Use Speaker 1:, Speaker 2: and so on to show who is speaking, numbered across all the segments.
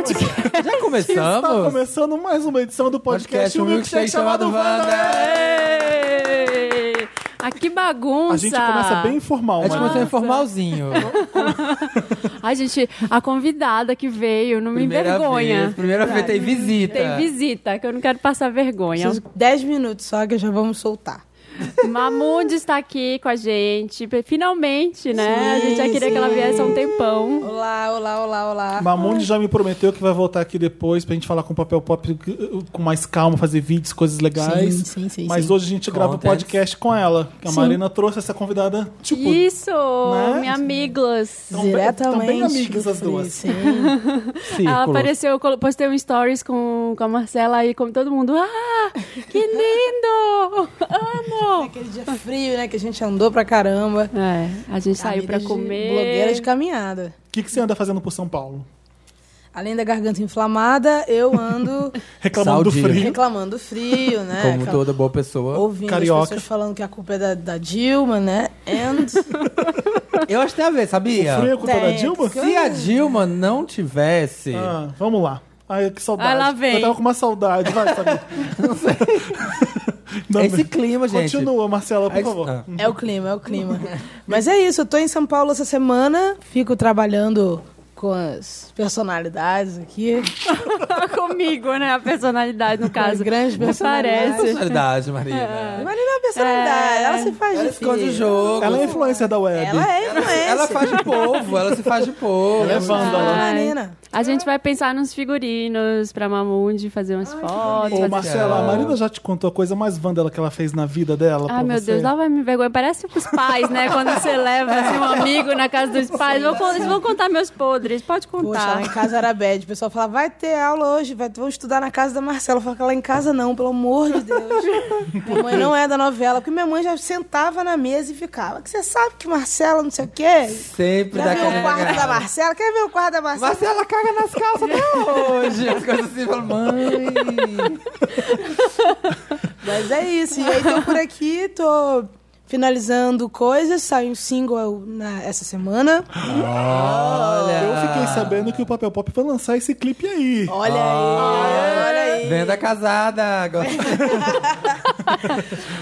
Speaker 1: Tá começamos?
Speaker 2: Está Tá começando mais uma edição do podcast,
Speaker 1: Podcast, um
Speaker 2: Um Milkshake chamado Wanda.
Speaker 3: Ei! Ah, que bagunça!
Speaker 2: A gente começa bem
Speaker 1: A
Speaker 2: informal,
Speaker 1: gente começou
Speaker 2: mas...
Speaker 1: é informalzinho.
Speaker 3: A gente, a convidada que veio, não me envergonha.
Speaker 1: Vez, primeira vez, tem visita.
Speaker 3: Tem visita, que eu não quero passar vergonha.
Speaker 4: Preciso 10 minutos só que já vamos soltar.
Speaker 3: Mamundi está aqui com a gente, finalmente, né? a gente já queria que ela viesse há um tempão.
Speaker 4: Olá, olá, olá, olá.
Speaker 2: Mamundi já me prometeu que vai voltar aqui depois pra gente falar com o Papel Pop uh, com mais calma, fazer vídeos, coisas legais.
Speaker 4: Sim, sim, sim,
Speaker 2: Mas
Speaker 4: sim.
Speaker 2: hoje a gente grava o
Speaker 1: Contents.
Speaker 2: podcast com ela. que A
Speaker 4: Sim.
Speaker 2: Marina trouxe essa convidada, tipo,
Speaker 3: Isso,
Speaker 2: né?
Speaker 3: minha amiglas.
Speaker 2: Tão bem-
Speaker 4: Diretamente.
Speaker 2: tão bem amigas
Speaker 4: do
Speaker 2: as duas.
Speaker 4: Sim.
Speaker 3: Ela
Speaker 2: círculo.
Speaker 3: apareceu, eu colo- postei um stories com, com a Marcela e como todo mundo. Ah, que lindo! Amo!
Speaker 4: Aquele dia frio, né? Que a gente andou pra caramba.
Speaker 3: É, a gente saiu pra
Speaker 4: Amigas de
Speaker 3: comer.
Speaker 4: Blogueira de caminhada.
Speaker 2: O que, que você anda fazendo por São Paulo?
Speaker 4: Além da garganta inflamada, eu ando
Speaker 2: Reclamando
Speaker 1: Saudia.
Speaker 2: do frio.
Speaker 4: reclamando do frio, né?
Speaker 2: É,
Speaker 1: Como
Speaker 4: Aquela-
Speaker 1: toda boa pessoa.
Speaker 4: Ouvindo
Speaker 2: Carioca.
Speaker 4: as pessoas falando que a culpa é da, da Dilma, né? And
Speaker 1: Eu acho que tem a ver, sabia?
Speaker 2: Frio com toda a
Speaker 4: Tem.
Speaker 2: Dilma?
Speaker 1: Se a Dilma não tivesse.
Speaker 2: Ah, vamos lá. Ai, que saudade.
Speaker 4: Ah,
Speaker 3: Ai, lá vem.
Speaker 2: Eu tava com uma saudade. Vai, sabe? Não sei.
Speaker 1: esse clima, gente.
Speaker 2: Continua, Marcela, por
Speaker 1: Aí-
Speaker 2: favor.
Speaker 1: ah.
Speaker 4: é o clima, é o clima. Mas é isso, eu tô em São Paulo essa semana, fico trabalhando com as personalidades aqui.
Speaker 3: Tá comigo, né? A personalidade, no caso.
Speaker 4: grandes
Speaker 3: Não
Speaker 4: personalidades.
Speaker 3: Parece.
Speaker 1: Personalidade, Marina.
Speaker 4: Marina é uma personalidade,
Speaker 3: É.
Speaker 4: ela se faz
Speaker 1: Ela
Speaker 4: de
Speaker 1: esconde o
Speaker 4: filha.
Speaker 1: jogo.
Speaker 2: Ela é influencer da web.
Speaker 4: Ah. Ela é influencer.
Speaker 1: Ela faz de povo, ela se faz de povo.
Speaker 2: Ela é vândala.
Speaker 3: Ai.
Speaker 4: Marina.
Speaker 3: A gente vai pensar nos figurinos pra Mamundi fazer umas fotos.
Speaker 2: Ô, Marcela,
Speaker 3: fazer-
Speaker 2: a
Speaker 1: Marcela.
Speaker 2: Marina já te contou a coisa mais vândala que ela fez na vida dela?
Speaker 4: Ah,
Speaker 2: pra
Speaker 3: Ai, meu
Speaker 2: você?
Speaker 3: Deus, lá vai me vergonha. Parece os pais, né? Quando você leva assim, um amigo na casa dos pais. Vou, con- eles vão contar meus podres. Pode
Speaker 4: Poxa, lá
Speaker 3: contar.
Speaker 4: em casa era bad. O pessoal falava, vai ter aula hoje, vai, vão estudar na casa da Marcela. Eu falava, lá em casa não, pelo amor de Deus. minha mãe não é da novela, porque minha mãe já sentava na mesa e ficava. Que você sabe que Marcela não sei o quê.
Speaker 1: Sempre
Speaker 4: Quer
Speaker 1: dá
Speaker 4: ver o quarto da
Speaker 1: cagada.
Speaker 4: Marcela? Quer ver o quarto da Marcela?
Speaker 1: Marcela caga nas calças até hoje. As coisas assim, fala, mãe.
Speaker 4: Mas é isso. E aí tô por aqui, tô finalizando coisas. Saiu um single na- essa semana.
Speaker 1: Olha.
Speaker 2: Eu fiquei sabendo que o Papel Pop vai lançar esse clipe aí.
Speaker 4: Olha aí, olha aí. É.
Speaker 1: Venda casada. Agora.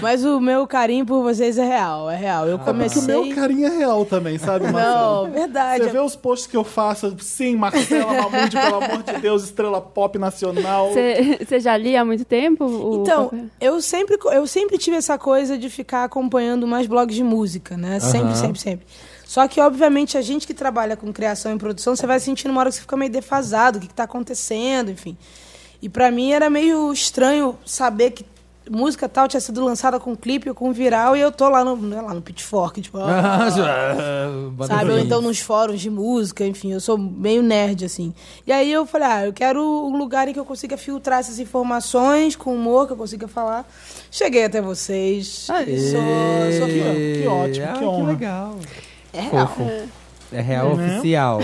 Speaker 4: Mas o meu carinho por vocês é real, é real. Eu
Speaker 2: Ah, Porque
Speaker 4: comecei.
Speaker 2: o meu carinho é real também, sabe, Marcela?
Speaker 4: Não, verdade.
Speaker 2: Você vê os posts que eu faço, sim, Marcela Mamundi, pelo amor de Deus, estrela pop nacional.
Speaker 3: Você já lia há muito tempo? o-
Speaker 4: Então,
Speaker 2: né?
Speaker 4: eu sempre, co- eu sempre tive essa coisa de ficar acompanhando mais blogs de música, né? Sempre, sempre, sempre. Só que, obviamente, a gente que trabalha com criação e produção, você vai sentindo uma hora que você fica meio defasado, o que, que tá acontecendo, enfim. E pra mim era meio estranho saber que música tal tinha sido lançada com clipe ou com viral e eu tô lá no, né, lá no Pitchfork, tipo, ah,
Speaker 1: ah,
Speaker 4: sabe? Ou então nos fóruns de música, enfim, eu sou meio nerd, assim. E aí eu falei, ah, eu quero um lugar em que eu consiga filtrar essas informações com humor, que eu consiga falar. Cheguei até vocês. Sou, sou
Speaker 2: Que-
Speaker 4: fã.
Speaker 2: que ótimo, que honra.
Speaker 1: ah, legal. É real.
Speaker 4: né?
Speaker 1: É
Speaker 2: Uhum.
Speaker 1: real oficial.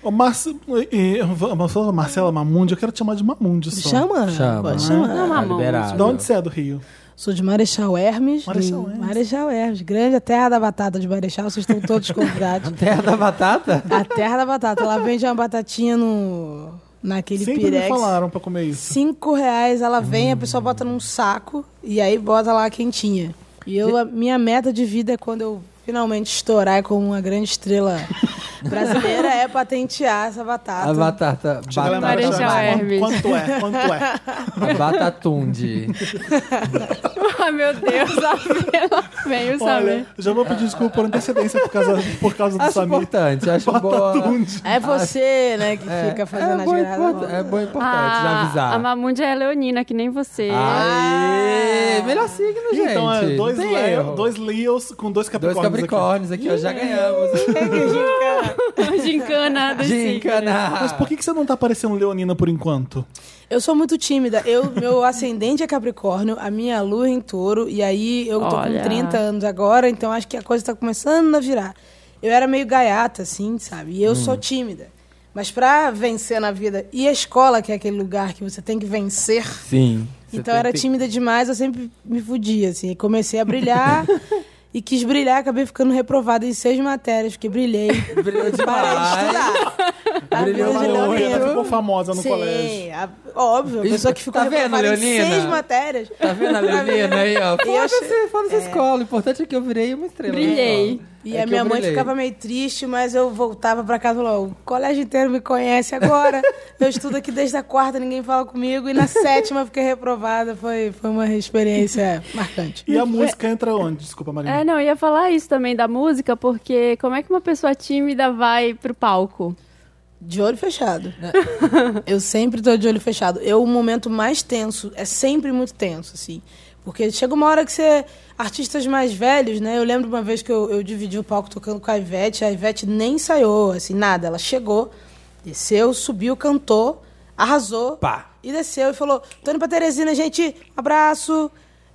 Speaker 2: Ô, Marce- e- e- Marcela, Marcela Mamundi, eu quero te chamar de Mamundi só.
Speaker 4: Chama?
Speaker 1: Chama.
Speaker 4: Pode chamar.
Speaker 3: Não,
Speaker 1: tá
Speaker 3: mamão.
Speaker 1: liberado.
Speaker 2: De onde você é do Rio?
Speaker 4: Sou de Marechal Hermes.
Speaker 2: Marechal
Speaker 4: Hum,
Speaker 2: Hermes.
Speaker 4: Marechal Hermes, grande a terra da batata de Marechal, vocês estão todos
Speaker 2: é?
Speaker 4: convidados.
Speaker 1: Terra da batata?
Speaker 4: a terra da batata, ela vende uma batatinha no naquele
Speaker 2: Sempre me
Speaker 4: pirex.
Speaker 2: falaram pra comer isso.
Speaker 4: Cinco reais ela vem, a pessoa bota num saco e aí bota lá quentinha. E eu, a minha meta de vida é quando eu finalmente estourar como uma grande estrela brasileira é patentear essa batata.
Speaker 1: A batata.
Speaker 2: Chega lá, Marechal,
Speaker 3: Marechal
Speaker 2: mas quanto-
Speaker 3: Hermes.
Speaker 2: Quanto é? Quanto é?
Speaker 1: A batatunde.
Speaker 3: Ai, meu Deus, lá vem, lá vem o
Speaker 2: Olha,
Speaker 3: Samir.
Speaker 2: já vou pedir desculpa por antecedência por causa, por causa do
Speaker 1: Acho
Speaker 2: Samir.
Speaker 1: importante, acho boa.
Speaker 4: É você, né, que fica fazendo
Speaker 1: é
Speaker 4: as
Speaker 1: bom,
Speaker 4: graças.
Speaker 1: importa- é bom importante já
Speaker 3: Ah,
Speaker 1: avisar.
Speaker 3: A Mamundi é leonina, que nem você.
Speaker 1: Aê, melhor signo, gente.
Speaker 2: Então, é, dois,
Speaker 1: Não tem
Speaker 2: Leo,
Speaker 1: erro.
Speaker 2: dois Leos com
Speaker 1: Dois
Speaker 2: dois Capricórnios.
Speaker 1: Capricórnios aqui, ó, já ganhamos.
Speaker 3: Gincana do
Speaker 1: Gincana.
Speaker 2: Aqui. Mas por que, que você não tá parecendo Leonina por enquanto?
Speaker 4: Eu sou muito tímida. Eu, meu ascendente é Capricórnio, a minha lua é em touro, e aí eu tô
Speaker 3: Olha.
Speaker 4: com 30 anos agora, então acho que a coisa tá começando a virar. Eu era meio gaiata, assim, sabe? E eu sou tímida. Mas pra vencer na vida, e a escola, que é aquele lugar que você tem que vencer,
Speaker 1: Sim.
Speaker 4: então eu era tímida demais, eu sempre me fudia, assim. E Comecei a brilhar. E quis brilhar, acabei ficando reprovada em seis matérias, porque brilhei.
Speaker 1: tipo, Brilhou demais.
Speaker 4: Para estudar. A um
Speaker 1: Brilhou
Speaker 4: vida de
Speaker 1: muito.
Speaker 2: Ela
Speaker 4: é Leonino.
Speaker 2: ficou famosa no
Speaker 4: Sim,
Speaker 2: colégio.
Speaker 4: a- óbvio, a
Speaker 1: Isso,
Speaker 4: pessoa que ficou
Speaker 1: tá vendo,
Speaker 4: reprovada em
Speaker 1: Leonina?
Speaker 4: seis matérias.
Speaker 1: Tá vendo a Leonina aí, ó? Foda-se, foda-se a escola. O importante é que eu virei uma estrela. na
Speaker 3: Brilhei.
Speaker 1: escola.
Speaker 4: E
Speaker 1: É
Speaker 4: a
Speaker 1: que
Speaker 4: minha
Speaker 1: eu
Speaker 4: mãe
Speaker 1: brilhei.
Speaker 4: ficava meio triste, mas eu voltava pra casa e falava, o colégio inteiro me conhece agora. eu estudo aqui desde a quarta, ninguém fala comigo. E na sétima eu fiquei reprovada. Foi, foi uma experiência marcante.
Speaker 2: E a
Speaker 4: é-
Speaker 2: música entra onde? Desculpa, Marina.
Speaker 3: É, não, eu ia falar isso também da música, porque como é que uma pessoa tímida vai pro palco?
Speaker 4: De olho fechado. eu sempre tô de olho fechado. Eu, o momento mais tenso, é sempre muito tenso, assim. Porque chega uma hora que você. Artistas mais velhos, né? Eu lembro uma vez que eu, eu dividi o palco tocando com a Ivete, a Ivete nem saiu, assim, nada. Ela chegou, desceu, subiu, cantou, arrasou.
Speaker 1: Pá.
Speaker 4: E desceu e falou: tô indo pra Teresina, gente, um abraço.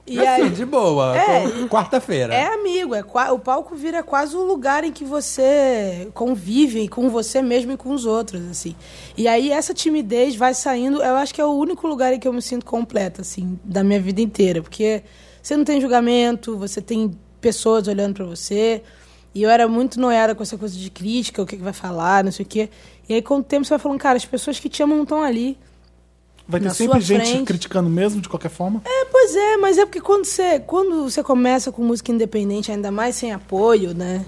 Speaker 4: E
Speaker 1: assim,
Speaker 4: aí.
Speaker 1: de boa.
Speaker 4: É.
Speaker 1: com- Quarta-feira.
Speaker 4: É amigo, é qua- o palco vira quase um lugar em que você convive com você mesmo e com os outros, assim. E aí essa timidez vai saindo, eu acho que é o único lugar em que eu me sinto completa, assim, da minha vida inteira, porque você não tem julgamento, você tem pessoas olhando pra você. E eu era muito noiada com essa coisa de crítica, o que, que vai falar, não sei o quê. E aí com o tempo você vai falando, cara, as pessoas que te amam estão ali.
Speaker 2: Vai ter
Speaker 4: na
Speaker 2: sempre
Speaker 4: sua
Speaker 2: gente
Speaker 4: frente.
Speaker 2: criticando mesmo, de qualquer forma.
Speaker 4: É, pois é, mas é porque quando você, quando você começa com música independente, ainda mais sem apoio, né?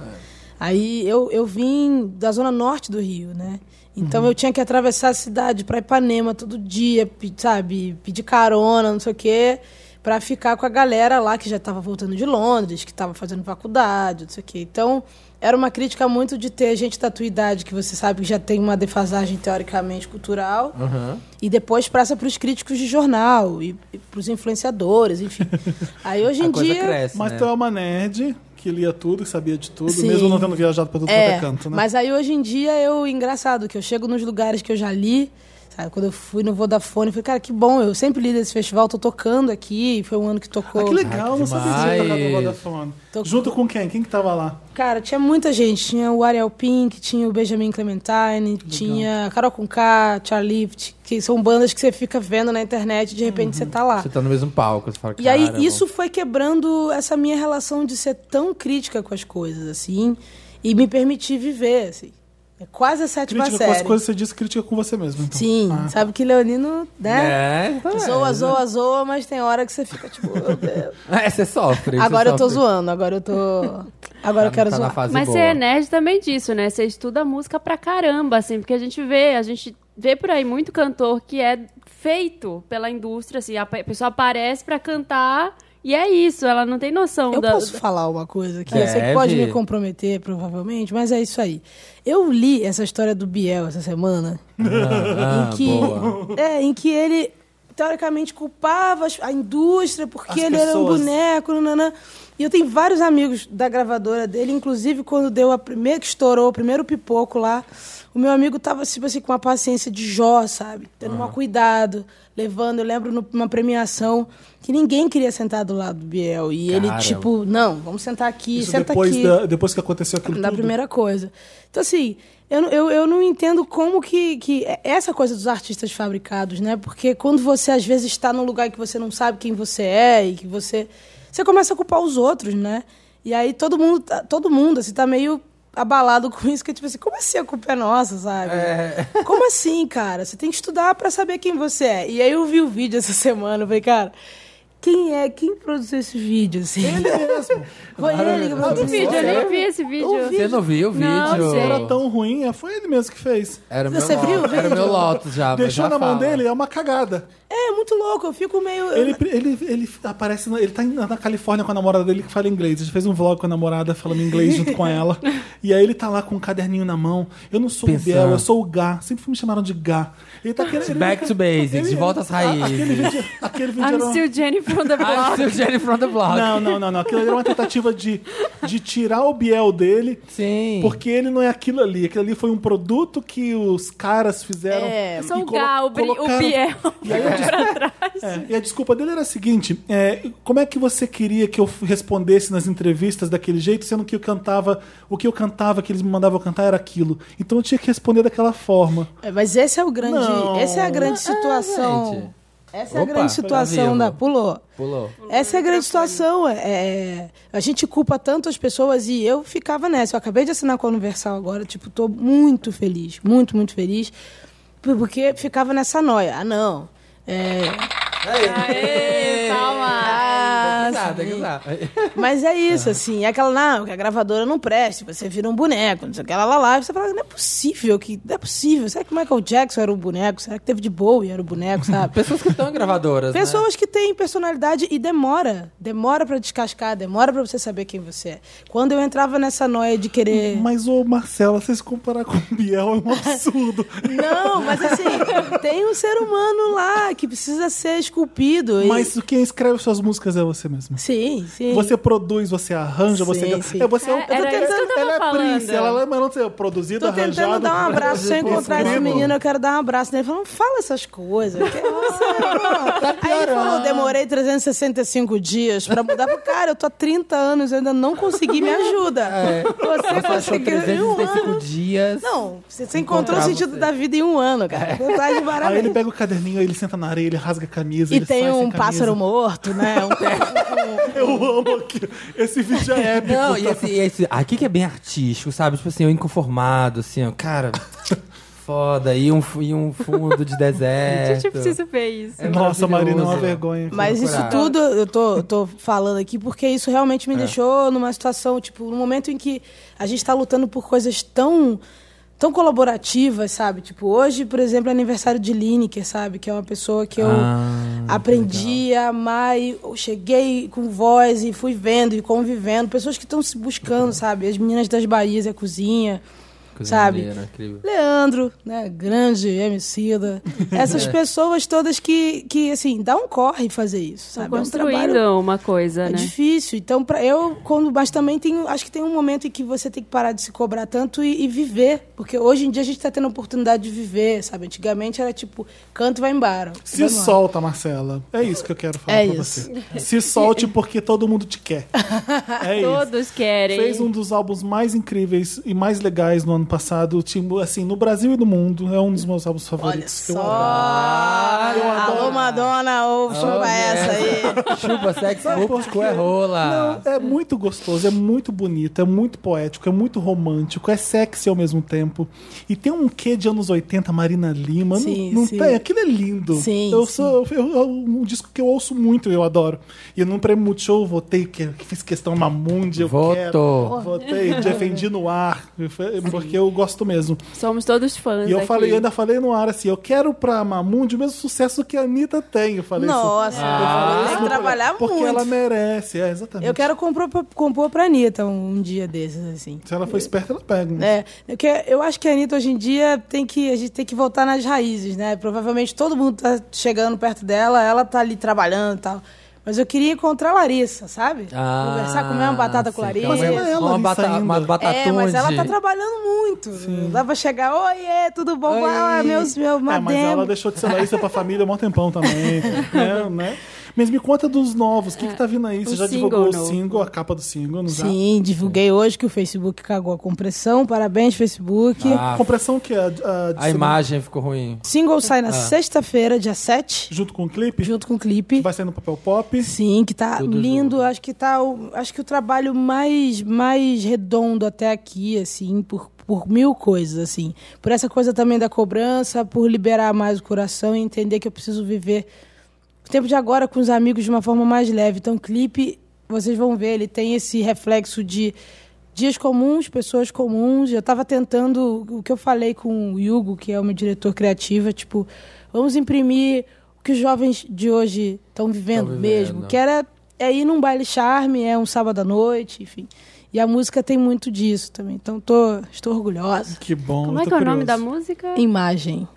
Speaker 4: Aí eu, eu vim da zona norte do Rio, né? Então
Speaker 1: Uhum.
Speaker 4: eu tinha que atravessar a cidade pra Ipanema todo dia, pe- sabe? Pedir carona, não sei o quê, pra ficar com a galera lá que já tava voltando de Londres, que tava fazendo faculdade, não sei o quê. Então era uma crítica muito de ter gente da tua idade que você sabe que já tem uma defasagem teoricamente cultural.
Speaker 1: Aham.
Speaker 4: E depois passa para os críticos de jornal e, para os influenciadores, enfim. Aí hoje em
Speaker 1: A coisa
Speaker 4: um dia.
Speaker 1: cresce,
Speaker 2: Mas
Speaker 1: né?
Speaker 2: tu é uma nerd que lia tudo, que sabia de tudo,
Speaker 4: Sim.
Speaker 2: mesmo não tendo viajado pra todo quanto
Speaker 4: É,
Speaker 2: é canto, né?
Speaker 4: mas aí hoje em dia eu, engraçado, que eu chego nos lugares que eu já li, sabe? Quando eu fui no Vodafone, eu falei, cara, que bom, eu sempre li desse festival, tô tocando aqui, foi um ano que tocou.
Speaker 2: Ah, que legal,
Speaker 1: Ah, que
Speaker 2: não sabia que tinha
Speaker 1: demais.
Speaker 2: tocado Vodafone.
Speaker 4: Tô-
Speaker 2: Junto com quem? Quem que tava lá?
Speaker 4: Cara, tinha muita gente. Tinha o Ariel Pink, tinha o Benjamin Clementine, tinha Carol Conká, Charlie, que são bandas que você fica vendo na internet e de repente
Speaker 2: Uhum.
Speaker 4: você tá lá.
Speaker 1: Você tá no mesmo palco, você fala,
Speaker 4: E aí
Speaker 2: é
Speaker 1: "Cara,
Speaker 4: isso foi quebrando essa minha relação de ser tão crítica com as coisas, assim, e me permitir viver, assim. É quase a sétima
Speaker 2: Crítica com
Speaker 4: série.
Speaker 2: as coisas, você disse crítica com você mesmo. Então.
Speaker 4: Sim,
Speaker 2: Ah.
Speaker 4: sabe que Leonino, né?
Speaker 1: É, tá
Speaker 4: Zoa,
Speaker 1: vendo?
Speaker 4: zoa, zoa, mas tem hora que você fica tipo, meu Deus.
Speaker 1: É, você sofre.
Speaker 4: Agora
Speaker 1: você
Speaker 4: eu tô
Speaker 1: sofre.
Speaker 4: zoando, agora eu tô. Agora
Speaker 1: Tá-
Speaker 4: eu quero
Speaker 1: tá na
Speaker 4: zoar.
Speaker 1: fase
Speaker 3: Mas
Speaker 1: boa.
Speaker 3: você é nerd também disso, né? Você estuda música pra caramba, assim, porque a gente vê, a gente vê por aí muito cantor que é feito pela indústria, assim, a pe- pessoa aparece pra cantar e é isso, ela não tem noção
Speaker 4: Eu
Speaker 3: da.
Speaker 4: posso falar uma coisa que eu sei
Speaker 1: Deve.
Speaker 4: que pode me comprometer, provavelmente, mas é isso aí. Eu li essa história do Biel essa semana.
Speaker 1: Ah,
Speaker 4: em que,
Speaker 1: boa.
Speaker 4: é, em que ele teoricamente culpava as- a indústria porque
Speaker 2: As
Speaker 4: ele era um
Speaker 2: pessoas.
Speaker 4: boneco, nananã. E eu tenho vários amigos da gravadora dele, inclusive quando deu a primeira que estourou, o primeiro pipoco lá, o meu amigo tava tipo assim com uma paciência de Jó, sabe? Tendo um cuidado, levando, eu lembro no- numa premiação que ninguém queria sentar do lado do Biel e
Speaker 1: Cara.
Speaker 4: ele tipo, não, vamos sentar aqui,
Speaker 2: Isso
Speaker 4: senta
Speaker 2: depois,
Speaker 4: aqui
Speaker 2: da- depois que aconteceu aquilo
Speaker 4: da é
Speaker 2: tudo.
Speaker 4: primeira coisa. Então, assim, eu, não- eu, eu não entendo como que, que. é Essa coisa dos artistas fabricados, né? Porque quando você, às vezes, está num lugar que você não sabe quem você é e que você. Você começa a culpar os outros, né? E aí todo mundo, tá- todo mundo, assim, tá meio abalado com isso, que é tipo assim, como assim a culpa é nossa, sabe?
Speaker 1: É.
Speaker 4: Como assim, cara? Você tem que estudar pra saber quem você é. E aí eu vi o vídeo essa semana, eu falei, cara, quem é, quem produziu esse vídeo, assim? Ele mesmo. Foi ele que
Speaker 3: Olha o
Speaker 4: produziu.
Speaker 3: vídeo, eu nem vi esse
Speaker 4: O
Speaker 3: vídeo.
Speaker 1: Você não viu o vídeo?
Speaker 3: Não, sei.
Speaker 2: Era tão ruim, é, foi ele mesmo que fez.
Speaker 1: Era o meu
Speaker 4: Você viu o
Speaker 1: Lotus, Era o
Speaker 4: vídeo?
Speaker 1: meu Lotus já. mas
Speaker 2: Deixou
Speaker 1: já
Speaker 2: na mão
Speaker 1: fala.
Speaker 2: dele, é uma cagada.
Speaker 4: É, muito louco, eu fico meio.
Speaker 2: Ele, ele, ele aparece, na- ele tá na na Califórnia com a namorada dele que fala inglês. Ele fez um vlog com a namorada falando inglês junto com ela. E aí ele tá lá com um caderninho na mão. Eu não sou
Speaker 1: Pensando.
Speaker 2: o Biel, eu sou o Gá. Sempre me chamaram de Gá. Ele tá querendo. ele-
Speaker 1: Back to basics,
Speaker 2: ele-
Speaker 1: de volta às raízes.
Speaker 2: Aquele vídeo, aquele vídeo
Speaker 3: I'm
Speaker 2: era uma-
Speaker 3: still Ah, Jenny from the
Speaker 1: Ah,
Speaker 3: block.
Speaker 1: seu Jenny from the block.
Speaker 2: Não, não, não, não. Aquilo ali era uma tentativa de, de tirar o Biel dele.
Speaker 1: Sim.
Speaker 2: Porque ele não é aquilo ali. Aquilo ali foi um produto que os caras fizeram.
Speaker 4: É,
Speaker 3: Eu sou
Speaker 2: e
Speaker 3: o
Speaker 2: colo-
Speaker 3: Gal, o Bri- o
Speaker 2: colocaram-
Speaker 3: Biel.
Speaker 2: E, aí, a des- É, e a desculpa dele era a seguinte: é, como é que você queria que eu f- respondesse nas entrevistas daquele jeito, sendo que eu cantava, o que eu cantava, que eles me mandavam cantar era aquilo. Então eu tinha que responder daquela forma.
Speaker 4: É, mas esse é o grande.
Speaker 2: Não.
Speaker 4: Essa é a grande situação.
Speaker 1: gente.
Speaker 4: Essa é a
Speaker 1: Opa,
Speaker 4: grande
Speaker 1: tá
Speaker 4: situação
Speaker 1: vivo.
Speaker 4: da. Pulou.
Speaker 1: Pulou.
Speaker 4: Essa é a grande situação. é- é- a gente culpa tanto as pessoas e eu ficava nessa. Eu acabei de assinar com a Universal agora, tipo, tô muito feliz, muito, muito feliz, por- porque ficava nessa noia. Ah, não. É,
Speaker 3: Aê, calma.
Speaker 4: ah,
Speaker 1: Exato,
Speaker 4: sim.
Speaker 1: exato.
Speaker 4: Mas é isso, assim. É aquela, não, que a gravadora não presta, você vira um boneco, não sei o que, lá, lá, lá. E Você fala, não é possível, que, não é possível. Será que Michael Jackson era o boneco? Será que David Bowie era o boneco, sabe?
Speaker 1: Pessoas que estão em gravadoras,
Speaker 2: é.
Speaker 1: né?
Speaker 4: Pessoas que têm personalidade e demora. Demora pra descascar, demora pra você saber quem você é. Quando eu entrava nessa noia de
Speaker 3: É.
Speaker 4: querer.
Speaker 2: Mas, ô Marcela, você se comparar com o Biel é um absurdo.
Speaker 4: Não, mas assim, tem um ser humano lá que precisa ser esculpido. e-
Speaker 2: Mas quem escreve suas músicas é você mesmo.
Speaker 4: Sim, sim.
Speaker 2: Você produz, você arranja, você.
Speaker 4: Sim, sim.
Speaker 2: É, você é, um-
Speaker 3: É, era isso que eu tava
Speaker 2: ela é
Speaker 3: falando.
Speaker 2: príncipe, ela é mas não sei, produzida,
Speaker 4: Tô tentando
Speaker 2: arranjada.
Speaker 4: dar um abraço sem
Speaker 2: Pô,
Speaker 4: encontrar esse
Speaker 2: escrito.
Speaker 4: menino, eu quero dar um abraço nele. Ele falou, não fala essas coisas. que você-
Speaker 2: Tá
Speaker 4: Aí ele falou, eu demorei 365 dias pra mudar. Eu falei, Cara, eu tô há 30 anos, eu ainda não consegui, me ajuda.
Speaker 2: É.
Speaker 4: Você,
Speaker 1: Você achou
Speaker 4: conseguiu em um ano.
Speaker 1: 365 dias.
Speaker 4: Não, você, você
Speaker 1: Encontrar
Speaker 4: encontrou o sentido
Speaker 1: você.
Speaker 4: da vida em um ano, cara. Você tá de
Speaker 2: É. Aí ele
Speaker 4: parabéns.
Speaker 2: pega o caderninho, aí ele senta na areia, ele rasga a camisa.
Speaker 4: E
Speaker 2: ele sai
Speaker 4: tem
Speaker 2: sem
Speaker 4: um
Speaker 2: camisa.
Speaker 4: pássaro morto, né? Um
Speaker 2: Eu amo aqui. Esse vídeo é épico.
Speaker 1: Não,
Speaker 2: tá?
Speaker 1: e esse, e esse- Aqui que é bem artístico, sabe? Tipo assim, o inconformado, assim, ó. Cara, foda. E um, fu- e um fundo de
Speaker 3: A
Speaker 1: deserto.
Speaker 3: gente precisa ver isso.
Speaker 1: É
Speaker 2: Nossa, Marina, é uma
Speaker 1: maravilhoso.
Speaker 2: vergonha.
Speaker 4: Mas
Speaker 1: Vou
Speaker 4: isso
Speaker 1: procurar. É.
Speaker 4: tudo eu tô, eu tô falando aqui porque isso realmente me deixou numa situação, tipo, num momento em que a gente está lutando por coisas tão tão colaborativas, sabe? Tipo, hoje, por exemplo, é aniversário de Lineker, sabe? Que é uma pessoa que eu
Speaker 1: Ah,
Speaker 4: aprendi a amar e eu cheguei com voz e fui vendo e convivendo. Pessoas que estão se buscando, sabe? As meninas das Bahias, a cozinha.
Speaker 1: Coisa
Speaker 4: sabe?
Speaker 1: maneira, incrível.
Speaker 4: Leandro, né? Grande Emicida. Essas pessoas todas que, que, assim, dá um corre fazer isso,
Speaker 3: Estão
Speaker 4: sabe? É um
Speaker 3: construindo
Speaker 4: trabalho
Speaker 3: uma coisa,
Speaker 4: é
Speaker 3: né?
Speaker 4: difícil. Então, pra eu, quando, mas também tem, acho que tem um momento em que você tem que parar de se cobrar tanto e, e viver. Porque hoje em dia a gente está tendo a oportunidade de viver, sabe? Antigamente era tipo, canto e vai embora.
Speaker 2: Se
Speaker 4: Vai embora.
Speaker 2: solta, Marcela. É isso que eu quero falar
Speaker 4: É
Speaker 2: pra
Speaker 4: isso.
Speaker 2: você. Se solte porque todo mundo te quer. É isso.
Speaker 3: Todos querem.
Speaker 2: Fez um dos álbuns mais incríveis e mais legais no ano passado. Tipo, assim, no Brasil e no mundo. É um dos meus álbuns
Speaker 4: Olha
Speaker 2: favoritos.
Speaker 4: só!
Speaker 1: Ah, eu adoro.
Speaker 4: Alô, Madonna, ou chupa
Speaker 1: Olha.
Speaker 4: essa aí.
Speaker 1: Chupa sex,
Speaker 2: Sabe por
Speaker 1: pouco,
Speaker 2: quê?
Speaker 1: cu é rola.
Speaker 2: É muito gostoso, é muito bonito, é muito poético, é muito romântico, é sexy ao mesmo tempo. E tem um quê de anos 80, Marina Lima.
Speaker 4: Sim,
Speaker 2: não, não
Speaker 4: sim.
Speaker 2: tem? Aquilo é lindo.
Speaker 4: Sim,
Speaker 2: eu
Speaker 4: sim.
Speaker 2: sou eu- eu- um disco que eu ouço muito, eu adoro. E no prêmio Multishow eu votei, que, que fiz questão Mamundi, eu
Speaker 1: Votou.
Speaker 2: quero. Votei, defendi no ar, porque eu gosto mesmo.
Speaker 3: Somos todos fãs
Speaker 2: E eu
Speaker 4: é
Speaker 3: aqui.
Speaker 2: falei, eu ainda falei no ar assim, eu quero pra Mamundi o mesmo sucesso que a Anitta tem. Eu falei
Speaker 4: Nossa,
Speaker 2: isso.
Speaker 4: eu falei, tem que trabalhar
Speaker 2: Porque
Speaker 4: muito.
Speaker 2: ela merece, é exatamente.
Speaker 4: Eu quero compor, pra- compor pra Anitta um, um dia desses, assim.
Speaker 2: Se ela for esperta, ela pega. né?
Speaker 4: É, porque eu acho que a Anitta hoje em dia tem que, a gente tem que voltar nas raízes, né? Provavelmente todo mundo tá chegando perto dela, ela tá ali trabalhando e tal. Mas eu queria encontrar a Larissa, sabe?
Speaker 1: Ah,
Speaker 4: Conversar, comer uma batata com a
Speaker 1: sim,
Speaker 4: Larissa.
Speaker 1: calma aí.
Speaker 2: Mas ela é
Speaker 1: Uma
Speaker 2: Larissa
Speaker 1: bata-
Speaker 2: ainda.
Speaker 1: uma batatunde.
Speaker 4: É, mas ela tá trabalhando muito. Não dá pra chegar, oiê, tudo bom?
Speaker 1: Oi.
Speaker 4: Ah, meus, meu,
Speaker 2: É, mas ela
Speaker 4: mademo.
Speaker 2: deixou de ser Larissa pra família há um tempão também. né? né? Mas me conta dos novos. O que, que tá vindo aí? Você
Speaker 3: O
Speaker 2: já
Speaker 3: single
Speaker 2: divulgou o
Speaker 3: novo.
Speaker 2: single, a capa do single, não já?
Speaker 4: Sim, divulguei hoje que o Facebook cagou a compressão. Parabéns, Facebook.
Speaker 1: Ah,
Speaker 2: Compressão que é a, a, de
Speaker 1: a imagem ficou ruim.
Speaker 4: Single sai
Speaker 1: Ah.
Speaker 4: na sexta-feira, dia 7,
Speaker 2: Junto com o clipe?
Speaker 4: junto com o clipe.
Speaker 2: Vai sair no papel pop.
Speaker 4: Sim, que tá
Speaker 1: Tudo
Speaker 4: lindo.
Speaker 1: junto.
Speaker 4: Acho que tá o, acho que o trabalho mais mais redondo até aqui, assim, por, por mil coisas, assim. Por essa coisa também da cobrança, por liberar mais o coração e entender que eu preciso viver o tempo de agora com os amigos de uma forma mais leve. Então, o clipe, vocês vão ver, ele tem esse reflexo de dias comuns, pessoas comuns. Eu tava tentando o que eu falei com o Hugo, que é o meu diretor criativo, é tipo, vamos imprimir o que os jovens de hoje estão vivendo,
Speaker 1: vivendo.
Speaker 4: mesmo, que era é ir num baile charme, é um sábado à noite, enfim. E a música tem muito disso também. Então tô, estou orgulhosa.
Speaker 2: Que bom.
Speaker 3: Como
Speaker 2: eu
Speaker 3: é
Speaker 2: tô
Speaker 3: que é o nome
Speaker 2: curioso.
Speaker 3: da música?
Speaker 4: Imagem.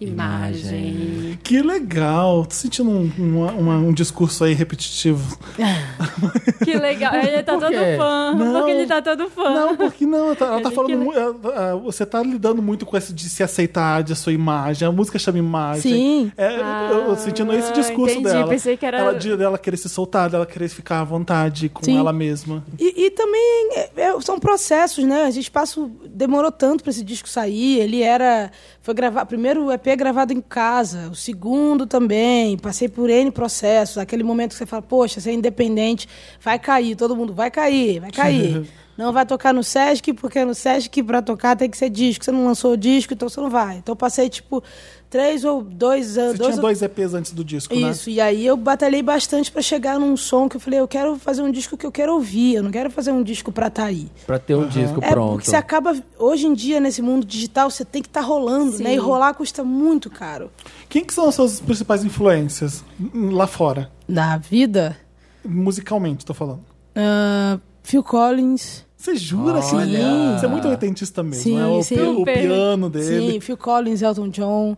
Speaker 3: Imagem.
Speaker 2: Que legal. Tô sentindo um, uma- uma- um discurso aí repetitivo.
Speaker 3: Que legal. Ele tá
Speaker 1: Por
Speaker 3: todo
Speaker 1: quê?
Speaker 3: fã.
Speaker 2: Não.
Speaker 3: Porque ele tá todo fã.
Speaker 2: Não, porque não, tá- ela tá
Speaker 3: Ele
Speaker 2: falando
Speaker 3: que-
Speaker 2: muito. ah, ah, Você tá lidando muito com esse de se aceitar de a sua imagem. A música chama imagem.
Speaker 4: Sim.
Speaker 2: É, eu- eu, eu sentindo
Speaker 4: Ah,
Speaker 2: esse discurso
Speaker 3: entendi,
Speaker 2: dela.
Speaker 3: pensei que era-
Speaker 2: Ela de- dela querer se soltar, dela querer ficar à vontade com
Speaker 4: Sim.
Speaker 2: ela mesma.
Speaker 4: E, e também é, é é- são processos, né? A gente passa, o- demorou tanto para esse disco sair. Ele era, foi gravar, primeiro o EP é gravado em casa, o segundo também. Passei por N processos, aquele momento que você fala, poxa, você é independente, vai cair, todo mundo vai cair, vai cair. Não vai tocar no Sesc, porque no Sesc para tocar tem que ser disco. Você não lançou o disco, então você não vai. Então eu passei tipo três ou dois anos,
Speaker 2: Você tinha
Speaker 4: ou
Speaker 2: dois EPs antes do disco, né?
Speaker 4: isso, e aí eu batalhei bastante pra chegar num som que eu falei, eu quero fazer um disco que eu quero ouvir, eu não quero fazer um disco pra tá aí.
Speaker 1: Pra ter um disco
Speaker 4: É,
Speaker 1: pronto.
Speaker 4: porque você acaba, hoje em dia, nesse mundo digital, você tem que estar rolando,
Speaker 3: Sim.
Speaker 4: né? E rolar custa muito caro.
Speaker 2: Quem que são as suas principais influências hum, lá fora?
Speaker 4: Na vida,
Speaker 2: Musicalmente, tô falando.
Speaker 4: ah, Phil Collins.
Speaker 2: Você jura que
Speaker 1: Olha.
Speaker 2: Você é muito oitentista mesmo,
Speaker 4: Sim,
Speaker 2: né? O,
Speaker 4: sim.
Speaker 2: pi- o
Speaker 3: Super.
Speaker 2: piano dele.
Speaker 4: Sim, Phil Collins, Elton John.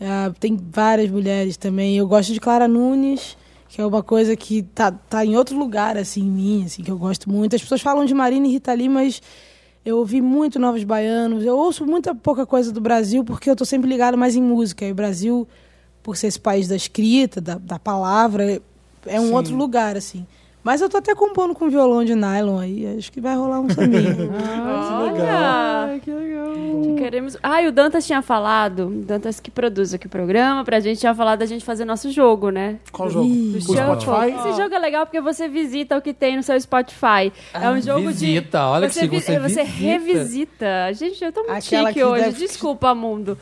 Speaker 4: ah, tem várias mulheres também. Eu gosto de Clara Nunes, que é uma coisa que tá, tá em outro lugar, assim, em mim, assim, que eu gosto muito. As pessoas falam de Marina e Rita Lee, mas eu ouvi muito Novos Baianos. Eu ouço muita pouca coisa do Brasil, porque eu tô sempre ligada mais em música. E o Brasil, por ser esse país da escrita, da, da palavra, é um
Speaker 2: Sim.
Speaker 4: outro lugar, assim. Mas eu tô até compondo com violão de nylon aí, acho que vai rolar um sambinho.
Speaker 2: que legal.
Speaker 3: Olha! Queremos... Ah, e o Dantas tinha falado, o Dantas que produz aqui o programa, pra gente tinha falado da gente fazer nosso jogo, né?
Speaker 2: Qual jogo?
Speaker 4: Ih.
Speaker 2: O
Speaker 3: Do Shuffle.
Speaker 2: Spotify?
Speaker 3: Esse
Speaker 4: Ah.
Speaker 3: jogo é legal porque você visita o que tem no seu Spotify. é um jogo
Speaker 1: Ah,
Speaker 3: de.
Speaker 1: visita, olha que
Speaker 3: você,
Speaker 1: se
Speaker 3: vi- é,
Speaker 1: você visita.
Speaker 3: você revisita. Gente, eu tô muito
Speaker 4: Aquela
Speaker 3: chique
Speaker 4: que
Speaker 3: hoje.
Speaker 4: deve-
Speaker 3: Desculpa, mundo.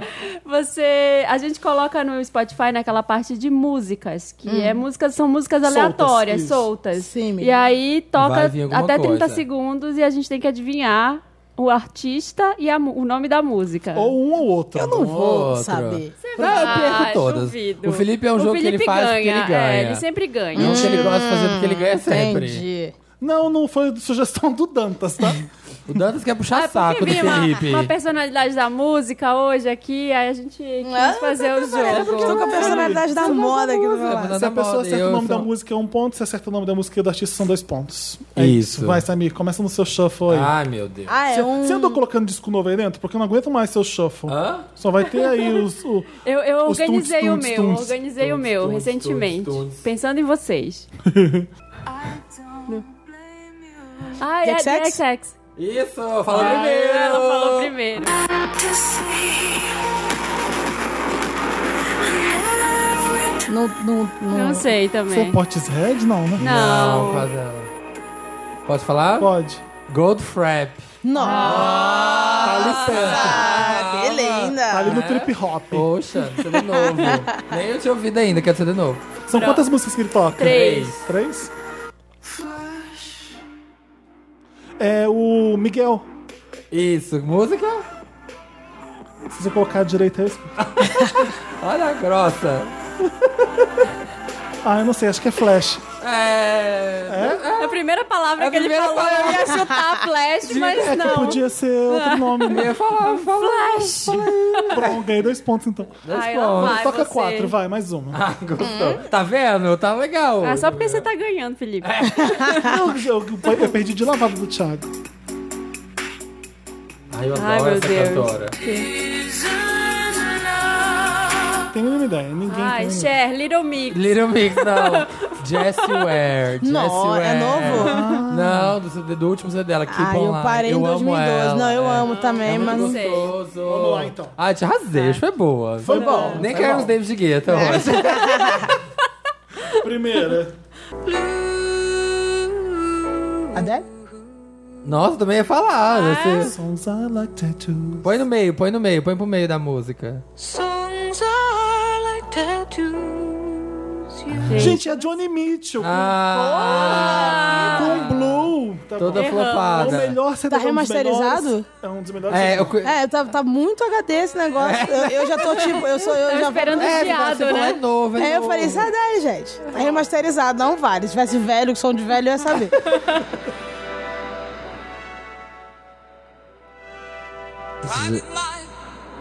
Speaker 1: Ah.
Speaker 3: você, a gente coloca no Spotify naquela parte de músicas, que é músicas são músicas
Speaker 2: Soltas,
Speaker 3: aleatórias,
Speaker 2: isso.
Speaker 3: soltas.
Speaker 4: Hum. Sim,
Speaker 3: e
Speaker 4: menina.
Speaker 3: aí
Speaker 1: Vai
Speaker 3: toca
Speaker 1: vir alguma
Speaker 3: até 30
Speaker 1: coisa.
Speaker 3: segundos e a gente tem que adivinhar o artista e a mu- o nome da música.
Speaker 2: Ou um ou outro.
Speaker 4: Eu não vou
Speaker 1: Outro.
Speaker 4: saber.
Speaker 1: Não, eu perco
Speaker 3: Ah,
Speaker 1: todas.
Speaker 3: duvido.
Speaker 1: O Felipe é um
Speaker 3: O
Speaker 1: jogo que ele
Speaker 3: Felipe
Speaker 1: faz porque ele ganha.
Speaker 3: É, ele sempre ganha.
Speaker 1: Não que ele gosta de fazer porque ele ganha É sempre.
Speaker 4: Entendi.
Speaker 2: Não, não foi sugestão do Dantas, tá?
Speaker 1: O Dantas quer puxar
Speaker 3: Ah, é porque
Speaker 1: saco do
Speaker 3: vinha uma-
Speaker 1: Felipe.
Speaker 3: Uma, personalidade da música hoje aqui, aí a gente quis
Speaker 4: Ah,
Speaker 3: fazer o
Speaker 4: Estou com a
Speaker 3: jogo.
Speaker 4: personalidade da moda aqui do meu lado.
Speaker 1: Tá
Speaker 2: Se a
Speaker 1: na
Speaker 2: pessoa
Speaker 1: moda,
Speaker 2: acerta
Speaker 1: eu
Speaker 2: o nome
Speaker 1: sou-
Speaker 2: da música é um ponto, se acerta o nome da música e do artista são dois pontos. É
Speaker 1: Isso.
Speaker 2: Vai, Samir, começa no seu shuffle aí.
Speaker 1: Ai, meu Deus.
Speaker 4: Ah, é um...
Speaker 2: Você andou colocando disco novo aí dentro? Porque eu não aguento mais seu shuffle.
Speaker 1: Hã?
Speaker 2: Só vai ter aí os. O...
Speaker 3: Eu, eu
Speaker 2: Os
Speaker 3: organizei
Speaker 2: tunts,
Speaker 3: o
Speaker 2: tunts,
Speaker 3: meu,
Speaker 2: tunts,
Speaker 3: organizei o
Speaker 1: tunts,
Speaker 3: meu
Speaker 1: tunts,
Speaker 3: recentemente,
Speaker 1: tunts, tunts.
Speaker 3: pensando em vocês. Ah, é
Speaker 4: Jack Sax?
Speaker 3: Jack Sax.
Speaker 1: Isso, fala
Speaker 3: Ah,
Speaker 1: primeiro.
Speaker 3: Ela falou primeiro.
Speaker 4: Não, não,
Speaker 3: Eu
Speaker 4: não...
Speaker 3: não sei
Speaker 2: Seu
Speaker 3: também.
Speaker 2: Portishead? Não, né?
Speaker 1: Não,
Speaker 3: Não.
Speaker 1: quase ela. Pode falar?
Speaker 2: Pode.
Speaker 1: Gold Frap.
Speaker 4: Nossa!
Speaker 1: Tá ali
Speaker 4: Ah, que
Speaker 2: Tá ali
Speaker 4: linda!
Speaker 1: É.
Speaker 2: no trip hop.
Speaker 1: Poxa, CD novo. Nem eu tinha ouvido ainda, quero CD novo.
Speaker 2: São quantas músicas que ele toca?
Speaker 3: Três.
Speaker 2: Três? É o Miguel.
Speaker 1: Isso, música?
Speaker 2: Se você colocar direito é esse.
Speaker 1: Olha a grossa.
Speaker 2: Ah, eu não sei, acho que é Flash.
Speaker 1: É.
Speaker 3: A primeira palavra
Speaker 1: A
Speaker 3: É que ele
Speaker 1: primeira
Speaker 3: falou, eu ia chutar flash,
Speaker 2: é
Speaker 3: mas
Speaker 2: que
Speaker 3: não.
Speaker 2: podia ser outro nome,
Speaker 1: Eu
Speaker 2: né?
Speaker 1: ia falar, fala.
Speaker 3: Flash.
Speaker 2: Pronto, ganhei dois pontos então.
Speaker 3: Ai, lá
Speaker 1: pontos.
Speaker 3: vai
Speaker 2: Toca
Speaker 3: você.
Speaker 2: quatro, vai, mais uma.
Speaker 1: Ah, gostou. Tá vendo? Tá legal.
Speaker 3: É só porque você tá ganhando, Felipe.
Speaker 1: É,
Speaker 2: Hum? Eu, eu- eu perdi de lavada do Thiago.
Speaker 1: Ai, eu adoro
Speaker 3: Ai, meu
Speaker 1: essa
Speaker 3: Deus.
Speaker 1: cantora.
Speaker 2: Tem nenhuma ideia, ninguém
Speaker 3: Ai,
Speaker 2: tem.
Speaker 3: Cher, Little Mix.
Speaker 1: Little Mix, não. Jessie Ware. Jessie
Speaker 4: Não, é
Speaker 1: Ware. Ah.
Speaker 4: novo?
Speaker 1: Não, do, CD do último CD dela. Keep
Speaker 4: Ah, eu
Speaker 1: Online.
Speaker 4: parei em
Speaker 1: eu
Speaker 4: 2012.
Speaker 1: Amo ela,
Speaker 4: não, eu
Speaker 1: é.
Speaker 4: amo também,
Speaker 1: É
Speaker 4: mas...
Speaker 1: muito
Speaker 3: sei.
Speaker 1: gostoso.
Speaker 2: Vamos lá, então.
Speaker 1: Ah, te
Speaker 3: Tá.
Speaker 1: arrasei, acho que foi boa.
Speaker 2: Foi bom.
Speaker 1: Nem
Speaker 2: foi
Speaker 1: queremos
Speaker 2: bom.
Speaker 1: David
Speaker 3: É.
Speaker 1: Guetta hoje.
Speaker 2: Primeira.
Speaker 4: Adele?
Speaker 1: Nossa, também ia falar. né? você-
Speaker 2: Songs I like tattoo.
Speaker 1: Põe no meio, põe no meio, põe pro meio da música.
Speaker 5: Songs are like tattoos. You
Speaker 2: Gente, é Johnny Mitchell.
Speaker 1: Ah!
Speaker 2: Com Blue. Tá
Speaker 1: Toda
Speaker 2: bom. É o
Speaker 1: flopada.
Speaker 2: melhor CD
Speaker 4: Tá
Speaker 2: um dos melhores-
Speaker 4: remasterizado?
Speaker 2: É um dos melhores.
Speaker 1: É, eu... cu-
Speaker 4: É, tá, tá muito HD esse negócio. Eu, eu já tô tipo, eu sou eu
Speaker 3: Tô
Speaker 4: já.
Speaker 3: esperando
Speaker 1: é,
Speaker 3: o
Speaker 1: você
Speaker 3: chiado,
Speaker 1: falou, é
Speaker 3: né?
Speaker 1: novo, é
Speaker 4: Aí eu
Speaker 1: novo.
Speaker 4: falei, sai daí, gente. Tá remasterizado, não vale. Se tivesse velho, que som de velho, eu ia saber.
Speaker 5: private life,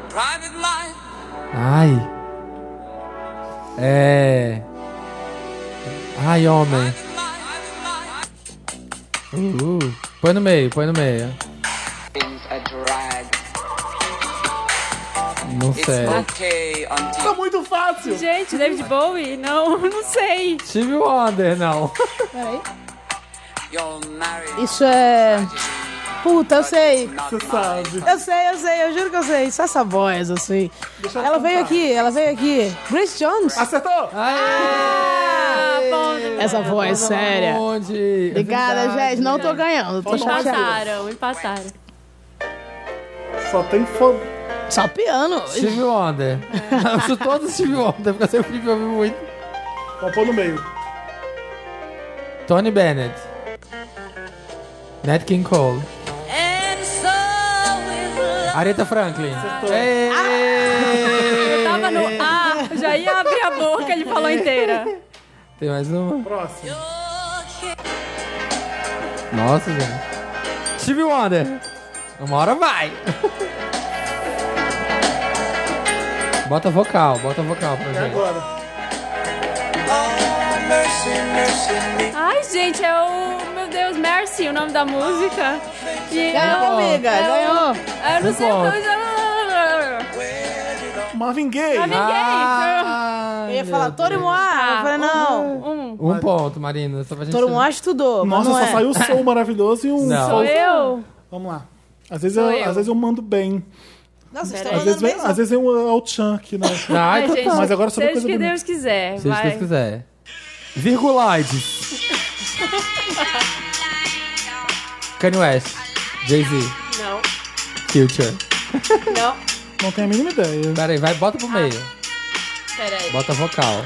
Speaker 5: private life.
Speaker 1: Ai. É. Ai, homem. Uh, põe no meio, põe no meio.
Speaker 6: is a drag.
Speaker 1: Não
Speaker 6: It's
Speaker 1: sei.
Speaker 6: okay on
Speaker 2: Tá muito fácil.
Speaker 3: Gente, David Bowie? Não, não sei.
Speaker 1: Steve Wonder, não.
Speaker 4: Peraí.
Speaker 6: You'll marry
Speaker 4: Isso é. Puta, eu sei.
Speaker 6: not
Speaker 2: Você sabe.
Speaker 4: Eu sei, eu sei, eu juro que eu sei. é Sassa Boys, eu sei. assim. Ela veio aqui, ela veio aqui. Grace Jones?
Speaker 2: Acertou!
Speaker 3: Ah,
Speaker 4: Essa voz, séria.
Speaker 1: Onde?
Speaker 4: é Obrigada, gente. Não tô ganhando,
Speaker 3: é
Speaker 4: tô chateada.
Speaker 3: Empataram, empataram.
Speaker 2: Só tem fome.
Speaker 4: Só piano.
Speaker 1: Steve Wonder. Eu sou todo Steve Wonder, porque eu sempre me ouvi muito.
Speaker 2: Vou pôr no meio.
Speaker 1: Tony Bennett. Nat King Cole.
Speaker 5: And so is love.
Speaker 1: Aretha Franklin.
Speaker 2: Então,
Speaker 1: É. Ei!
Speaker 3: Tava no A, já ia abrir a boca, ele falou inteira.
Speaker 1: Tem mais uma?
Speaker 2: Próximo.
Speaker 1: Nossa, gente. Steve Wonder. Uma hora vai. Bota vocal, bota vocal pra gente.
Speaker 2: é Agora.
Speaker 3: Ai, gente, é o. Meu Deus, Mercy, o nome da música. E
Speaker 4: Ganhou, amiga,
Speaker 3: é o-
Speaker 4: ganhou.
Speaker 3: Eu não sei
Speaker 1: bom.
Speaker 3: o que.
Speaker 2: Marvin Gaye.
Speaker 3: Marvin-
Speaker 1: Ah,
Speaker 4: Eu ia
Speaker 1: meu
Speaker 4: falar
Speaker 1: Deus.
Speaker 4: Toro Moá. Eu falei, não.
Speaker 3: Um.
Speaker 1: Um ponto, Marina, só pra gente...
Speaker 4: Toro Moá estudou. mas
Speaker 2: Nossa,
Speaker 4: não
Speaker 2: só
Speaker 4: é.
Speaker 2: saiu o som maravilhoso e um
Speaker 1: Não.
Speaker 3: Sou
Speaker 2: som.
Speaker 3: Ah, eu?
Speaker 2: Vamos lá. Às vezes, eu,
Speaker 3: Sou eu.
Speaker 2: às vezes eu mando bem.
Speaker 4: Nossa, estou
Speaker 2: Às
Speaker 4: mandando
Speaker 2: vezes,
Speaker 4: bem.
Speaker 2: vem- às vezes é um Altchan aqui, né?
Speaker 4: é,
Speaker 1: Ai, total.
Speaker 2: Mas agora sobre
Speaker 3: Seja o
Speaker 2: coisa
Speaker 3: que
Speaker 2: bonita.
Speaker 3: Deus
Speaker 1: Seja
Speaker 3: quiser.
Speaker 1: o que Deus
Speaker 3: vai.
Speaker 1: quiser. Virgulaides. Kanye West. Jay-Z.
Speaker 3: Não,
Speaker 1: Future.
Speaker 3: não.
Speaker 2: Não tenho a mínima ideia.
Speaker 1: Pera aí, vai, bota pro meio.
Speaker 3: Peraí.
Speaker 1: Bota vocal.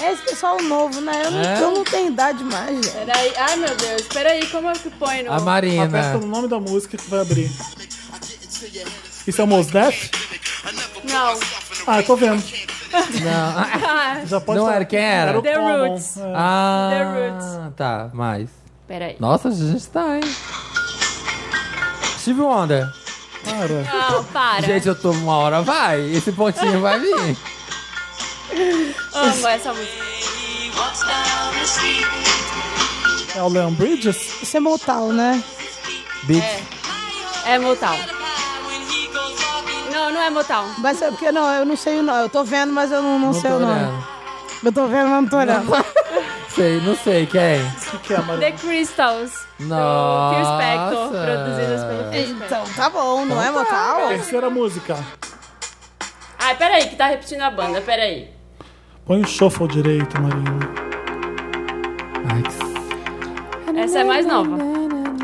Speaker 4: É esse pessoal novo, né? Eu não,
Speaker 1: É?
Speaker 4: eu não tenho idade mais, gente.
Speaker 3: Peraí. Ai, meu Deus. Peraí, como é que põe no.
Speaker 1: A
Speaker 2: A festa
Speaker 4: um
Speaker 1: Marina.
Speaker 2: no nome da música que vai abrir. Isso é o Mos Def?
Speaker 3: Não.
Speaker 2: Ah, eu tô vendo.
Speaker 1: Não,
Speaker 3: Ah,
Speaker 2: Já pode
Speaker 1: Não
Speaker 2: falar.
Speaker 1: era, quem era?
Speaker 2: o
Speaker 3: The
Speaker 2: Common.
Speaker 3: Roots.
Speaker 2: É.
Speaker 3: The
Speaker 1: ah,
Speaker 3: Roots.
Speaker 1: tá, mais.
Speaker 3: peraí.
Speaker 1: Nossa, a gente tá, hein? Steve Wonder.
Speaker 2: Cara,
Speaker 3: Não, para.
Speaker 1: Gente, eu tô uma hora, vai. Esse pontinho vai vir.
Speaker 3: Amo essa música.
Speaker 2: é o Leon Bridges?
Speaker 4: Isso é Motal, né?
Speaker 1: Beat.
Speaker 3: É Motown. Não, não é Motown.
Speaker 4: Mas é porque não, eu não sei o nome. Eu tô vendo, mas eu não, não sei
Speaker 1: tô
Speaker 4: o nome.
Speaker 1: olhando.
Speaker 4: Eu tô vendo, mas não tô olhando.
Speaker 1: Sei, não sei quem.
Speaker 2: O que, que é, Maria?
Speaker 3: The Crystals. Do Phil Spector,
Speaker 1: Nossa.
Speaker 3: produzidas pelo Phil Spector.
Speaker 4: Então, tá bom, não é Motal?
Speaker 2: Terceira música.
Speaker 3: Ai, peraí, que tá repetindo a banda, peraí.
Speaker 2: Põe o shuffle direito, Marina.
Speaker 1: Ai, que
Speaker 3: Essa é mais nova.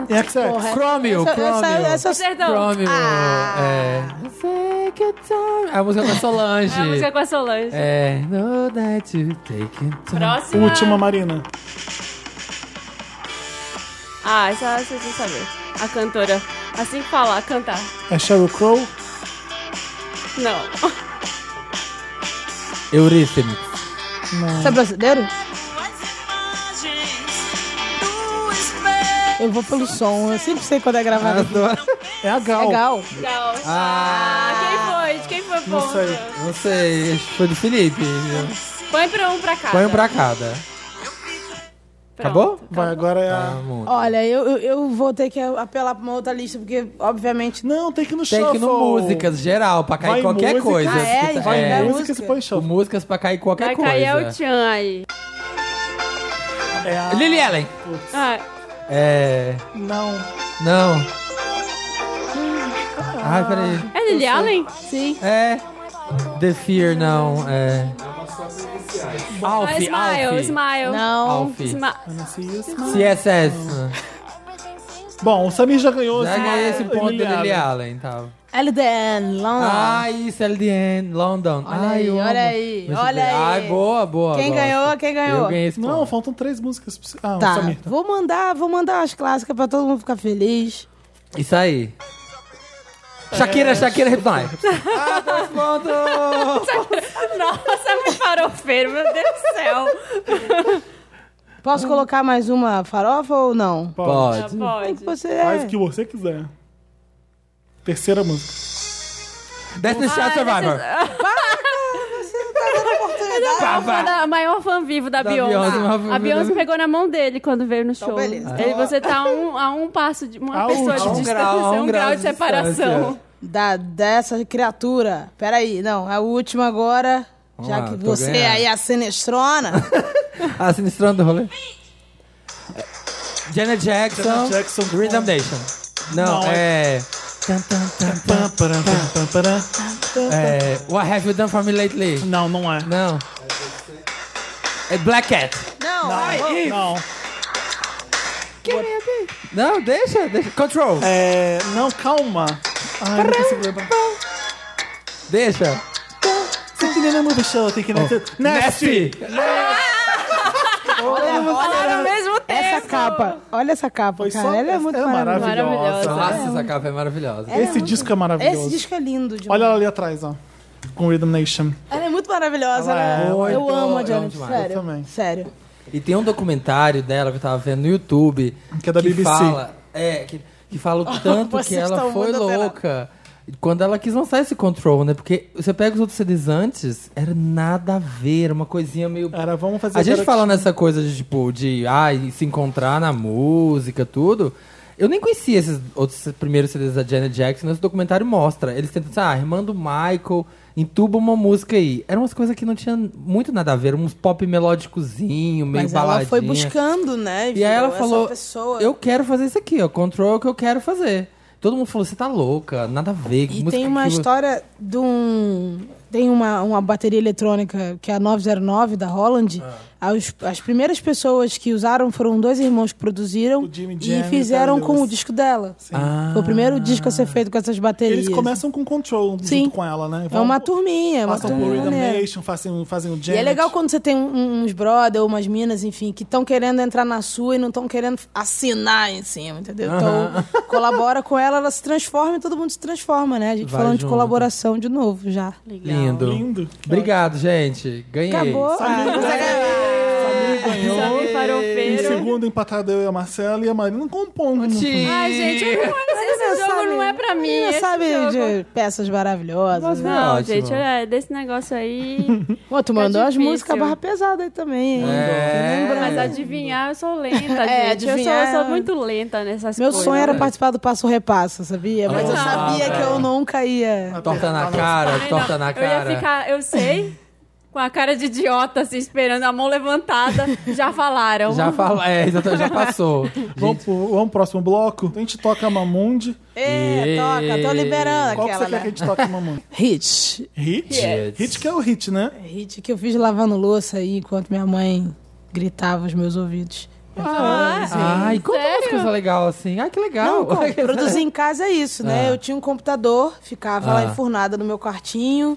Speaker 2: É que é.
Speaker 4: Porra,
Speaker 1: Cromio,
Speaker 4: essa- essa-
Speaker 1: Cromio.
Speaker 4: essa-
Speaker 3: Perdão.
Speaker 1: Cromio.
Speaker 3: Ah.
Speaker 1: É. Take your time. A música da Solange.
Speaker 3: É a música com a Solange.
Speaker 1: É. Know that you take your time.
Speaker 3: Próxima.
Speaker 2: Última, Marina.
Speaker 3: Ah, essa vocês vão saber. A cantora. Assim que falar, cantar.
Speaker 2: É Sheryl Crow?
Speaker 3: Não.
Speaker 1: Eurístenes.
Speaker 4: Você é brasileiro? Eu vou pelo som, eu sempre sei quando é gravado.
Speaker 2: É a Gal.
Speaker 4: Legal.
Speaker 3: Não.
Speaker 1: Ah.
Speaker 3: Ah, quem foi? De quem foi o
Speaker 2: Não sei.
Speaker 3: ponto?
Speaker 1: Não sei, acho que foi do Felipe.
Speaker 3: Põe pra um pra cá.
Speaker 1: Põe um pra cada.
Speaker 3: Pronto.
Speaker 1: Acabou?
Speaker 2: Vai, agora é
Speaker 1: Tá,
Speaker 2: a...
Speaker 1: muito.
Speaker 4: Olha, eu, eu, eu vou ter que apelar pra uma outra lista, porque, obviamente, não.
Speaker 2: Não, tem que ir no
Speaker 1: Tem
Speaker 2: shuffle.
Speaker 1: que ir no músicas geral, pra cair
Speaker 2: Vai em
Speaker 1: qualquer
Speaker 2: música.
Speaker 1: coisa.
Speaker 4: Ah, é?
Speaker 1: Que tá-
Speaker 2: Vai um
Speaker 1: é.
Speaker 2: em
Speaker 4: música.
Speaker 2: música e se põe em
Speaker 1: Com
Speaker 2: shuffle.
Speaker 1: músicas pra cair qualquer
Speaker 3: Vai
Speaker 1: coisa.
Speaker 3: cair é o Tchan aí.
Speaker 2: É a...
Speaker 1: Lily Allen.
Speaker 3: Ah,
Speaker 1: É.
Speaker 2: Não.
Speaker 1: Não. Ai, peraí.
Speaker 3: é Lily Allen? Sim.
Speaker 1: É. The Fear, não. É. Alf,
Speaker 3: Ah, smile,
Speaker 1: Alf.
Speaker 3: smile.
Speaker 1: Alf.
Speaker 3: Smi-
Speaker 1: CSS.
Speaker 2: Bom, o Samir já ganhou.
Speaker 1: Já
Speaker 2: assim,
Speaker 1: ganhei esse ponto
Speaker 2: Lily
Speaker 1: da Lily
Speaker 2: Allen.
Speaker 1: Allen, tá?
Speaker 4: LDN, Long.
Speaker 1: Ah, isso, LDN, London.
Speaker 4: Olha
Speaker 1: Ai,
Speaker 4: aí,
Speaker 1: eu amo.
Speaker 4: olha aí,
Speaker 1: Deixa eu
Speaker 4: olha
Speaker 1: ver.
Speaker 4: aí.
Speaker 1: Ai, boa, boa.
Speaker 4: Quem
Speaker 1: gosto.
Speaker 4: ganhou? Quem ganhou?
Speaker 1: Eu ganhei esse ponto.
Speaker 2: Não, faltam três músicas. pra você- Ah, o
Speaker 4: Tá,
Speaker 2: Samir. tá.
Speaker 4: vou mandar, vou mandar umas clássicas pra todo mundo ficar feliz.
Speaker 1: Isso aí. Shakira, Shakira, Reptile. ah, dois pontos!
Speaker 3: Nossa, é muito farofeiro, meu Deus do céu.
Speaker 4: Posso colocar mais uma farofa ou não? Tá
Speaker 1: Pode.
Speaker 3: Pode.
Speaker 4: Você
Speaker 2: Faz
Speaker 4: é.
Speaker 2: o que você quiser. Terceira música.
Speaker 1: Destiny's
Speaker 4: Ah,
Speaker 1: Child Survivor.
Speaker 4: Tá
Speaker 1: Pá, pá.
Speaker 3: Quando a maior fã vivo da,
Speaker 1: Da
Speaker 3: Beyoncé.
Speaker 1: Beyoncé, maior fã
Speaker 3: a
Speaker 1: viva
Speaker 3: Beyoncé
Speaker 1: da-
Speaker 3: pegou na mão dele quando veio no show.
Speaker 4: beleza.
Speaker 3: Ele- você tá a um, a um passo de uma
Speaker 2: A um-
Speaker 3: pessoa
Speaker 2: a
Speaker 3: de
Speaker 2: um
Speaker 3: distância,
Speaker 1: grau, a
Speaker 3: um, grau, de
Speaker 1: distância.
Speaker 3: separação.
Speaker 4: Da, dessa criatura. Peraí, não, a última agora.
Speaker 1: Vamos
Speaker 4: Já
Speaker 1: lá,
Speaker 4: que
Speaker 1: tô
Speaker 4: você
Speaker 1: ganhando.
Speaker 4: aí é a senestrona.
Speaker 1: Ah, sinistrando do rolê. Janet Jackson,
Speaker 2: Janet Jackson com-
Speaker 1: Rhythm Nation. Não,
Speaker 2: Não,
Speaker 1: é...
Speaker 2: Pam, param,
Speaker 4: Tá.
Speaker 2: pam, pam, param.
Speaker 1: é... What Have You Done For Me Lately?
Speaker 2: Não, não é.
Speaker 1: Não. É Black Cat.
Speaker 4: Não, não.
Speaker 2: Não.
Speaker 1: Não, deixa, deixa. Control.
Speaker 2: É, não, calma. Ai, não consigo lembrar.
Speaker 1: Deixa.
Speaker 2: Você tem que move show, tem que
Speaker 1: Nasty.
Speaker 3: Falaram ao mesmo tempo.
Speaker 4: Essa capa, olha essa capa,
Speaker 2: Foi
Speaker 4: cara.
Speaker 2: só-
Speaker 4: ela é muito
Speaker 2: ela é
Speaker 4: maravilhosa.
Speaker 3: Maravilhosa.
Speaker 1: Nossa, essa capa é maravilhosa.
Speaker 2: Esse disco é maravilhoso.
Speaker 4: Esse disco é lindo demais.
Speaker 2: Olha ela ali atrás, ó. Com Rhythm Nation.
Speaker 4: Ela é muito maravilhosa,
Speaker 2: Ela
Speaker 4: né?
Speaker 2: é
Speaker 4: Eu,
Speaker 1: muito-
Speaker 4: amo a
Speaker 1: eu amo
Speaker 4: Janet,
Speaker 1: demais.
Speaker 4: sério.
Speaker 2: Eu também.
Speaker 4: Sério.
Speaker 1: E tem um documentário dela que eu tava vendo no YouTube.
Speaker 2: Que é da BBC.
Speaker 1: Fala, é, que, que fala o tanto que
Speaker 4: Vocês
Speaker 1: ela
Speaker 4: estão
Speaker 1: foi
Speaker 4: muito alterados.
Speaker 1: louca. Quando ela quis lançar esse control, né? Porque você pega os outros CDs antes, era nada a ver, era uma coisinha meio.
Speaker 2: Era, vamos fazer
Speaker 1: A gente
Speaker 2: garotinho.
Speaker 1: falando essa coisa de, tipo, de ai, se encontrar na música, tudo. Eu nem conhecia esses outros primeiros CDs da Janet Jackson, esse documentário mostra. Eles tentam, assim, ah, a irmã do Michael, entuba uma música aí. Eram umas coisas que não tinha muito nada a ver, uns pop melódicozinho, meio
Speaker 4: Mas
Speaker 1: baladinha.
Speaker 4: ela foi buscando, né?
Speaker 1: E aí ela
Speaker 4: virou
Speaker 1: falou,
Speaker 4: Essa pessoa.
Speaker 1: eu quero fazer isso aqui, ó, control é o que eu quero fazer. Todo mundo falou, você tá louca, nada a ver. que
Speaker 4: E
Speaker 1: música
Speaker 4: tem uma
Speaker 1: que você-"
Speaker 4: história de um. Tem uma, uma bateria eletrônica que é a 909 da Holland.
Speaker 1: Ah.
Speaker 4: As, as primeiras pessoas que usaram foram dois irmãos que produziram
Speaker 2: O Jimmy Jam e
Speaker 4: e
Speaker 2: o
Speaker 4: fizeram
Speaker 2: Terry
Speaker 4: com o
Speaker 2: Lewis.
Speaker 4: disco dela.
Speaker 1: Ah.
Speaker 4: Foi o primeiro disco a ser feito com essas baterias.
Speaker 2: Eles começam com Control
Speaker 4: Sim.
Speaker 2: junto com ela, né?
Speaker 4: É uma turminha, é uma
Speaker 2: Passam por
Speaker 4: turminha.
Speaker 2: Rhythm
Speaker 4: maneira.
Speaker 2: Nation, fazem, um, fazem o
Speaker 4: E
Speaker 2: jam.
Speaker 4: é legal quando você tem um- uns brother ou umas minas, enfim, que estão querendo entrar na sua e não estão querendo assinar em cima, entendeu? Então, colabora com ela, ela se transforma e todo mundo se transforma, né? A gente
Speaker 1: Vai
Speaker 4: falando de
Speaker 1: junto.
Speaker 4: colaboração de novo já.
Speaker 1: Ah, Lindo.
Speaker 2: Lindo.
Speaker 1: Obrigado, gente. Ganhei.
Speaker 4: Acabou. Ah, você
Speaker 3: Samir
Speaker 2: Em
Speaker 3: farofeiro.
Speaker 2: segundo, empatado eu e a Marcela e a Marina com um ponto.
Speaker 1: Ti.
Speaker 3: Ai, gente, eu não esse jogo
Speaker 4: sabe-
Speaker 3: não é pra mim.
Speaker 4: menina
Speaker 3: esse
Speaker 4: sabe
Speaker 3: jogo. é
Speaker 4: de peças maravilhosas. né?
Speaker 3: Não,
Speaker 1: Ótimo.
Speaker 3: gente, é, desse negócio aí.
Speaker 4: Pô, tu mandou as
Speaker 3: difícil.
Speaker 4: músicas barra pesada aí também, hein?
Speaker 1: É.
Speaker 4: né? Lembra?
Speaker 3: Mas adivinhar, eu sou lenta,
Speaker 4: É,
Speaker 3: gente. Eu sou, eu
Speaker 4: adivinhar-
Speaker 3: sou muito lenta nessas
Speaker 4: Meu
Speaker 3: coisas.
Speaker 4: sonho era
Speaker 1: né?
Speaker 4: participar do Passo Repassa, sabia? Mas eu
Speaker 1: Nossa,
Speaker 4: sabia que
Speaker 2: Ah,
Speaker 4: eu nunca ia.
Speaker 1: Torta Tá na cara,
Speaker 3: Ai, não,
Speaker 1: torta na cara.
Speaker 3: Eu ia ficar, eu sei, com a cara de idiota, assim, esperando, a mão levantada. Já falaram.
Speaker 1: Já fala, é, exatamente, já passou.
Speaker 2: Vamos
Speaker 1: Gente,
Speaker 2: pro, vamos pro próximo bloco. A gente toca Mamundi.
Speaker 1: Ei.
Speaker 4: É, toca, tô liberando
Speaker 2: Qual que
Speaker 4: aquela,
Speaker 2: você quer que a
Speaker 4: né?
Speaker 2: gente toque Mamundi?
Speaker 4: Hit.
Speaker 2: Hit?
Speaker 1: Yes.
Speaker 2: Hit que é o hit, né?
Speaker 4: Hit que eu fiz lavando louça aí enquanto minha mãe gritava aos meus ouvidos.
Speaker 3: Ah,
Speaker 1: ai, como é
Speaker 3: sério?
Speaker 1: umas coisas legal assim? Ai, que legal.
Speaker 4: Não, como? produzir em casa é isso, né?
Speaker 1: Ah.
Speaker 4: Eu tinha um computador, ficava lá
Speaker 1: Ah.
Speaker 4: enfurnada no meu quartinho,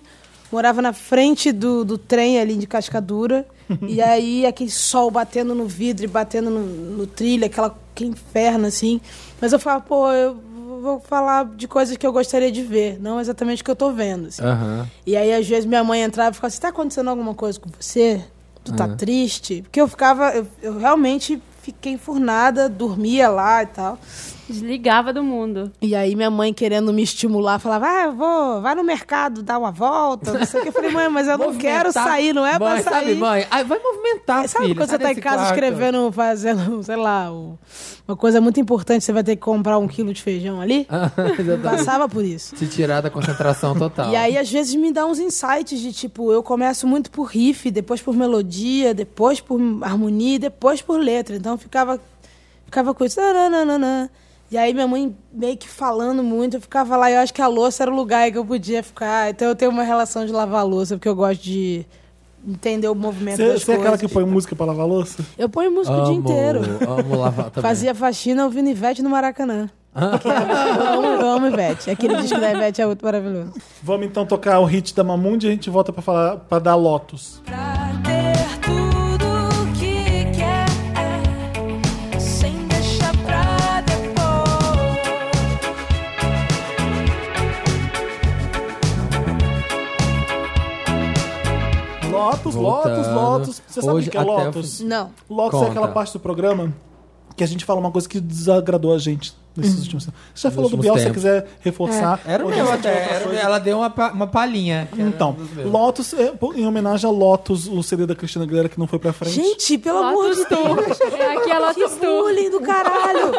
Speaker 4: morava na frente do, do trem ali de Cascadura. e aí aquele sol batendo no vidro e batendo no, no trilho, aquela, aquele inferno assim. Mas eu falava, pô, eu vou falar de coisas que eu gostaria de ver, não exatamente o que eu tô vendo. assim.
Speaker 1: Aham.
Speaker 4: E aí, às vezes, minha mãe entrava e ficava assim, tá acontecendo alguma coisa com você? Tu
Speaker 1: É.
Speaker 4: tá triste? Porque eu ficava, eu, eu realmente fiquei enfurnada, dormia lá e tal.
Speaker 3: Desligava do mundo.
Speaker 4: E aí, minha mãe querendo me estimular, falava, ah, eu vou, vai no mercado, dá uma volta, não sei o que. Eu falei, mãe, mas eu não quero
Speaker 1: Movimentar.
Speaker 4: sair, não é
Speaker 1: mãe,
Speaker 4: pra sair.
Speaker 1: Sabe, mãe? Ai, vai movimentar,
Speaker 4: Sabe
Speaker 1: filho,
Speaker 4: quando você
Speaker 1: sai
Speaker 4: tá em
Speaker 1: desse
Speaker 4: casa
Speaker 1: quarto.
Speaker 4: escrevendo, fazendo, sei lá, o- uma coisa muito importante, você vai ter que comprar um quilo de feijão ali?
Speaker 1: Ah, exatamente.
Speaker 4: Passava por isso.
Speaker 1: Se tirar da concentração total.
Speaker 4: E aí, às vezes, me dá uns insights de tipo, eu começo muito por riff, depois por melodia, depois por harmonia, e depois por letra. Então eu ficava, ficava com isso. nananana. E aí minha mãe meio que falando muito, eu ficava lá, e eu acho que a louça era o lugar aí que eu podia ficar. Então eu tenho uma relação de lavar a louça, porque eu gosto de entender o movimento
Speaker 2: Você,
Speaker 4: das
Speaker 2: você é
Speaker 4: coisas.
Speaker 2: aquela que põe um música pra lavar a louça?
Speaker 4: Eu ponho música
Speaker 1: amo,
Speaker 4: é o dia inteiro.
Speaker 1: Amo lavar também.
Speaker 4: Fazia faxina ouvindo Ivete no Maracanã. eu, amo, eu amo Ivete. Aquele disco da Ivete é muito maravilhoso.
Speaker 2: Vamos então tocar o hit da Mamundi e a gente volta pra, falar, pra dar Lotus.
Speaker 5: Pra ter tudo que quer, sem deixar pra depois.
Speaker 2: Lotus, Lotus,
Speaker 1: Voltando.
Speaker 2: Lotus. Você sabe o
Speaker 1: Hoje
Speaker 2: que é
Speaker 1: até o
Speaker 2: Lotus?
Speaker 1: fim.
Speaker 4: Não.
Speaker 2: Lotus é
Speaker 1: Conta.
Speaker 2: aquela parte do programa que a gente fala uma coisa que desagradou a gente nesses últimos tempos. Você já falou do
Speaker 1: Hum. últimos
Speaker 2: Biel, se você
Speaker 1: tempos.
Speaker 2: quiser reforçar.
Speaker 5: É.
Speaker 1: Era o
Speaker 2: Ou
Speaker 1: meu
Speaker 2: você
Speaker 1: até.
Speaker 2: tinha outra
Speaker 1: era o meu.
Speaker 2: coisa?
Speaker 1: ela deu uma, pa- uma palhinha. que era
Speaker 2: Então,
Speaker 1: um dos meus.
Speaker 2: Lotus, é, pô, em homenagem a Lotus, o CD da Cristina Aguilera que não foi pra frente.
Speaker 4: Gente, pelo amor de
Speaker 3: Lotus Tour. É aqui a Lotus Tour.
Speaker 4: Bullying do caralho!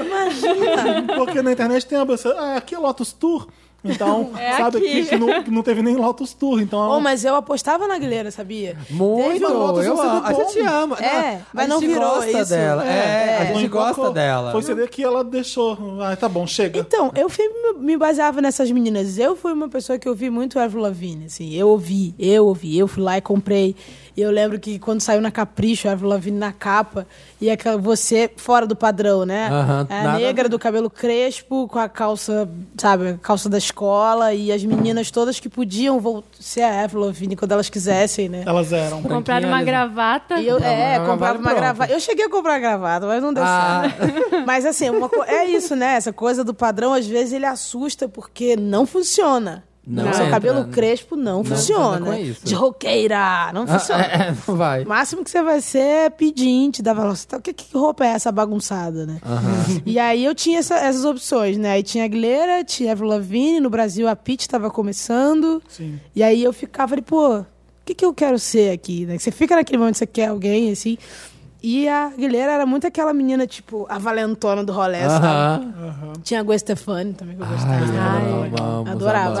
Speaker 4: Imagina!
Speaker 2: Porque na internet tem a pessoa, ah, aqui é Lotus Tour. Então,
Speaker 3: É
Speaker 2: sabe
Speaker 3: aqui.
Speaker 2: aqui que não, que não teve nem Lotus Tour. Então,
Speaker 4: Bom, mas eu apostava na Aguilera, sabia?
Speaker 1: Muito,
Speaker 4: Teve um
Speaker 1: eu,
Speaker 4: outro
Speaker 2: um CD
Speaker 1: amo. a
Speaker 2: bom.
Speaker 1: gente ama.
Speaker 4: É,
Speaker 1: a
Speaker 4: mas
Speaker 1: gente
Speaker 4: não virou,
Speaker 1: gosta
Speaker 4: é isso?
Speaker 1: dela. É,
Speaker 4: É,
Speaker 1: a
Speaker 4: é.
Speaker 1: gente
Speaker 2: Não
Speaker 1: gosta
Speaker 2: empacou.
Speaker 1: dela.
Speaker 2: Foi o CD que ela deixou. Ah, tá bom, chega.
Speaker 4: Então, eu sempre me- me baseava nessas meninas. Eu fui uma pessoa que ouvi muito Avril Lavigne, assim. Eu ouvi, eu ouvi, eu fui lá e comprei. E eu lembro que quando saiu na Capricho, Avril Lavigne na capa, e aquela você fora do padrão, né?
Speaker 1: Aham,
Speaker 4: a
Speaker 1: nada-
Speaker 4: negra do cabelo crespo, com a calça, sabe, a calça da escola, e as meninas todas que podiam vol- ser a Avril Lavigne quando elas quisessem, né?
Speaker 2: Elas eram.
Speaker 3: Compraram uma
Speaker 1: Lisa.
Speaker 3: gravata.
Speaker 4: E eu, é,
Speaker 1: uma
Speaker 4: comprava
Speaker 1: gravata
Speaker 4: uma
Speaker 1: pronta.
Speaker 4: gravata. Eu cheguei a comprar uma gravata, mas não deu
Speaker 1: Ah.
Speaker 4: certo. Mas assim, uma co- é isso, né? Essa coisa do padrão, às vezes, ele assusta porque não funciona.
Speaker 1: Não
Speaker 4: Seu
Speaker 1: entra. né?
Speaker 4: cabelo crespo não,
Speaker 1: funciona
Speaker 4: funciona.
Speaker 1: com isso.
Speaker 4: De roqueira, não
Speaker 1: Ah,
Speaker 4: funciona.
Speaker 1: é, é, não vai.
Speaker 4: O máximo que você vai ser é pedinte da Veloci- tá, Que, que roupa é essa bagunçada, né? E aí eu tinha essa- essas opções, né? Aí tinha a Aguilera, tinha a Avril Lavigne, no Brasil a Pitt tava começando.
Speaker 2: Sim.
Speaker 4: E aí eu ficava ali, pô, o que, que eu quero ser aqui? né? Você fica naquele momento que você quer alguém, assim. E a Aguilera era muito aquela menina, tipo, a valentona do rolê, sabe?
Speaker 1: Aham.
Speaker 4: Tinha a Gwen Stefani também, que eu gostava.
Speaker 1: Ai,
Speaker 3: Ai,
Speaker 1: amamos,
Speaker 4: Adorava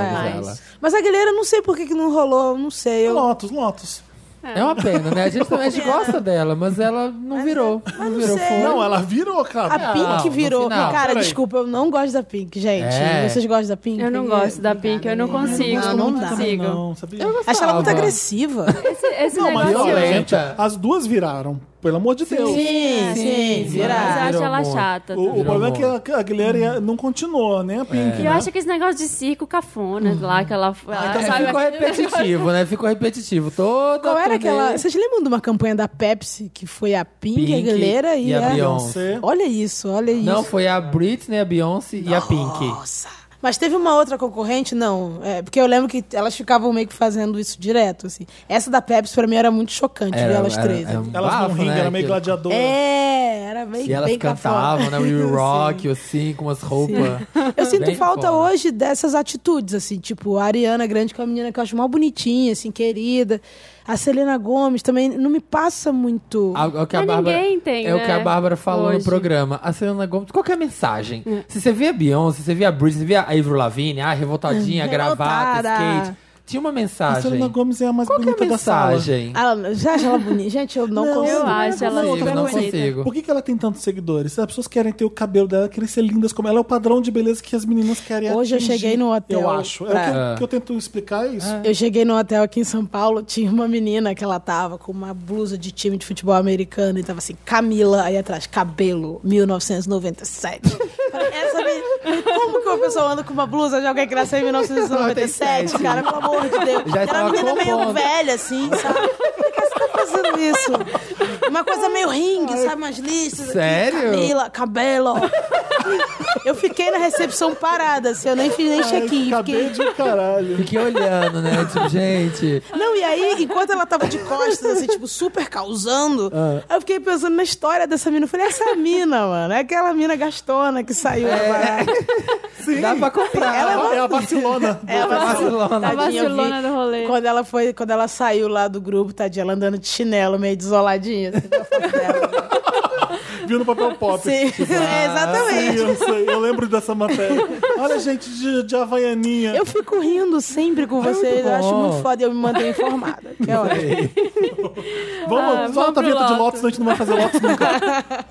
Speaker 1: amamos
Speaker 4: ela.
Speaker 1: ela.
Speaker 4: Mas a Aguilera, não sei por que, que não rolou, não sei. Eu...
Speaker 2: Lotus, Lotus.
Speaker 1: É uma pena, né? A gente, também- a gente gosta dela, mas ela não virou. não é, virou
Speaker 4: sei.
Speaker 1: foi.
Speaker 2: Não, ela virou, cara.
Speaker 4: A
Speaker 1: não,
Speaker 4: Pink
Speaker 1: no
Speaker 4: virou.
Speaker 1: final,
Speaker 4: cara,
Speaker 2: peraí.
Speaker 4: desculpa, eu não gosto da Pink, gente.
Speaker 1: É.
Speaker 4: Vocês gostam da Pink?
Speaker 3: Eu não gosto da
Speaker 4: Obrigada,
Speaker 3: Pink, eu não
Speaker 4: né?
Speaker 3: consigo,
Speaker 4: Não, não dá.
Speaker 3: consigo.
Speaker 2: Não, sabia?
Speaker 4: Acho ela muito
Speaker 1: Gostava.
Speaker 4: agressiva.
Speaker 3: Esse, esse
Speaker 2: Não, mas
Speaker 3: negócio.
Speaker 2: olha, gente,
Speaker 1: Violenta.
Speaker 2: as duas viraram, pelo amor de Deus.
Speaker 4: é sim, sim,
Speaker 3: Mas eu
Speaker 4: virado.
Speaker 3: acho
Speaker 1: Virou
Speaker 3: ela
Speaker 1: muito.
Speaker 3: chata.
Speaker 2: O, o
Speaker 1: Virou
Speaker 2: problema
Speaker 1: amor.
Speaker 2: é que a, a Guilherme não continuou, nem a Pink.
Speaker 3: E
Speaker 2: né?
Speaker 3: eu acho que esse negócio de circo cafona
Speaker 2: Uhum.
Speaker 3: lá, que ela.
Speaker 2: Ah,
Speaker 4: Ah,
Speaker 2: então
Speaker 1: É,
Speaker 3: sabe,
Speaker 1: ficou
Speaker 3: aquele-
Speaker 1: repetitivo, né? Ficou repetitivo. Toda
Speaker 4: Qual era
Speaker 1: turnê-
Speaker 4: aquela. Vocês lembram de uma campanha da Pepsi que foi a Pink,
Speaker 1: Pink
Speaker 4: a Aguilera e,
Speaker 1: e a Beyoncé.
Speaker 2: Beyoncé.
Speaker 4: Olha isso, olha isso.
Speaker 1: Não, foi a Britney, a Beyoncé e a Pink.
Speaker 4: Nossa. Mas teve uma outra concorrente, não. É, porque eu lembro que elas ficavam meio que fazendo isso direto, assim. Essa da Pepsi, pra mim, era muito chocante ver elas três.
Speaker 1: era um
Speaker 2: Elas
Speaker 1: bafo,
Speaker 2: não riem,
Speaker 1: né,
Speaker 2: era meio
Speaker 1: aquilo.
Speaker 2: gladiadora.
Speaker 4: É, era bem
Speaker 1: E elas
Speaker 4: bem cafona.
Speaker 1: cantavam, né? We Rock, assim, com umas roupas.
Speaker 4: Eu sinto
Speaker 1: Bem
Speaker 4: falta
Speaker 1: cafona.
Speaker 4: hoje dessas atitudes, assim, tipo, a Ariana Grande, que é uma menina que eu acho mal bonitinha, assim, querida. A Selena Gomes também não me passa muito.
Speaker 1: Ah, É o que a
Speaker 3: Mas
Speaker 1: Bárbara,
Speaker 3: ninguém tem,
Speaker 1: é o que a
Speaker 3: né,
Speaker 1: Bárbara falou no
Speaker 3: hoje.
Speaker 1: programa. A Selena Gomes, qual que é a mensagem? Se você vê a Beyoncé, se você vê a Britney, se você vê a Avril Lavigne, ah, revoltadinha, gravata,
Speaker 4: Revoltada.
Speaker 1: skate. Tinha uma
Speaker 2: A
Speaker 1: mensagem.
Speaker 2: Selena Gomes é a mais
Speaker 1: qual que é
Speaker 2: bonita
Speaker 1: a
Speaker 2: da sala.
Speaker 1: mensagem?
Speaker 4: Ah, Ela, já acha ela bonita? Gente, eu não,
Speaker 2: Não,
Speaker 4: consigo.
Speaker 3: Eu
Speaker 2: Não,
Speaker 3: acho
Speaker 2: não,
Speaker 3: ela
Speaker 2: não,
Speaker 3: super
Speaker 1: não
Speaker 3: bonita.
Speaker 1: consigo.
Speaker 2: Por que, que ela tem tantos seguidores? As pessoas querem ter o cabelo dela, querem ser lindas como ela. É o padrão de beleza que as meninas querem
Speaker 4: Hoje eu
Speaker 2: atingir,
Speaker 4: cheguei no hotel
Speaker 2: Eu acho. É
Speaker 4: pra-
Speaker 2: o que, eu- que eu tento explicar é isso.
Speaker 4: Eu cheguei no hotel aqui em São Paulo, tinha uma menina que ela tava com uma blusa de time de futebol americano e tava assim, Camila, aí atrás, cabelo, 1997. Falei, Essa menina, como que uma pessoa anda com uma blusa de alguém que nasceu em 1997, cara? Pelo amor de Deus.
Speaker 1: Já
Speaker 4: Era uma
Speaker 1: estava
Speaker 4: menina meio
Speaker 1: compondo.
Speaker 4: velha, assim, sabe? Por que você tá fazendo isso? Uma coisa meio ringue, sabe? Umas listas. aqui,
Speaker 1: Sério?
Speaker 4: Camila, cabelo. Eu fiquei na recepção parada, assim, eu nem fiz nem check-in.
Speaker 2: É, Acabei
Speaker 4: Fiquei
Speaker 2: de caralho.
Speaker 1: Fiquei olhando, né? Tipo, gente.
Speaker 4: não, e aí, enquanto ela tava de costas, assim, tipo, super causando,
Speaker 2: Ah.
Speaker 4: eu fiquei pensando na história dessa mina. Eu falei, essa mina, mano, é aquela mina gastona que
Speaker 1: É.
Speaker 4: saiu. da parada.
Speaker 2: Sim.
Speaker 1: Dá pra comprar.
Speaker 2: Ela é a Barcelona.
Speaker 1: Ela Barcelona.
Speaker 3: A
Speaker 4: Tadinha, eu vi.
Speaker 3: vacilona do rolê.
Speaker 4: Quando ela foi, quando ela saiu lá do grupo, tadinha, ela andando de chinelo, meio desoladinha, assim, com a foto dela.
Speaker 2: Viu no papel pop.
Speaker 4: Sim, é, exatamente.
Speaker 2: Eu, sei, eu lembro dessa matéria. Olha, gente, de, de Havaianinha.
Speaker 4: Eu fico rindo sempre
Speaker 2: É
Speaker 4: com vocês,
Speaker 1: muito
Speaker 4: eu acho
Speaker 1: bom.
Speaker 4: muito foda e eu me mantenho informada. Que é ótimo.
Speaker 2: Vamos,
Speaker 3: Ah,
Speaker 2: solta
Speaker 3: vamos
Speaker 2: a vinheta
Speaker 3: pro
Speaker 2: de Lotus,
Speaker 3: Lotus.
Speaker 2: senão a gente não vai fazer Lotus nunca.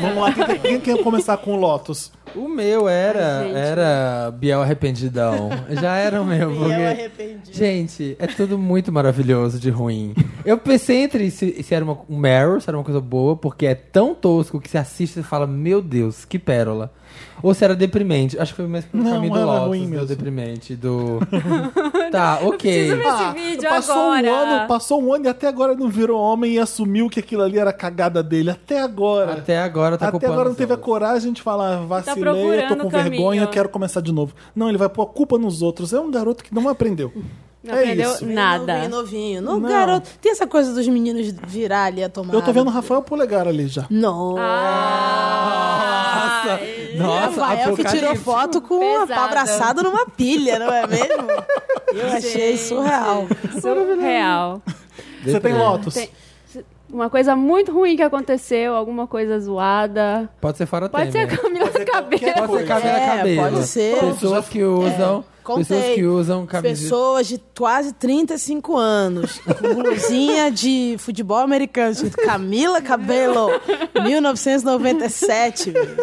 Speaker 2: Vamos lá, quem, quem quer começar com o Lotus?
Speaker 1: O meu era,
Speaker 3: Ai, gente. né?
Speaker 1: era Biel Arrependidão. Já era o meu. Biel
Speaker 4: Arrependido.
Speaker 1: Gente, é tudo muito maravilhoso de ruim. Eu pensei entre se, se era uma, um Meryl, se era uma coisa boa, porque é tão tosco que você assiste e fala, meu Deus, que pérola. Ou se era deprimente. Acho que foi mais pro
Speaker 2: Não,
Speaker 1: caminho do
Speaker 2: era
Speaker 1: Lotus,
Speaker 2: ruim
Speaker 1: do
Speaker 2: mesmo.
Speaker 1: deprimente, do... tá, ok.
Speaker 3: preciso ver esse vídeo
Speaker 2: Ah, passou
Speaker 3: agora.
Speaker 2: um ano, passou um ano e até agora ele não virou homem e assumiu que aquilo ali era cagada dele. Até agora.
Speaker 1: Até agora tá
Speaker 2: Até
Speaker 1: culpando
Speaker 2: agora não
Speaker 1: os
Speaker 2: teve a
Speaker 1: outros.
Speaker 2: coragem de falar, vacilei, eu tô
Speaker 3: Tá procurando
Speaker 2: com
Speaker 3: o caminho.
Speaker 2: vergonha, quero começar de novo. Não, ele vai pôr a culpa nos outros. É um garoto que não aprendeu.
Speaker 3: Não
Speaker 2: é
Speaker 3: aprendeu
Speaker 2: isso.
Speaker 4: Novinho,
Speaker 3: nada.
Speaker 4: novinho. No
Speaker 2: Não.
Speaker 4: garoto. Tem essa coisa dos meninos virar ali a tomar.
Speaker 2: Eu tô vendo o Rafael Polegar ali já.
Speaker 4: Não.
Speaker 3: Ah!
Speaker 1: Nossa,
Speaker 3: é
Speaker 4: Rafael que tirou
Speaker 1: apocalipse.
Speaker 4: foto com um
Speaker 3: Pesado.
Speaker 4: abraçado numa pilha, não é mesmo? Eu achei surreal.
Speaker 3: Surreal.
Speaker 1: Deprimente.
Speaker 2: Você tem Lotus?
Speaker 3: Tem- uma coisa muito ruim que aconteceu, alguma coisa zoada.
Speaker 1: Pode ser fora
Speaker 3: Pode ser
Speaker 1: Temer.
Speaker 3: a Camila
Speaker 2: Pode ser
Speaker 3: Cabelo.
Speaker 2: qualquer
Speaker 1: Pode ser
Speaker 2: coisa.
Speaker 1: Camila
Speaker 4: É,
Speaker 1: Cabelo.
Speaker 4: pode ser. é,
Speaker 1: Pessoas que usam, pessoas
Speaker 4: Contei.
Speaker 1: que usam camiseta.
Speaker 4: Pessoas de quase 35 anos, com blusinha de futebol americano, escrito Camila Cabelo, 1997. velho.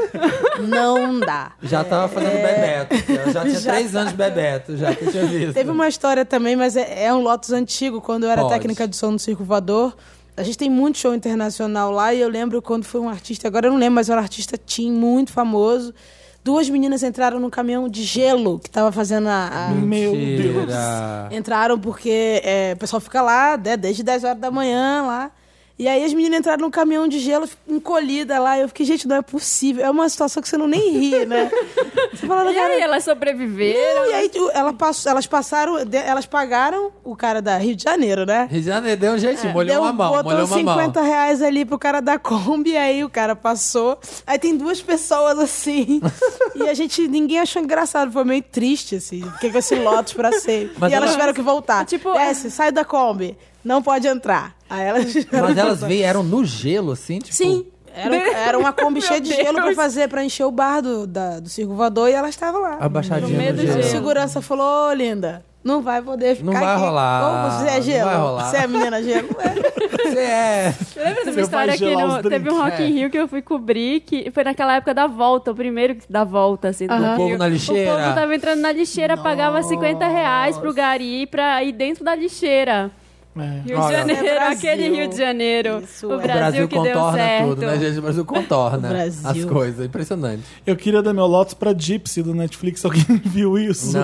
Speaker 4: Não dá.
Speaker 1: Já tava fazendo Bebeto. Eu já tinha
Speaker 4: É. Já
Speaker 1: três anos de Bebeto, já que eu tinha visto.
Speaker 4: Teve uma história também, mas é, é um Lotus antigo, quando eu era
Speaker 1: Pode.
Speaker 4: técnica de som no Circo Voador. A gente tem muito show internacional lá e eu lembro quando foi um artista, agora eu não lembro, mas era um artista teen muito famoso. Duas meninas entraram num caminhão de gelo que tava fazendo a. a-
Speaker 1: Hum.
Speaker 2: Meu Deus.
Speaker 1: Mentira.
Speaker 4: Entraram porque é, o pessoal fica lá né, desde 10 horas da manhã lá. E aí as meninas entraram num caminhão de gelo fi- encolhida lá. E eu fiquei, gente, não é possível. É uma situação que você não nem ri, né? Você fala,
Speaker 3: E aí,
Speaker 4: cara,
Speaker 3: elas sobreviveram.
Speaker 4: não, e
Speaker 1: né?
Speaker 4: aí tu- ela pass- elas passaram, de- elas pagaram o cara da Rio de Janeiro, né?
Speaker 1: Rio de Janeiro deu um jeitinho, molhou
Speaker 4: Deu-
Speaker 1: uma mão,
Speaker 4: botou
Speaker 1: molhou uma
Speaker 4: 50
Speaker 1: mão.
Speaker 4: reais ali pro cara da Kombi, aí o cara passou. Aí tem duas pessoas assim. e a gente, ninguém achou engraçado, foi meio triste, assim. Fiquei com esse Lotus pra sempre.
Speaker 1: Mas
Speaker 4: e elas
Speaker 1: ela-
Speaker 4: tiveram que voltar.
Speaker 3: Tipo,
Speaker 4: Tipo, Desce, sai da Kombi, não pode entrar. Aí elas. tiveram
Speaker 1: Mas
Speaker 4: que
Speaker 1: elas
Speaker 4: voltar.
Speaker 1: vieram no gelo, assim, tipo.
Speaker 4: Sim. Era, era uma Kombi
Speaker 3: Meu
Speaker 4: cheia de gelo pra
Speaker 3: Deus.
Speaker 4: fazer, pra encher o bar do, da- do Circo Voador e elas estavam lá.
Speaker 3: No
Speaker 1: Abaixadinha
Speaker 3: meio
Speaker 1: no
Speaker 3: do
Speaker 1: gelo.
Speaker 4: O
Speaker 3: gelo.
Speaker 4: segurança falou, ô linda, não vai poder ficar
Speaker 1: Não vai
Speaker 4: aqui.
Speaker 1: rolar,
Speaker 4: Ou você é
Speaker 1: não
Speaker 4: gelo,
Speaker 1: vai rolar."
Speaker 4: você é menina gelo.
Speaker 1: Você é.
Speaker 3: Lembra de uma
Speaker 2: Você
Speaker 3: história
Speaker 2: vai
Speaker 3: aqui
Speaker 2: gelar
Speaker 3: no,
Speaker 2: os drinks. É.
Speaker 3: teve um Rock in Rio que eu fui cobrir, que foi naquela época da volta, o primeiro da volta, assim, do
Speaker 1: Aham.
Speaker 3: Rio.
Speaker 1: O povo na lixeira.
Speaker 3: O povo tava entrando na lixeira, pagava 50 reais pro gari pra ir dentro da lixeira.
Speaker 2: É.
Speaker 3: Rio de
Speaker 1: Olha.
Speaker 3: Janeiro,
Speaker 4: É Brasil.
Speaker 3: aquele Rio de Janeiro.
Speaker 4: Isso
Speaker 3: o
Speaker 4: é.
Speaker 1: O Brasil
Speaker 3: Brasil que deu
Speaker 1: contorna
Speaker 3: certo.
Speaker 1: tudo, né, gente? O Brasil contorna
Speaker 4: O Brasil.
Speaker 1: as coisas. é Impressionante.
Speaker 2: Eu queria dar meu Lotus pra Gypsy do Netflix. Alguém viu isso?
Speaker 1: Não.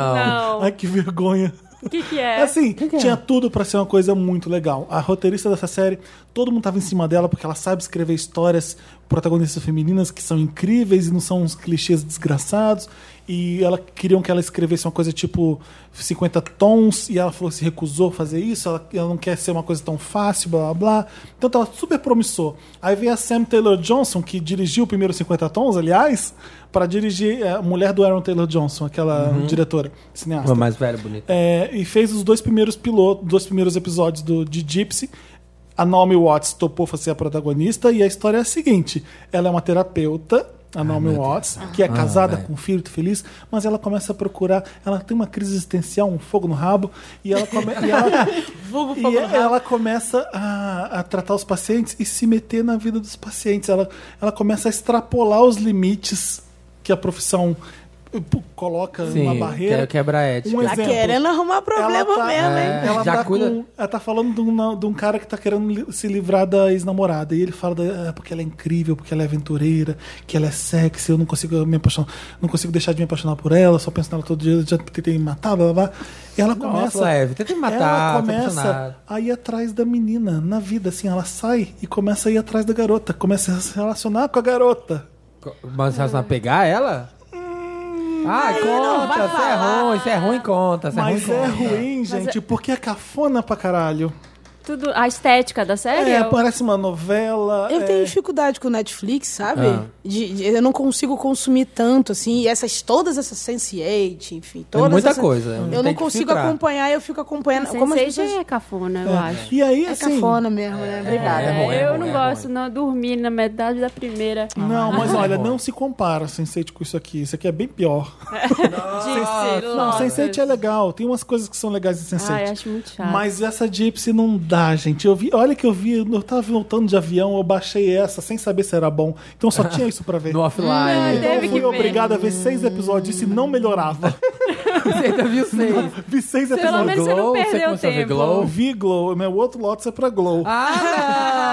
Speaker 3: Não,
Speaker 2: Ai, que vergonha.
Speaker 3: o que que é?
Speaker 2: Assim, tinha tudo pra ser uma coisa muito legal. A roteirista dessa série, todo mundo tava em cima dela porque ela sabe escrever histórias protagonistas femininas que são incríveis e não são uns clichês desgraçados. E ela queriam que ela escrevesse uma coisa tipo 50 tons e ela falou que se recusou a fazer isso, ela, ela não quer ser uma coisa tão fácil, blá blá blá. Então tava super promissor. Aí veio a Sam Taylor Johnson, que dirigiu o primeiro 50 tons, aliás, pra dirigir é, a mulher do Aaron Taylor Johnson, aquela
Speaker 3: Uhum.
Speaker 2: diretora, cineasta.
Speaker 1: Uma mais velha, bonita.
Speaker 2: É, e fez os dois primeiros pilotos, dois primeiros episódios do, de Gypsy. A Naomi Watts topou pra ser a protagonista e a história é a seguinte: ela é uma terapeuta, a Naomi Watts, que é casada
Speaker 1: velho.
Speaker 2: com um filho muito feliz, mas ela começa a procurar, ela tem uma crise existencial, um fogo no rabo, e ela, come, e ela, e ela começa a, a tratar os pacientes e se meter na vida dos pacientes. Ela, ela começa a extrapolar os limites que a profissão eh, pu- coloca uma
Speaker 1: Sim,
Speaker 2: barreira.
Speaker 1: que- quebra a ética.
Speaker 2: Um
Speaker 4: Tá
Speaker 2: exemplo.
Speaker 4: querendo arrumar problema
Speaker 2: Ela tá-
Speaker 4: mesmo, hein?
Speaker 1: É,
Speaker 2: Ela
Speaker 1: já
Speaker 2: tá,
Speaker 1: cuida-
Speaker 2: com- ela tá falando de um, de um cara que tá querendo li- se livrar da ex-namorada. E ele fala da- "Ah, porque ela é incrível, porque ela é aventureira, que ela é sexy, eu não consigo me apaixonar, não consigo deixar de me apaixonar por ela, só penso nela todo dia, eu já tentei me matar, blá blá blá. E ela começa.
Speaker 1: leve, tenta é, me matar, tá
Speaker 2: ela
Speaker 1: tô
Speaker 2: começa
Speaker 1: apaixonado.
Speaker 2: a ir atrás da menina na vida, assim, ela sai e começa a ir atrás da garota, começa a se relacionar com a garota.
Speaker 1: Co- Mas você vai pegar ela?
Speaker 2: Hum,
Speaker 1: Ah, conta, isso é ruim, isso é ruim, conta, isso é ruim,
Speaker 2: Mas é
Speaker 1: conta.
Speaker 2: ruim, gente, porque é cafona pra caralho.
Speaker 3: Tudo, a estética da série?
Speaker 2: É,
Speaker 3: eu-
Speaker 2: parece uma novela.
Speaker 4: Eu
Speaker 2: é-
Speaker 4: tenho dificuldade com Netflix, sabe?
Speaker 1: Ah.
Speaker 4: De- de- eu não consigo consumir tanto, assim. E essas, todas essas Sense8, enfim, todas
Speaker 1: muita
Speaker 4: essas-
Speaker 1: coisa, não
Speaker 4: Eu
Speaker 1: tem
Speaker 4: não
Speaker 1: que
Speaker 4: consigo
Speaker 1: filtrar.
Speaker 4: acompanhar, eu fico acompanhando. Como as
Speaker 3: Sense8
Speaker 4: pessoas...
Speaker 3: é cafona, eu
Speaker 2: É.
Speaker 3: acho.
Speaker 2: E aí,
Speaker 4: É
Speaker 2: assim.
Speaker 4: cafona mesmo, né? Obrigada.
Speaker 1: É ruim, é
Speaker 3: eu
Speaker 1: ruim,
Speaker 3: não
Speaker 1: é
Speaker 3: gosto,
Speaker 1: ruim.
Speaker 3: não. Eu dormi na metade da primeira.
Speaker 2: Não, mas
Speaker 1: Ah,
Speaker 2: olha,
Speaker 1: bom.
Speaker 2: não se compara Sense8 com isso aqui. Isso aqui é bem pior.
Speaker 3: Disse,
Speaker 2: Não,
Speaker 3: Lotus.
Speaker 2: Sense8 é legal. Tem umas coisas que são legais em Sense8.
Speaker 3: Ai, acho muito chato.
Speaker 2: Mas essa Gypsy não dá, gente. Eu vi, olha que eu vi, eu tava voltando de avião, eu baixei essa sem saber se era bom. Então só tinha isso pra ver.
Speaker 1: No offline.
Speaker 2: então eu
Speaker 3: Teve que
Speaker 2: fui
Speaker 3: ver.
Speaker 2: obrigado a ver seis episódios disso e não melhorava.
Speaker 1: Você ainda viu seis.
Speaker 2: vi seis
Speaker 3: Pelo
Speaker 2: episódios.
Speaker 3: menos você não
Speaker 1: Glow, você
Speaker 3: perdeu
Speaker 1: começou a ver
Speaker 3: tempo.
Speaker 1: Glow?
Speaker 2: Eu vi Glow, meu outro lote é pra Glow.
Speaker 3: Ah,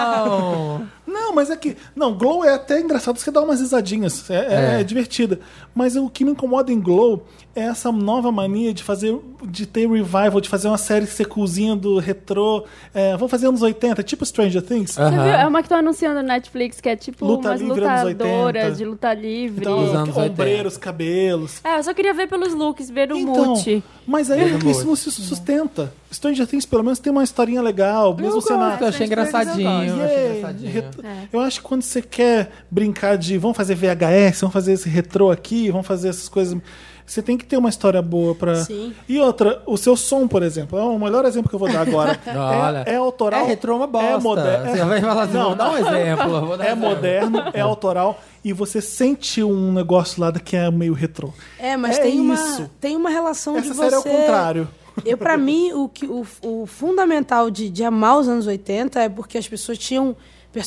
Speaker 1: Ah, não!
Speaker 2: Não, mas é que. Não, Glow é até engraçado, você dá umas risadinhas. É, é
Speaker 1: É.
Speaker 2: divertida. Mas o que me incomoda em Glow é essa nova mania de fazer. de ter revival, de fazer uma série que você cozinha do retrô. É, vamos fazer anos 80, tipo Stranger Things.
Speaker 3: Você viu?
Speaker 1: Aham.
Speaker 3: É uma que tá anunciando no Netflix, que é tipo
Speaker 2: Luta
Speaker 3: umas
Speaker 2: livre anos
Speaker 3: lutadoras
Speaker 2: 80.
Speaker 3: de luta livre.
Speaker 2: Então,
Speaker 1: Dos anos 80.
Speaker 2: ombreiros, cabelos.
Speaker 3: É, eu só queria ver pelos looks, ver o
Speaker 1: um
Speaker 2: Então,
Speaker 3: mute.
Speaker 1: é
Speaker 2: mas aí
Speaker 1: Vendo
Speaker 2: isso não se sustenta. Stranger Things, pelo menos, tem uma historinha legal, mesmo
Speaker 1: Eu
Speaker 2: cenário.
Speaker 1: gosto, achei
Speaker 3: Stranger Things eu
Speaker 1: engraçadinho.
Speaker 2: Yeah,
Speaker 1: Achei engraçadinho.
Speaker 2: ret-
Speaker 3: É.
Speaker 2: Eu acho que quando você quer brincar de vamos fazer VHS, vamos fazer esse retrô aqui, vamos fazer essas coisas. Você tem que ter uma história boa pra.
Speaker 4: Sim.
Speaker 2: E outra, o seu som, por exemplo, é o melhor exemplo que eu vou dar agora.
Speaker 1: Olha.
Speaker 2: é, é autoral.
Speaker 1: É retrô uma bosta.
Speaker 2: É moderno.
Speaker 1: Você vai falar assim,
Speaker 2: Não,
Speaker 1: vou dar um exemplo. vou dar um
Speaker 2: É
Speaker 1: exemplo.
Speaker 2: moderno, é autoral e você sente um negócio lá que é meio retrô.
Speaker 4: É, mas
Speaker 2: É
Speaker 4: tem,
Speaker 2: isso.
Speaker 4: uma, tem uma relação um de
Speaker 2: Essa
Speaker 4: você...
Speaker 2: série é o contrário.
Speaker 4: Eu, pra mim, o, que, o, o fundamental de, de amar os anos 80 é porque as pessoas tinham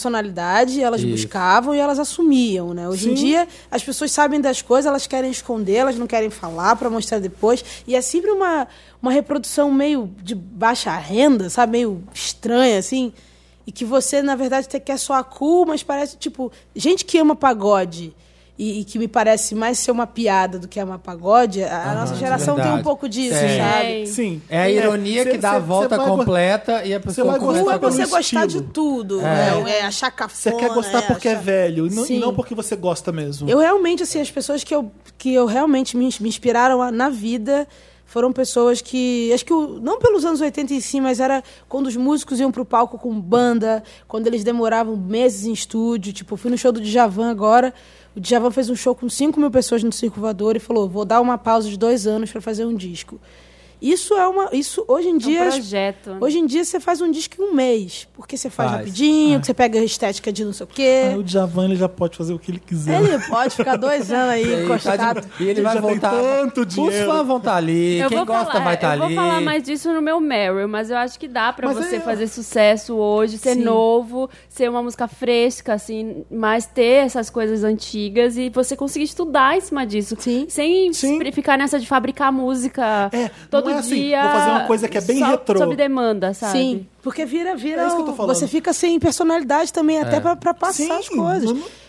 Speaker 4: personalidade, elas
Speaker 1: Isso.
Speaker 4: buscavam e elas assumiam, né? Hoje em
Speaker 2: Sim.
Speaker 4: dia, as pessoas sabem das coisas, elas querem esconder, elas não querem falar pra mostrar depois. E é sempre uma, uma reprodução meio de baixa renda, sabe? Meio estranha, assim. E que você, na verdade, até quer soar cool, mas parece, tipo... Gente que ama pagode... E, e que me parece mais ser uma piada do que amar pagode. A, a
Speaker 1: Aham,
Speaker 4: nossa
Speaker 1: de
Speaker 4: geração tem um
Speaker 1: verdade.
Speaker 4: pouco disso,
Speaker 1: Tem.
Speaker 4: sabe?
Speaker 3: Tem.
Speaker 2: Sim.
Speaker 1: É a ironia
Speaker 2: É, cê-
Speaker 1: que dá a
Speaker 2: cê-
Speaker 1: volta
Speaker 2: cê vai go-
Speaker 1: completa e a pessoa
Speaker 2: vai
Speaker 1: começa a
Speaker 2: gostar
Speaker 4: Ou é
Speaker 2: pelo
Speaker 4: você
Speaker 2: estilo.
Speaker 4: gostar de tudo,
Speaker 1: É.
Speaker 4: né? É achar cafona.
Speaker 2: Você quer gostar
Speaker 4: é
Speaker 2: porque é
Speaker 4: achar-
Speaker 2: velho e não, e
Speaker 4: Sim.
Speaker 2: não porque você gosta mesmo.
Speaker 4: Eu realmente, assim, as pessoas que eu, que eu realmente me, ins- me inspiraram a- na vida foram pessoas que. Acho que o- não pelos anos 80 em si, mas era quando os músicos iam pro palco com banda, quando eles demoravam meses em estúdio. Tipo, eu fui no show do Djavan agora. O Djavan fez um show com 5 mil pessoas no Circo Voador e falou: vou dar uma pausa de dois anos pra fazer um disco. Isso é uma. Isso hoje
Speaker 1: um
Speaker 4: em dia. as-
Speaker 3: projeto, né?
Speaker 4: Hoje em dia você faz um disco em um mês. Porque você faz,
Speaker 1: Faz.
Speaker 4: rapidinho, que você pega a estética de não sei o quê.
Speaker 2: Ah, o Javan ele já pode fazer o que ele quiser.
Speaker 4: Ele pode ficar dois anos
Speaker 2: É,
Speaker 1: E
Speaker 4: aí
Speaker 1: aí, tá
Speaker 4: encostado.
Speaker 1: de- e ele
Speaker 2: Ele
Speaker 1: vai
Speaker 2: já tem
Speaker 1: voltar.
Speaker 2: tanto
Speaker 1: Os
Speaker 2: dinheiro.
Speaker 1: fãs vão estar ali,
Speaker 3: Eu
Speaker 1: quem
Speaker 3: vou
Speaker 1: gosta
Speaker 3: falar,
Speaker 1: vai estar
Speaker 3: eu
Speaker 1: ali.
Speaker 3: vou falar mais disso no meu Meryl, mas eu acho que dá pra
Speaker 2: Mas
Speaker 3: você
Speaker 2: é-
Speaker 3: fazer sucesso hoje, ser
Speaker 4: Sim.
Speaker 3: novo, ser uma música fresca, assim, mas ter essas coisas antigas e você conseguir estudar em cima disso.
Speaker 4: Sim.
Speaker 3: Sem
Speaker 2: Sim.
Speaker 3: pre- ficar nessa de fabricar música
Speaker 2: É,
Speaker 3: todo
Speaker 2: não é assim,
Speaker 3: dia.
Speaker 2: vou fazer uma coisa que é bem
Speaker 3: só
Speaker 2: retrô.
Speaker 3: Sob demanda, sabe?
Speaker 4: Sim, porque vira, vira.
Speaker 2: É isso que eu tô
Speaker 4: o-
Speaker 2: falando. É.
Speaker 4: Você fica sem personalidade também, até pra, pra
Speaker 3: é
Speaker 4: passar
Speaker 2: Sim, Uhum.
Speaker 4: as coisas.
Speaker 2: não-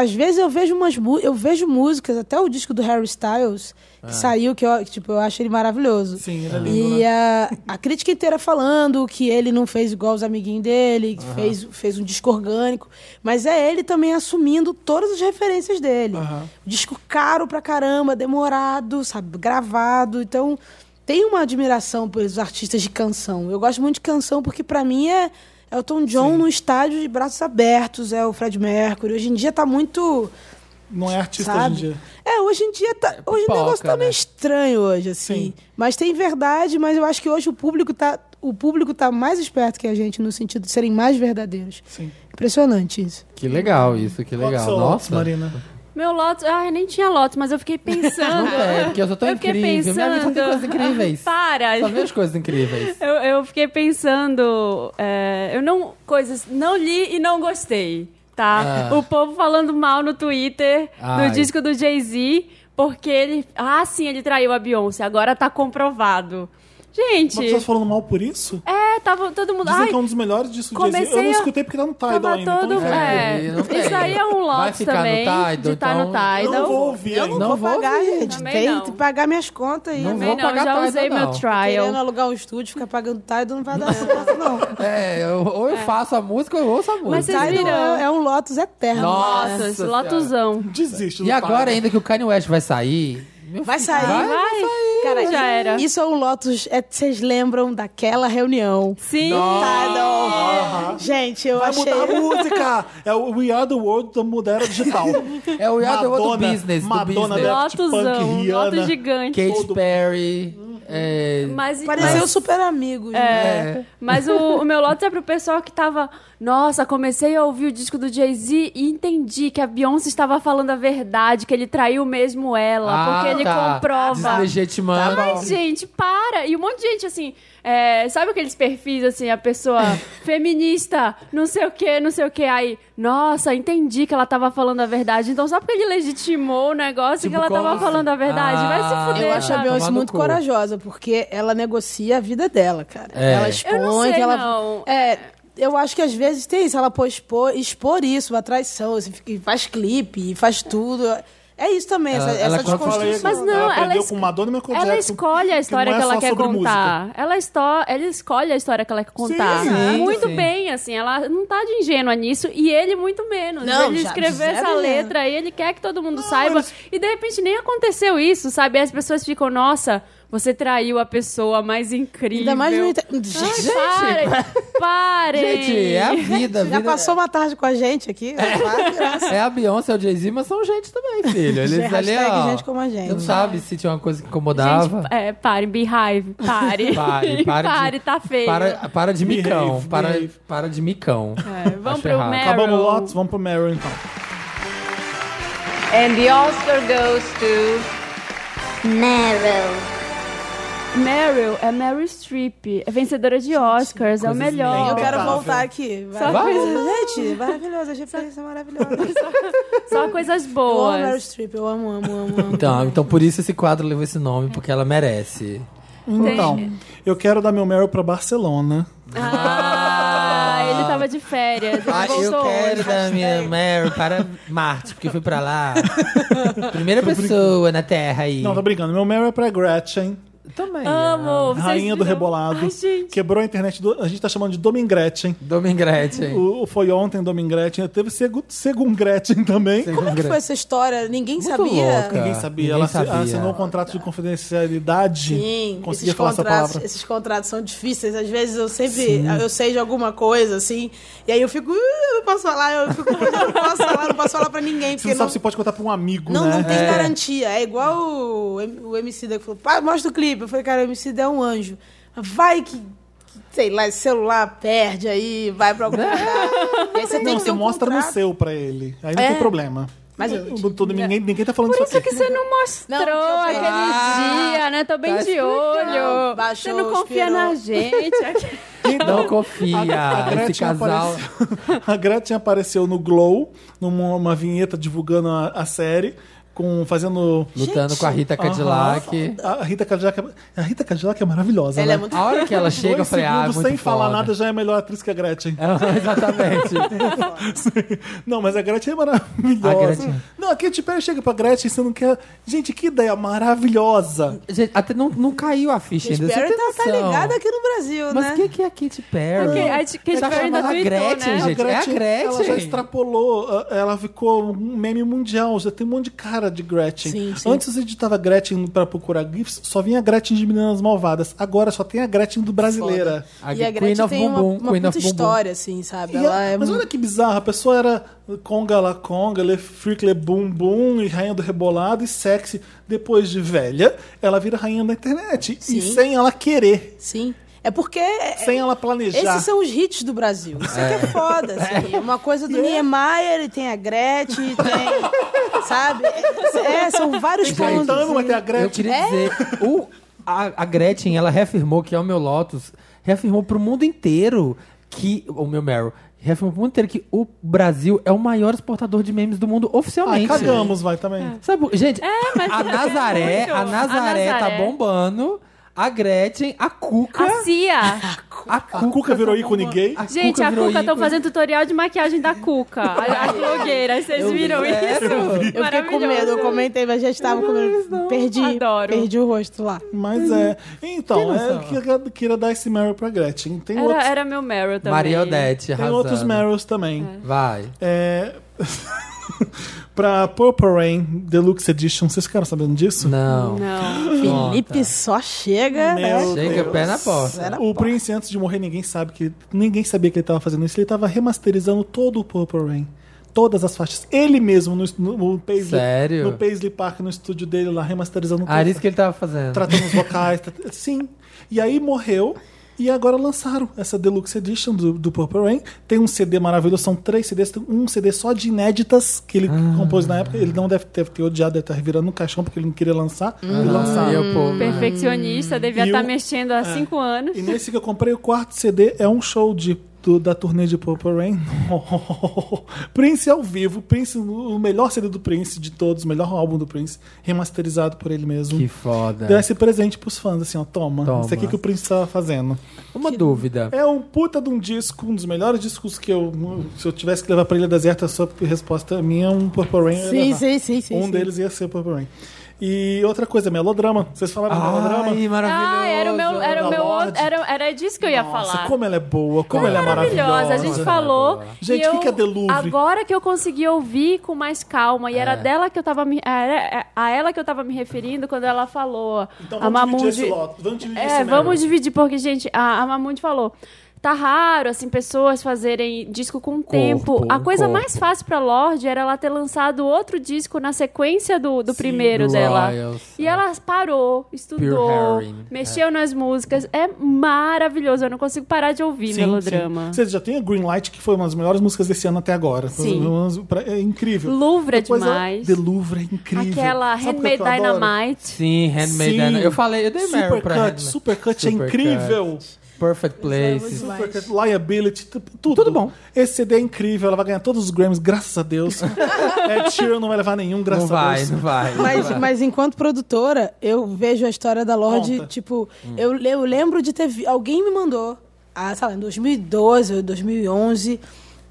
Speaker 4: Às vezes eu vejo umas mu- eu vejo músicas, até o disco do Harry Styles, que saiu, que eu, tipo, eu acho ele maravilhoso.
Speaker 2: Ah. Sim, ele é lindo,
Speaker 4: E a, a crítica inteira falando que ele não fez igual os amiguinhos dele, que fez, fez um disco orgânico. Mas é ele também assumindo todas as referências dele.
Speaker 2: Aham.
Speaker 4: Disco caro pra caramba, demorado, sabe? Gravado. Então, tem uma admiração pelos artistas de canção. Eu gosto muito de canção porque, pra mim, é Elton John no estádio de braços abertos, é o Fred Mercury. Hoje em dia tá muito.
Speaker 2: Não é artista
Speaker 4: Sabe?
Speaker 2: hoje em dia.
Speaker 4: É, hoje em dia tá, hoje
Speaker 1: pipoca,
Speaker 4: o negócio tá meio
Speaker 1: né?
Speaker 4: estranho hoje assim.
Speaker 2: Sim.
Speaker 4: Mas tem verdade, mas eu acho que hoje o público tá o público tá mais esperto que a gente no sentido de serem mais verdadeiros.
Speaker 2: Sim.
Speaker 4: Impressionante isso.
Speaker 1: Que legal isso, que
Speaker 2: Qual que é
Speaker 1: legal.
Speaker 2: são os outros,
Speaker 1: Nossa.
Speaker 2: Marina.
Speaker 3: Meu Lotus, ai, nem tinha Lotus, mas eu fiquei pensando.
Speaker 1: Não é, porque eu sou tão
Speaker 3: Eu fiquei
Speaker 1: incrível. Minha vida só tem
Speaker 3: pensando.
Speaker 1: coisas incríveis.
Speaker 3: Para!
Speaker 1: Só vejo coisas incríveis.
Speaker 3: Eu, eu fiquei pensando, é, eu não coisas, não li e não gostei, tá?
Speaker 1: Ah.
Speaker 3: O povo falando mal no Twitter
Speaker 1: Ai.
Speaker 3: do disco do Jay Z, porque ele, ah, sim, ele traiu a Beyoncé. Agora tá comprovado,
Speaker 2: Mas pessoas
Speaker 3: gente.
Speaker 2: falando mal por isso?
Speaker 3: É, tava todo mundo.
Speaker 2: Dizem
Speaker 3: Ai,
Speaker 2: que é um dos melhores discos de Jay-Z. Eu
Speaker 3: comecei
Speaker 2: não
Speaker 3: a-
Speaker 2: escutei porque tá no Tidal
Speaker 3: tava
Speaker 2: ainda. então
Speaker 3: todo.
Speaker 2: não sei.
Speaker 3: É,
Speaker 1: É, não tem.
Speaker 3: isso aí é um
Speaker 1: Vai
Speaker 3: lote
Speaker 1: ficar no
Speaker 3: também
Speaker 1: Tidal,
Speaker 3: de estar no
Speaker 1: então-
Speaker 2: Eu
Speaker 3: Tidal.
Speaker 2: não vou ouvir
Speaker 4: Eu não,
Speaker 2: ainda.
Speaker 1: Não
Speaker 4: vou,
Speaker 1: vou
Speaker 4: pagar,
Speaker 1: ouvir.
Speaker 4: gente.
Speaker 3: Também
Speaker 4: Tem
Speaker 3: não.
Speaker 4: que pagar minhas contas aí.
Speaker 1: Não
Speaker 4: né?
Speaker 1: vou
Speaker 3: Também não,
Speaker 1: pagar
Speaker 3: já
Speaker 1: Tidal,
Speaker 3: usei meu
Speaker 1: não.
Speaker 4: Querendo
Speaker 3: trial.
Speaker 4: alugar o estúdio, ficar pagando Tidal não vai dar certo, não.
Speaker 1: É, eu- ou eu faço a música ou eu ouço a música.
Speaker 3: Mas vocês
Speaker 4: Tidal
Speaker 3: viram?
Speaker 4: é, é um Lotus eterno.
Speaker 1: Nossa.
Speaker 3: Nossa, esse
Speaker 1: Senhora.
Speaker 3: lotuzão.
Speaker 2: Desiste.
Speaker 1: E
Speaker 2: do
Speaker 1: agora
Speaker 2: Tidal.
Speaker 1: ainda que o Kanye West vai sair... meu
Speaker 4: Vai
Speaker 1: filho,
Speaker 4: sair.
Speaker 3: Vai, cara, já era.
Speaker 4: Isso é um Lotus. é- Vocês lembram daquela reunião?
Speaker 3: Sim.
Speaker 4: Tidal. Gente, eu
Speaker 2: Vai
Speaker 4: achei.
Speaker 2: mudar a música! É o We Are The World da mu- da era digital.
Speaker 1: É o Yada outro
Speaker 2: Madonna,
Speaker 1: business, do
Speaker 2: Madonna,
Speaker 1: business.
Speaker 2: Daft Punk,
Speaker 3: Lotuzão,
Speaker 2: Rihanna.
Speaker 3: loto gigante.
Speaker 1: Katy
Speaker 2: todo-
Speaker 1: Perry... é,
Speaker 3: Mas,
Speaker 4: Pareceu
Speaker 3: mas,
Speaker 4: super amigos. né?
Speaker 1: é.
Speaker 3: mas o, o meu lote é pro pessoal que tava. Nossa, comecei a ouvir o disco do Jay-Z e entendi que a Beyoncé estava falando a verdade, que ele traiu mesmo ela, porque ele
Speaker 1: tá.
Speaker 3: comprova. Tá
Speaker 1: Deslegitimando.
Speaker 3: Ai, gente, para! E um monte de gente, assim, é, sabe aqueles perfis, assim, a pessoa feminista, não sei o que, não sei o que, aí, nossa, entendi que ela tava falando a verdade, então só porque ele legitimou o negócio
Speaker 1: Tipo,
Speaker 3: que ela tava
Speaker 1: como assim?
Speaker 3: falando a verdade, vai
Speaker 1: Ah,
Speaker 3: se fuder,
Speaker 1: eu
Speaker 4: Eu
Speaker 1: É,
Speaker 4: acho a
Speaker 3: sabe?
Speaker 1: tomar
Speaker 4: Beyoncé
Speaker 1: no
Speaker 4: muito
Speaker 1: cu.
Speaker 4: corajosa, porque ela negocia a vida dela, cara.
Speaker 1: É.
Speaker 4: Ela
Speaker 1: Eu
Speaker 4: expõe
Speaker 3: não sei,
Speaker 4: que ela.
Speaker 3: não.
Speaker 4: É, eu acho que às vezes tem isso, ela pode expor, expor isso, uma traição, assim, fica- e faz clipe, e faz tudo. É isso também,
Speaker 1: Ela-
Speaker 4: essa,
Speaker 1: ela
Speaker 4: essa
Speaker 1: quando fala
Speaker 4: desconstrução.
Speaker 2: Falei,
Speaker 3: Mas não,
Speaker 2: ela
Speaker 3: ela
Speaker 2: aprendeu
Speaker 3: es-
Speaker 2: com Madonna e Michael
Speaker 1: é
Speaker 3: Ela
Speaker 2: Jackson,
Speaker 3: escolhe a história
Speaker 2: não
Speaker 3: que,
Speaker 2: é
Speaker 3: ela
Speaker 2: só
Speaker 3: quer
Speaker 2: sobre
Speaker 3: contar. Ela, esto ela escolhe a história que ela quer contar.
Speaker 1: Sim,
Speaker 3: muito
Speaker 1: sim.
Speaker 3: bem, assim. Ela não tá de ingênua nisso e ele muito menos.
Speaker 4: Não,
Speaker 3: ele
Speaker 4: já-
Speaker 3: escreveu
Speaker 4: zero
Speaker 3: essa
Speaker 4: ingênuo.
Speaker 3: letra e ele quer que todo mundo saiba. E de repente nem aconteceu isso, sabe? Aí As pessoas ficam, nossa. Você traiu a pessoa mais incrível.
Speaker 4: Ainda mais no inter...
Speaker 3: Ai, Parem! Parem!
Speaker 1: Gente, é a vida. a
Speaker 4: Já
Speaker 1: vida
Speaker 4: passou uma tarde com a gente aqui. claro, graças.
Speaker 1: É a Beyoncé, é o Jay-Z, mas são gente também, filho. Eles ali,
Speaker 4: Hashtag
Speaker 1: ó,
Speaker 4: gente como a gente.
Speaker 1: Não sabe se tinha uma coisa que incomodava.
Speaker 3: Gente, é, pare, beehive, pare.
Speaker 1: Pare, pare de-
Speaker 3: tá feio.
Speaker 1: para, para de
Speaker 2: Behave,
Speaker 1: micão. Para,
Speaker 2: behave.
Speaker 1: para de micão.
Speaker 3: É, vamos
Speaker 1: Acho
Speaker 3: pro
Speaker 1: errado.
Speaker 3: Meryl.
Speaker 2: Acabamos Lotus, Tá vamos pro Meryl então.
Speaker 5: And the Oscar goes to.
Speaker 7: Meryl.
Speaker 3: Meryl é Meryl Streep, é vencedora de Oscars, é o
Speaker 1: coisas
Speaker 3: melhor.
Speaker 4: Eu
Speaker 1: lembram.
Speaker 4: quero
Speaker 1: Provável.
Speaker 4: voltar aqui. Vai.
Speaker 3: Só
Speaker 4: Vai.
Speaker 3: coisa-
Speaker 4: Gente, maravilhosa. Achei referência maravilhosa.
Speaker 3: Só coisas
Speaker 4: Eu amo Meryl
Speaker 3: boas.
Speaker 4: Streep. Eu amo, amo, amo. amo.
Speaker 1: Então, então, por isso esse quadro levou esse nome, porque ela merece.
Speaker 2: Então, eu quero dar meu Meryl pra Barcelona.
Speaker 3: Ah, ele tava de férias, ele
Speaker 1: Ah,
Speaker 3: voltou.
Speaker 1: eu quero dar minha Mary para Marte, porque eu fui pra lá. Primeira pessoa na Terra aí. Ah.
Speaker 2: Não, tô brincando. Meu Meryl é pra Gretchen,
Speaker 1: Também.
Speaker 3: Amo, vocês
Speaker 2: rainha do
Speaker 3: viram?
Speaker 2: rebolado.
Speaker 3: Ai, gente.
Speaker 2: Quebrou a internet. do- A gente tá chamando de Domingretchen.
Speaker 1: Domingo Gretchen.
Speaker 2: O, o foi ontem Domingretchen. Teve Segu- Segum Gretchen também.
Speaker 4: Como é que foi essa história? Ninguém
Speaker 1: Muito
Speaker 4: sabia?
Speaker 1: louca.
Speaker 2: Ninguém sabia.
Speaker 1: Ninguém
Speaker 2: ela
Speaker 1: sabia.
Speaker 2: assinou um contrato de confidencialidade.
Speaker 4: Sim,
Speaker 2: Conseguia
Speaker 4: esses
Speaker 2: falar essa
Speaker 4: contratos,
Speaker 2: palavra.
Speaker 4: esses contratos são difíceis. Às vezes eu sempre eu sei de alguma coisa, assim, e aí eu fico, "Uh, eu não posso falar, eu fico, "Uh, "Eu não posso falar, não posso falar pra ninguém.
Speaker 2: Você
Speaker 4: Porque
Speaker 2: não
Speaker 4: não,
Speaker 2: sabe se pode contar pra um amigo,
Speaker 4: não,
Speaker 2: né?
Speaker 4: não tem
Speaker 1: É.
Speaker 4: garantia. É igual o, M- o MC da que falou, "Pá, mostra o clipe. Eu falei, cara, o MC da é um anjo. Vai que, que, sei lá, esse celular perde aí, vai pra algum lugar. E aí você tem
Speaker 2: Não,
Speaker 4: que ter
Speaker 2: você
Speaker 4: um
Speaker 2: mostra no
Speaker 4: contrato.
Speaker 2: seu pra ele. Aí não
Speaker 4: É.
Speaker 2: tem problema.
Speaker 4: Mas eu-
Speaker 2: eu, todo, ninguém, ninguém tá falando
Speaker 3: Por
Speaker 2: isso
Speaker 3: isso
Speaker 2: aqui.
Speaker 3: que você não mostrou
Speaker 4: Não,
Speaker 3: aquele
Speaker 1: ah,
Speaker 3: dia, né? Tô bem
Speaker 1: tá
Speaker 3: de
Speaker 1: explicando.
Speaker 3: olho.
Speaker 4: Baixou,
Speaker 3: você não confia
Speaker 4: expirou.
Speaker 3: na gente.
Speaker 2: Então,
Speaker 1: Não confia.
Speaker 2: A
Speaker 1: Esse
Speaker 2: Gretchen,
Speaker 1: casal.
Speaker 2: apareceu, a Gretchen apareceu no Glow, numa uma vinheta divulgando a, a série, com, fazendo.
Speaker 1: Lutando com a Rita Cadillac.
Speaker 2: A Rita Cadillac, é- a Rita Cadillac é maravilhosa.
Speaker 4: Ela
Speaker 2: né?
Speaker 4: é muito
Speaker 1: A hora que ela chega, eu
Speaker 2: Dois
Speaker 1: falei, ah, é
Speaker 2: segundos
Speaker 1: muito
Speaker 2: sem falar
Speaker 1: foda.
Speaker 2: nada já é melhor atriz que a Gretchen.
Speaker 1: É, Exatamente.
Speaker 2: Não, mas a Gretchen é maravilhosa.
Speaker 1: A Gretchen.
Speaker 2: Não, a Katy Perry chega pra Gretchen e você não quer. Gente, que ideia maravilhosa!
Speaker 1: Gente, até não, não caiu a ficha
Speaker 4: Katy
Speaker 1: ainda. Você
Speaker 4: Perry
Speaker 1: tem
Speaker 4: tá, tá
Speaker 1: noção.
Speaker 4: ligada aqui no Brasil,
Speaker 1: Mas
Speaker 4: né?
Speaker 1: o que, que é a Katy Perry?
Speaker 3: Ok, a Katy
Speaker 1: Tá
Speaker 3: Perry ainda
Speaker 1: chamando a
Speaker 3: tweetou,
Speaker 1: Gretchen,
Speaker 3: né?
Speaker 1: gente. É a Gretchen.
Speaker 2: Ela já extrapolou, a- ela ficou um meme mundial, já tem um monte de cara de Gretchen.
Speaker 4: Sim, sim.
Speaker 2: Antes você editava Gretchen pra procurar GIFs, só vinha a Gretchen de Meninas Malvadas. Agora só tem a Gretchen do Brasileira.
Speaker 1: A
Speaker 4: e a
Speaker 1: Queen
Speaker 4: Gretchen
Speaker 1: of
Speaker 4: tem uma,
Speaker 1: Bumbum,
Speaker 4: uma
Speaker 1: Queen
Speaker 4: puta
Speaker 1: of Bumbum.
Speaker 4: história, assim, sabe?
Speaker 2: E
Speaker 4: Ela
Speaker 2: a-
Speaker 4: é
Speaker 2: mas
Speaker 4: muito...
Speaker 2: olha que bizarro, a pessoa era conga la conga, le freak le boom boom, e rainha do rebolado e sexy. Depois de velha, ela vira rainha da internet.
Speaker 4: Sim.
Speaker 2: E sem ela querer,
Speaker 4: Sim. É porque.
Speaker 2: sem ela planejar.
Speaker 4: Esses são os hits do Brasil. Isso é. que é foda, assim. Uma coisa do Niemeyer, e tem a Gretchen, e tem. sabe? É, são vários pontos.
Speaker 2: Cantando, mas
Speaker 4: né?
Speaker 2: tem Então, a
Speaker 1: Eu
Speaker 2: Gretchen. É?
Speaker 1: queria dizer, o, a, a Gretchen, ela reafirmou que é o meu Lotus, reafirmou pro mundo inteiro que. O meu Meryl. Reafirmou pro mundo inteiro que o Brasil é o maior exportador de memes do mundo
Speaker 2: Ai,
Speaker 1: oficialmente.
Speaker 2: Ah, cagamos, vai também.
Speaker 4: É.
Speaker 1: Sabe, por- gente,
Speaker 3: mas
Speaker 1: a,
Speaker 3: é
Speaker 1: Nazaré,
Speaker 3: muito.
Speaker 1: a Nazaré,
Speaker 3: A
Speaker 1: tá
Speaker 3: Nazaré.
Speaker 1: bombando. A Gretchen, a Cuca.
Speaker 3: A Cia.
Speaker 1: A
Speaker 2: A Cuca virou ícone gay.
Speaker 3: Gente, a
Speaker 1: virou
Speaker 3: Cuca estão
Speaker 1: ícone.
Speaker 3: fazendo tutorial de maquiagem da Cuca. A, a blogueira, vocês
Speaker 1: Eu vi
Speaker 3: viram
Speaker 1: essa.
Speaker 3: isso?
Speaker 4: Eu fiquei com medo, eu comentei, mas já estava com medo. Perdi.
Speaker 3: Adoro.
Speaker 4: Perdi o rosto lá.
Speaker 2: Mas é. Então,
Speaker 1: noção.
Speaker 2: é, eu queria- queria dar esse Meryl pra Gretchen. Tem,
Speaker 3: Era,
Speaker 2: outros,
Speaker 3: era meu Meryl também.
Speaker 1: Maria Odete,
Speaker 2: tem
Speaker 1: arrasando.
Speaker 2: outros Meryls também.
Speaker 1: Vai.
Speaker 2: É... pra Purple Rain Deluxe Edition, vocês ficaram sabendo disso?
Speaker 1: Não.
Speaker 3: Não.
Speaker 4: Felipe só chega, né?
Speaker 2: Meu
Speaker 1: Chega,
Speaker 2: Deus.
Speaker 1: pé na porta.
Speaker 4: Era
Speaker 2: O Prince, antes de morrer, ninguém sabe que. Ninguém sabia que ele tava fazendo isso. Ele tava remasterizando todo o Purple Rain. Todas as faixas. Ele mesmo no, est- no, no Paisley.
Speaker 1: Sério?
Speaker 2: No Paisley Park, no estúdio dele lá, remasterizando
Speaker 1: Ah, era isso que ele tava fazendo.
Speaker 2: tratando os vocais. tra- Sim. E aí morreu. E agora lançaram essa Deluxe Edition do, do Purple Rain. Tem um CD maravilhoso, são três CDs. Tem um CD só de inéditas que ele
Speaker 1: Ah.
Speaker 2: compôs na época. Ele não deve ter, ter odiado, deve estar revirando no caixão porque ele não queria lançar.
Speaker 1: Uhum.
Speaker 2: E lançaram.
Speaker 1: E eu, pô,
Speaker 3: Perfeccionista, devia
Speaker 2: E
Speaker 3: estar
Speaker 2: o- É.
Speaker 3: mexendo há cinco anos.
Speaker 2: E nesse que eu comprei, o quarto CD é um show de, do- da turnê de Purple Rain. Prince ao vivo, Prince, o melhor CD do Prince de todos, o melhor álbum do Prince, remasterizado por ele mesmo.
Speaker 1: que foda.
Speaker 2: Deu esse presente pros fãs, assim, ó, toma.
Speaker 1: Toma.
Speaker 2: Isso aqui que o Prince tava fazendo.
Speaker 1: Uma dúvida.
Speaker 2: É um puta de um disco, um dos melhores discos que eu. Se eu tivesse que levar pra Ilha Deserta, a sua resposta minha é um Purple Rain. eu ia
Speaker 4: Sim,
Speaker 2: levar.
Speaker 4: sim, sim, sim.
Speaker 2: Um
Speaker 4: sim.
Speaker 2: deles ia ser Purple Rain. E outra coisa, melodrama. Vocês falaram de melodrama?
Speaker 1: Ai, maravilhoso.
Speaker 3: Ah, era o meu, era o
Speaker 2: Da
Speaker 3: meu
Speaker 2: Lorde.
Speaker 3: outro- era, era disso que eu ia
Speaker 2: Tá Nossa,
Speaker 3: falar.
Speaker 2: como ela é boa, como ela é
Speaker 3: maravilhosa.
Speaker 2: maravilhosa.
Speaker 3: A gente falou.
Speaker 2: Gente,
Speaker 3: e
Speaker 2: o que
Speaker 3: eu-
Speaker 2: que é The Louvre?
Speaker 3: Agora que eu consegui ouvir com mais calma, e era
Speaker 1: É.
Speaker 3: dela que eu tava me. Era é, a ela que eu tava me referindo quando ela falou.
Speaker 2: Então
Speaker 3: a
Speaker 2: vamos dividir esse
Speaker 3: Mamundi-
Speaker 2: lote. Vamos dividir
Speaker 3: É,
Speaker 2: esse
Speaker 3: vamos
Speaker 2: Meryl.
Speaker 3: dividir, porque, gente, a, a Mamundi falou. Tá raro, assim, pessoas fazerem disco com o tempo. A coisa
Speaker 1: corpo.
Speaker 3: mais fácil pra Lorde era ela ter lançado outro disco na sequência do, do primeiro
Speaker 1: do
Speaker 3: dela.
Speaker 1: Royals,
Speaker 3: e
Speaker 1: é.
Speaker 3: ela parou, estudou,
Speaker 1: Herring,
Speaker 3: mexeu nas músicas. É maravilhoso, eu não consigo parar de ouvir
Speaker 2: Sim,
Speaker 3: melodrama.
Speaker 2: sim. Vocês já tem a Green Light, que foi uma das melhores músicas desse ano até agora.
Speaker 3: Sim.
Speaker 2: É incrível.
Speaker 3: Louvre é
Speaker 2: Depois,
Speaker 3: demais.
Speaker 2: The Louvre é incrível.
Speaker 3: Aquela
Speaker 2: Sabe o que
Speaker 3: Handmade
Speaker 2: eu adoro?
Speaker 3: Dynamite.
Speaker 1: Sim, Handmade
Speaker 2: Sim.
Speaker 1: Dynamite. Eu falei, eu dei Meryl pra
Speaker 2: Supercut,
Speaker 1: Handmade.
Speaker 2: Supercut é
Speaker 1: Supercut.
Speaker 2: incrível.
Speaker 1: Perfect Place.
Speaker 4: Vai.
Speaker 2: Supercut, Liability, tu- tudo.
Speaker 1: Tudo bom.
Speaker 2: Esse CD é incrível, ela vai ganhar todos os Grammys, graças a Deus. Ed Sheeran não vai levar nenhum, graças
Speaker 1: Não vai,
Speaker 2: a Deus.
Speaker 1: não vai. não
Speaker 4: Mas,
Speaker 1: vai.
Speaker 4: mas enquanto produtora, eu vejo a história da Lorde,
Speaker 2: Conta.
Speaker 4: tipo, eu, le- eu lembro de ter vi, alguém me mandou, ah, sei lá, em 2012 ou 2011,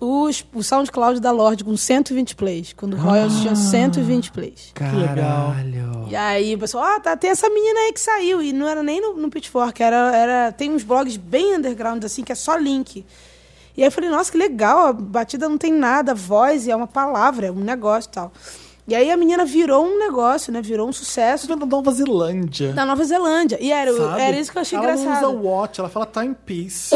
Speaker 4: os, o SoundCloud da Lorde com 120 plays, quando o Royals tinha 120 plays.
Speaker 1: Caralho.
Speaker 4: E aí o pessoal, ah, tá, tem essa menina aí que saiu. E não era nem no, no Pitchfork, era, era, tem uns blogs bem underground, assim, que é só link. E aí eu falei, nossa, que legal, a batida não tem nada, a voz é uma palavra, é um negócio e tal. E aí a menina virou um negócio, né? Virou um sucesso
Speaker 2: Isso vem da Nova Zelândia.
Speaker 4: da Nova Zelândia. E era,
Speaker 2: sabe?
Speaker 4: era isso que eu achei
Speaker 2: ela
Speaker 4: engraçado.
Speaker 2: Ela não usa watch, ela fala time piece.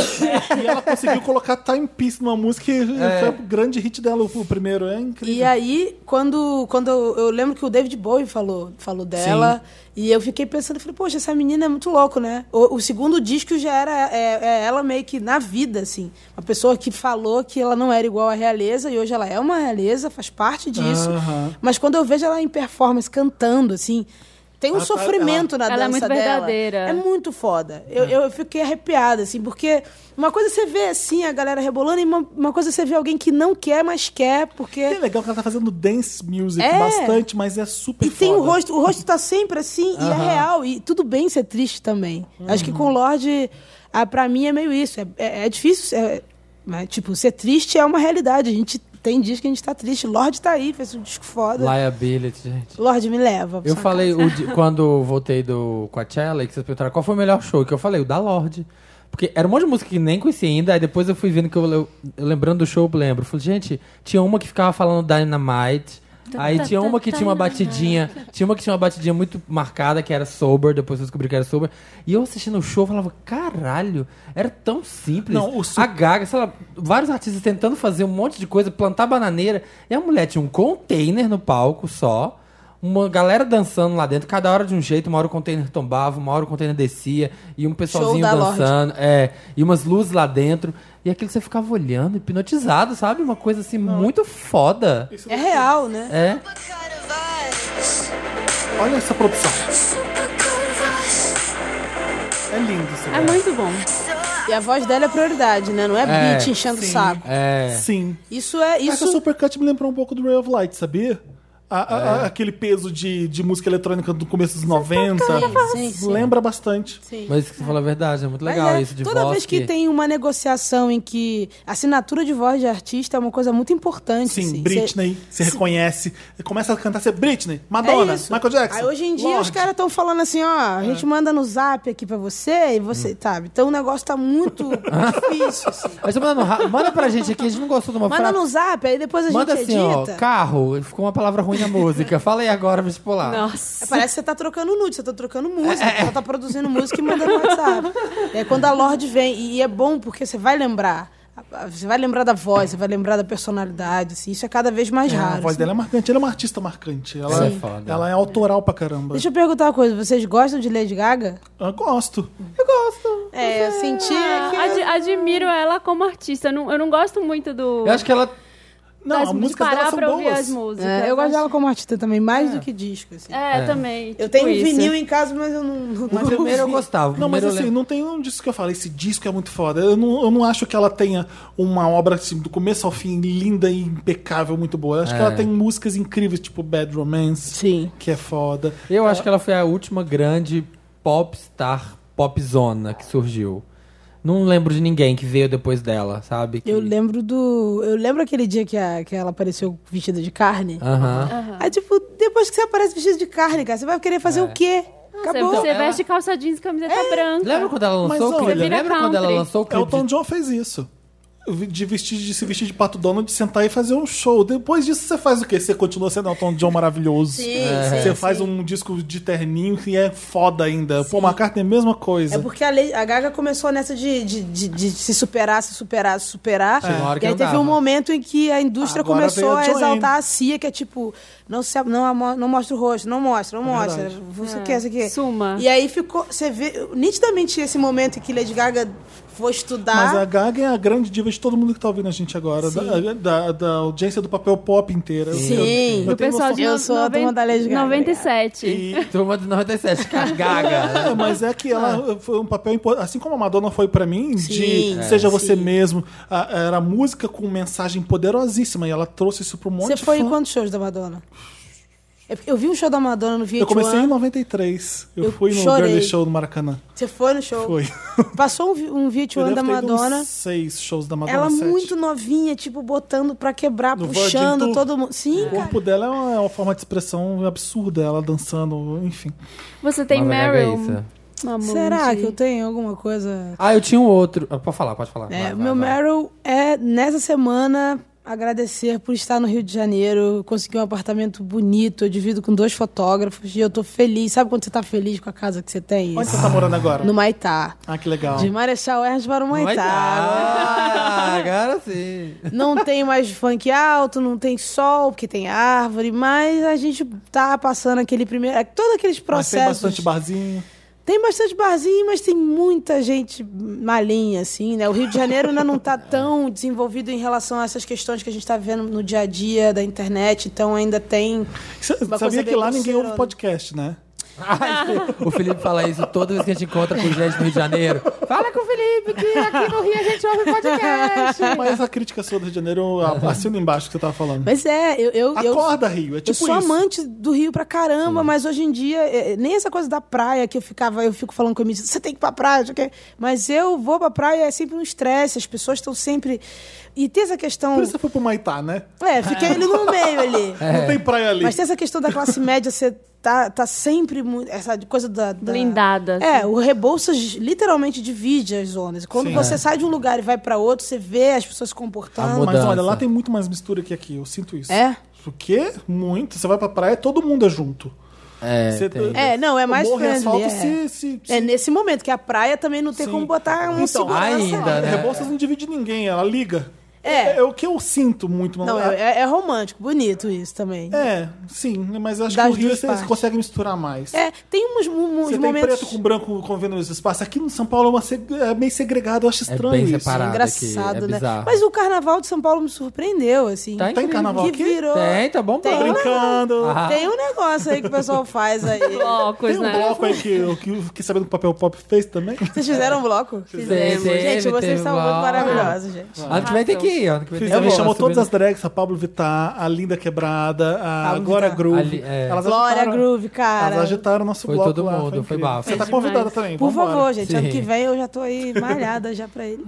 Speaker 2: e ela conseguiu colocar time piece numa música e
Speaker 1: É.
Speaker 2: foi o grande hit dela, o primeiro. É incrível.
Speaker 4: E aí, quando, quando eu, eu lembro que o David Bowie falou, falou dela, e eu fiquei pensando, falei, poxa, essa menina é muito louco, né? O, o segundo disco já era é, é ela meio que na vida, assim. Uma pessoa que falou que ela não era igual à realeza, e hoje ela é uma realeza, faz parte disso.
Speaker 2: Aham.
Speaker 4: Mas quando eu vejo ela em performance cantando, assim. Tem um
Speaker 2: Ela tá-
Speaker 4: sofrimento na
Speaker 3: ela é
Speaker 4: dança
Speaker 3: muito
Speaker 4: dela.
Speaker 3: verdadeira.
Speaker 4: É muito foda. Eu,
Speaker 2: É.
Speaker 4: eu fiquei arrepiada, assim, porque uma coisa você vê, assim, a galera rebolando, e uma, uma coisa é você vê alguém que não quer, mas quer, porque...
Speaker 2: E é legal que ela tá fazendo dance music
Speaker 4: É.
Speaker 2: bastante, mas é super
Speaker 4: E tem o
Speaker 2: foda.
Speaker 4: rosto, o rosto tá sempre assim e é real. E tudo bem ser triste também. Acho que com o Lorde, ah, pra mim é meio isso. É, é- é difícil, é- mas, tipo, ser triste é uma realidade. A gente tem dias que a gente tá triste. Lorde tá aí, fez um disco foda.
Speaker 1: Liability, gente.
Speaker 4: Lorde, me leva. pra
Speaker 1: Eu
Speaker 4: sua
Speaker 1: falei o di- quando voltei do Coachella e que vocês perguntaram qual foi o melhor show, que eu falei, o da Lorde. Porque era um monte de música que nem conhecia ainda, aí depois eu fui vendo que eu, eu- eu lembrando do show, eu lembro. Falei, gente, tinha uma que ficava falando Dynamite. Aí tinha uma que tinha uma batidinha, tinha uma que tinha uma batidinha muito marcada, que era sober, depois eu descobri que era sober. E eu assistindo o show, eu falava, caralho, era tão simples.
Speaker 2: Não, o su-
Speaker 1: A Gaga, sei lá, vários artistas tentando fazer um monte de coisa, plantar bananeira. E a mulher tinha um container no palco só, uma galera dançando lá dentro, cada hora de um jeito, uma hora o container tombava, uma hora o container descia, e um pessoalzinho
Speaker 4: da Lorde.
Speaker 1: dançando, é, e umas luzes lá dentro. E aquilo você ficava olhando, hipnotizado, sabe? Uma coisa assim muito foda.
Speaker 4: cara. É real, né?
Speaker 1: É.
Speaker 2: Olha essa produção. É lindo isso.
Speaker 3: É muito bom.
Speaker 4: E a voz dela é prioridade, né? Não é,
Speaker 1: É,
Speaker 4: beat enchendo o saco.
Speaker 1: É.
Speaker 2: Sim.
Speaker 4: Isso é.
Speaker 2: Essa
Speaker 4: Isso...
Speaker 2: Supercut me lembrou um pouco do Ray of Light, sabia? A-
Speaker 4: É.
Speaker 2: a- a- aquele peso de, de música eletrônica do começo
Speaker 4: um
Speaker 2: dos 90.
Speaker 4: Sim, sim.
Speaker 2: Lembra bastante.
Speaker 4: assim. Sim.
Speaker 1: Mas isso que você falou é verdade, é muito
Speaker 4: Mas
Speaker 1: legal
Speaker 4: é,
Speaker 1: isso de
Speaker 4: Toda
Speaker 1: voz
Speaker 4: vez que, tem uma negociação em que a assinatura de voz de artista é uma coisa muito importante.
Speaker 2: Sim,
Speaker 4: assim. Cê-
Speaker 2: Britney, você reconhece. Começa a cantar, você é Britney, Madonna,
Speaker 4: É isso.
Speaker 2: Michael Jackson.
Speaker 4: Aí hoje em dia os
Speaker 2: Lorde. É.
Speaker 4: caras estão falando assim, ó, a gente manda no zap aqui pra você e
Speaker 2: Hum.
Speaker 4: você, sabe? Então o negócio tá muito difícil, assim.
Speaker 1: Mas manda, no ra- manda pra gente aqui, a gente não gostou de uma
Speaker 4: Manda
Speaker 1: frase.
Speaker 4: no zap, aí depois a
Speaker 1: Manda
Speaker 4: gente
Speaker 1: assim, ó,
Speaker 4: edita.
Speaker 1: carro, ficou uma palavra ruim na música. Fala aí agora pra estipular.
Speaker 3: Nossa.
Speaker 4: Parece que você tá trocando nude, você tá trocando música,
Speaker 2: É,
Speaker 4: você tá produzindo música e mandando no WhatsApp. É quando a Lorde vem, e é bom porque você vai lembrar. Você vai lembrar da voz, você vai lembrar da personalidade, assim, isso é cada vez mais
Speaker 2: A
Speaker 4: raro.
Speaker 2: voz
Speaker 4: assim.
Speaker 2: dela é marcante, ela é uma artista marcante. Ela,
Speaker 1: Ela é foda.
Speaker 2: ela é autoral pra caramba.
Speaker 4: Deixa eu perguntar uma coisa, vocês gostam de Lady Gaga?
Speaker 2: Eu gosto.
Speaker 4: Eu gosto. É, eu senti que...
Speaker 3: Ad- admiro ela como artista. Eu não, eu não gosto muito do.
Speaker 1: Eu acho que ela.
Speaker 2: Não,
Speaker 3: das-
Speaker 2: as
Speaker 3: de
Speaker 2: músicas
Speaker 3: parar
Speaker 2: dela são
Speaker 3: pra ouvir as
Speaker 2: boas.
Speaker 3: músicas.
Speaker 4: É, eu gosto dela como artista também, mais do que disco, assim.
Speaker 3: É, também.
Speaker 4: Eu
Speaker 3: tipo
Speaker 4: tenho
Speaker 3: isso.
Speaker 4: vinil em casa, é. mas eu não... não
Speaker 1: Mas
Speaker 4: não
Speaker 1: primeiro eu
Speaker 4: ouvi.
Speaker 1: gostava.
Speaker 2: Não, mas
Speaker 1: primeiro eu
Speaker 2: assim,
Speaker 1: lembro.
Speaker 2: não tem um disco que eu falo, esse disco é muito foda. Eu não, eu não acho que ela tenha uma obra assim, do começo ao fim linda e impecável, muito boa. Eu acho que
Speaker 1: É.
Speaker 2: ela tem músicas incríveis, tipo Bad Romance,
Speaker 4: Sim.
Speaker 2: que é foda.
Speaker 1: Eu acho que ela foi a última grande popstar popzona que surgiu. Não lembro de ninguém que veio depois dela, sabe? Que-
Speaker 4: Eu lembro do. Eu lembro aquele dia que, a, que ela apareceu vestida de carne.
Speaker 1: Aham.
Speaker 4: Aí, tipo, depois que você aparece vestido de carne, cara, você vai querer fazer o quê?
Speaker 3: Você,
Speaker 4: Acabou.
Speaker 3: você
Speaker 1: Ela-
Speaker 3: veste calça jeans e camiseta branca.
Speaker 1: Lembra quando ela
Speaker 2: Mas
Speaker 1: lançou o
Speaker 2: olha-
Speaker 1: clipe?
Speaker 3: Vira
Speaker 1: Lembra quando ela
Speaker 3: country.
Speaker 1: lançou o clipe?
Speaker 2: Elton
Speaker 1: é de-
Speaker 2: John fez isso. De, vestir, de se vestir de pato Donald, de sentar e fazer um show. Depois disso, você faz o quê? Você continua sendo Elton John maravilhoso.
Speaker 4: Sim,
Speaker 1: É.
Speaker 2: Você faz um disco de terninho que é foda ainda. Pô, McCartney é a mesma coisa.
Speaker 4: É porque a, Lady- a Gaga começou nessa de, de, de- de se superar, se superar, se superar.
Speaker 1: Chegou uma hora que
Speaker 4: E aí
Speaker 1: não
Speaker 4: teve
Speaker 1: dava.
Speaker 4: um momento em que a indústria
Speaker 2: Agora
Speaker 4: começou
Speaker 2: veio a
Speaker 4: a
Speaker 2: Joanne.
Speaker 4: exaltar a CIA, que é tipo, não, se, não, amo- não mostra o rosto, não mostra,
Speaker 2: É
Speaker 4: não mostra. Você quer, você quer.
Speaker 3: Suma.
Speaker 4: E aí ficou. Você vê nitidamente esse momento em que Lady Gaga foi
Speaker 2: Mas a
Speaker 4: estudar.
Speaker 2: Gaga é a grande diva de todo mundo que tá ouvindo a gente agora. Da, é, da, da audiência do papel pop inteira.
Speaker 4: Sim.
Speaker 3: O pessoal de
Speaker 4: Eu
Speaker 3: no-
Speaker 4: sou a
Speaker 3: noven-
Speaker 4: turma da Lady Gaga.
Speaker 3: 97.
Speaker 1: Turma de 97, cagaga.
Speaker 2: É, mas é que ela foi um papel importante. Assim como a Madonna foi pra mim,
Speaker 4: Ah. Sim,
Speaker 2: de seja
Speaker 4: é,
Speaker 2: você
Speaker 4: sim.
Speaker 2: mesmo. a- era música com mensagem poderosíssima e ela trouxe isso pra um monte
Speaker 4: Você
Speaker 2: de
Speaker 4: foi em
Speaker 2: fã.
Speaker 4: quantos shows da Madonna? É porque Eu vi um show da Madonna no VH1.
Speaker 2: Eu comecei em 93. Eu,
Speaker 4: Eu
Speaker 2: fui no
Speaker 4: chorei.
Speaker 2: Girly Show no Maracanã.
Speaker 4: Você foi no show?
Speaker 2: Foi.
Speaker 4: Passou um, vi- um
Speaker 2: Eu
Speaker 4: VH1
Speaker 2: devo
Speaker 4: da
Speaker 2: ter ido uns
Speaker 4: Madonna.
Speaker 2: seis shows da Madonna.
Speaker 4: Ela
Speaker 2: sete.
Speaker 4: muito novinha, tipo, botando pra quebrar,
Speaker 2: No Virgin
Speaker 4: puxando
Speaker 2: Tour.
Speaker 4: todo mundo. Sim,
Speaker 2: O
Speaker 4: cara.
Speaker 2: corpo dela é uma, é uma forma de expressão absurda, ela dançando, enfim.
Speaker 3: Você tem
Speaker 1: Nossa, gaga é
Speaker 3: Meryl.
Speaker 1: isso.
Speaker 3: Mamundi.
Speaker 4: Será que eu tenho alguma coisa?
Speaker 1: Ah, eu tinha um outro. Ah, Pode falar, pode falar.
Speaker 4: É,
Speaker 1: Vai, vai,
Speaker 4: meu
Speaker 1: vai.
Speaker 4: Meryl é, nessa semana, agradecer por estar no Rio de Janeiro. Eu Consegui um apartamento bonito, eu divido com dois fotógrafos e eu tô feliz. Sabe quando você tá feliz com a casa que você tem?
Speaker 2: Onde você tá morando agora?
Speaker 4: Ah. No Maitá.
Speaker 2: Ah, que legal.
Speaker 4: De Marechal Hermes para o
Speaker 1: Vai
Speaker 4: Maitá.
Speaker 1: dar, Ah, agora sim.
Speaker 4: Não tem mais funk alto, não tem sol, porque tem árvore, mas a gente tá passando aquele primeiro. Todos aqueles
Speaker 2: Mas
Speaker 4: processos.
Speaker 2: tem bastante barzinho.
Speaker 4: Tem bastante barzinho, mas tem muita gente malinha, assim, né? O Rio de Janeiro ainda não tá tão desenvolvido em relação a essas questões que a gente tá vivendo no dia a dia da internet, então ainda tem.
Speaker 2: Você
Speaker 4: Uma coisa
Speaker 2: sabia que
Speaker 4: bem
Speaker 2: lá ninguém ouve
Speaker 4: grosseira,
Speaker 2: podcast, né?
Speaker 1: O Felipe fala isso toda vez que a gente encontra com gente no Rio de Janeiro. Fala com o Felipe, que aqui no Rio a gente ouve podcast.
Speaker 2: Mas a crítica sua do Rio de Janeiro, a- assina embaixo o que você tava falando.
Speaker 4: É. Mas é, eu. eu eu-
Speaker 2: Acorda, Rio. É tipo
Speaker 4: eu sou
Speaker 2: isso.
Speaker 4: amante do Rio pra caramba, mas hoje em dia, é, é, nem essa coisa da praia que eu ficava, eu fico falando com a minha você tem que ir pra praia, não sei o quê. mas eu vou pra praia, é sempre um estresse, as pessoas estão sempre. E tem essa questão.
Speaker 2: Por isso você foi pro Maitá, né?
Speaker 4: É, fiquei ali no meio ali.
Speaker 2: Não tem praia ali.
Speaker 4: É. Mas tem essa questão da classe média, você tá, tá sempre muito. Essa coisa da. da-
Speaker 3: Blindada, assim.
Speaker 4: É, o Rebouças literalmente divide as zonas. Quando
Speaker 2: Sim. é.
Speaker 4: você sai de um lugar e vai pra outro, você vê as pessoas se
Speaker 1: A
Speaker 4: comportando.
Speaker 1: moda-
Speaker 2: Mas
Speaker 1: Mudança.
Speaker 2: olha, lá tem muito mais mistura que aqui. Eu sinto isso.
Speaker 4: É?
Speaker 2: Porque muito. Você vai pra praia, todo mundo é junto.
Speaker 1: É,
Speaker 2: Você-
Speaker 1: tem.
Speaker 4: É, não, é mais
Speaker 2: Morro e
Speaker 4: friendly.
Speaker 2: asfalto
Speaker 4: É.
Speaker 2: se- se- se-
Speaker 4: É nesse momento, que a praia também não tem
Speaker 2: Sim.
Speaker 4: como botar um
Speaker 2: Então,
Speaker 4: segurança.
Speaker 1: ainda,
Speaker 4: lá.
Speaker 1: né?
Speaker 2: Rebouças não divide ninguém, ela liga.
Speaker 4: É.
Speaker 2: o que eu sinto muito.
Speaker 4: Não, é, é- é romântico, bonito isso também.
Speaker 2: É, sim, mas acho
Speaker 4: Das
Speaker 2: que o Rio
Speaker 4: duas
Speaker 2: você
Speaker 4: partes.
Speaker 2: consegue misturar mais.
Speaker 4: É, tem uns, uns
Speaker 2: Você tem
Speaker 4: momentos.
Speaker 2: preto com branco convivendo no mesmo espaço. Aqui no São Paulo é, uma seg- é meio segregado, eu acho
Speaker 1: É
Speaker 2: estranho
Speaker 1: bem
Speaker 2: isso.
Speaker 1: separado.
Speaker 4: Engraçado,
Speaker 1: aqui, é
Speaker 4: né?
Speaker 1: bizarro.
Speaker 4: Mas o carnaval de São Paulo me surpreendeu, assim.
Speaker 1: Tá
Speaker 2: Tem
Speaker 1: incrível.
Speaker 2: carnaval
Speaker 4: que
Speaker 2: aqui?
Speaker 4: virou.
Speaker 1: Tem, tá bom
Speaker 4: Tem,
Speaker 1: pra
Speaker 4: né?
Speaker 2: Brincando.
Speaker 1: Ah.
Speaker 4: Tem um negócio aí que o pessoal faz aí.
Speaker 3: Blocos,
Speaker 2: Tem
Speaker 3: né?
Speaker 2: um bloco aí que eu que, eu fiquei sabendo que o Papel Pop fez também.
Speaker 4: Vocês fizeram um bloco?
Speaker 1: Fizemos.
Speaker 4: Gente,
Speaker 1: Teve, teve
Speaker 4: vocês estão muito
Speaker 1: bloco.
Speaker 4: maravilhosos, gente.
Speaker 1: Ano que vem tem que ir, ano que vem tem que ir.
Speaker 2: Ela chamou
Speaker 1: Subindo-
Speaker 2: todas as drags, a Pablo Vittar, a Linda Quebrada, a
Speaker 4: Pablo
Speaker 2: Glória
Speaker 4: Vittar.
Speaker 2: Groove.
Speaker 1: Ali- é.
Speaker 2: Elas
Speaker 4: Glória
Speaker 2: agitaram-
Speaker 4: Groove,
Speaker 2: Elas
Speaker 4: cara.
Speaker 2: agitaram o nosso
Speaker 1: Foi
Speaker 2: bloco
Speaker 1: todo
Speaker 2: lá,
Speaker 1: mundo, foi
Speaker 2: incrível.
Speaker 1: bafo.
Speaker 2: Você tá
Speaker 3: Foi
Speaker 2: convidada
Speaker 3: demais.
Speaker 2: também,
Speaker 4: Por
Speaker 2: vambora.
Speaker 4: favor, gente, ano
Speaker 1: Sim.
Speaker 4: que vem eu já tô aí malhada já pra ele.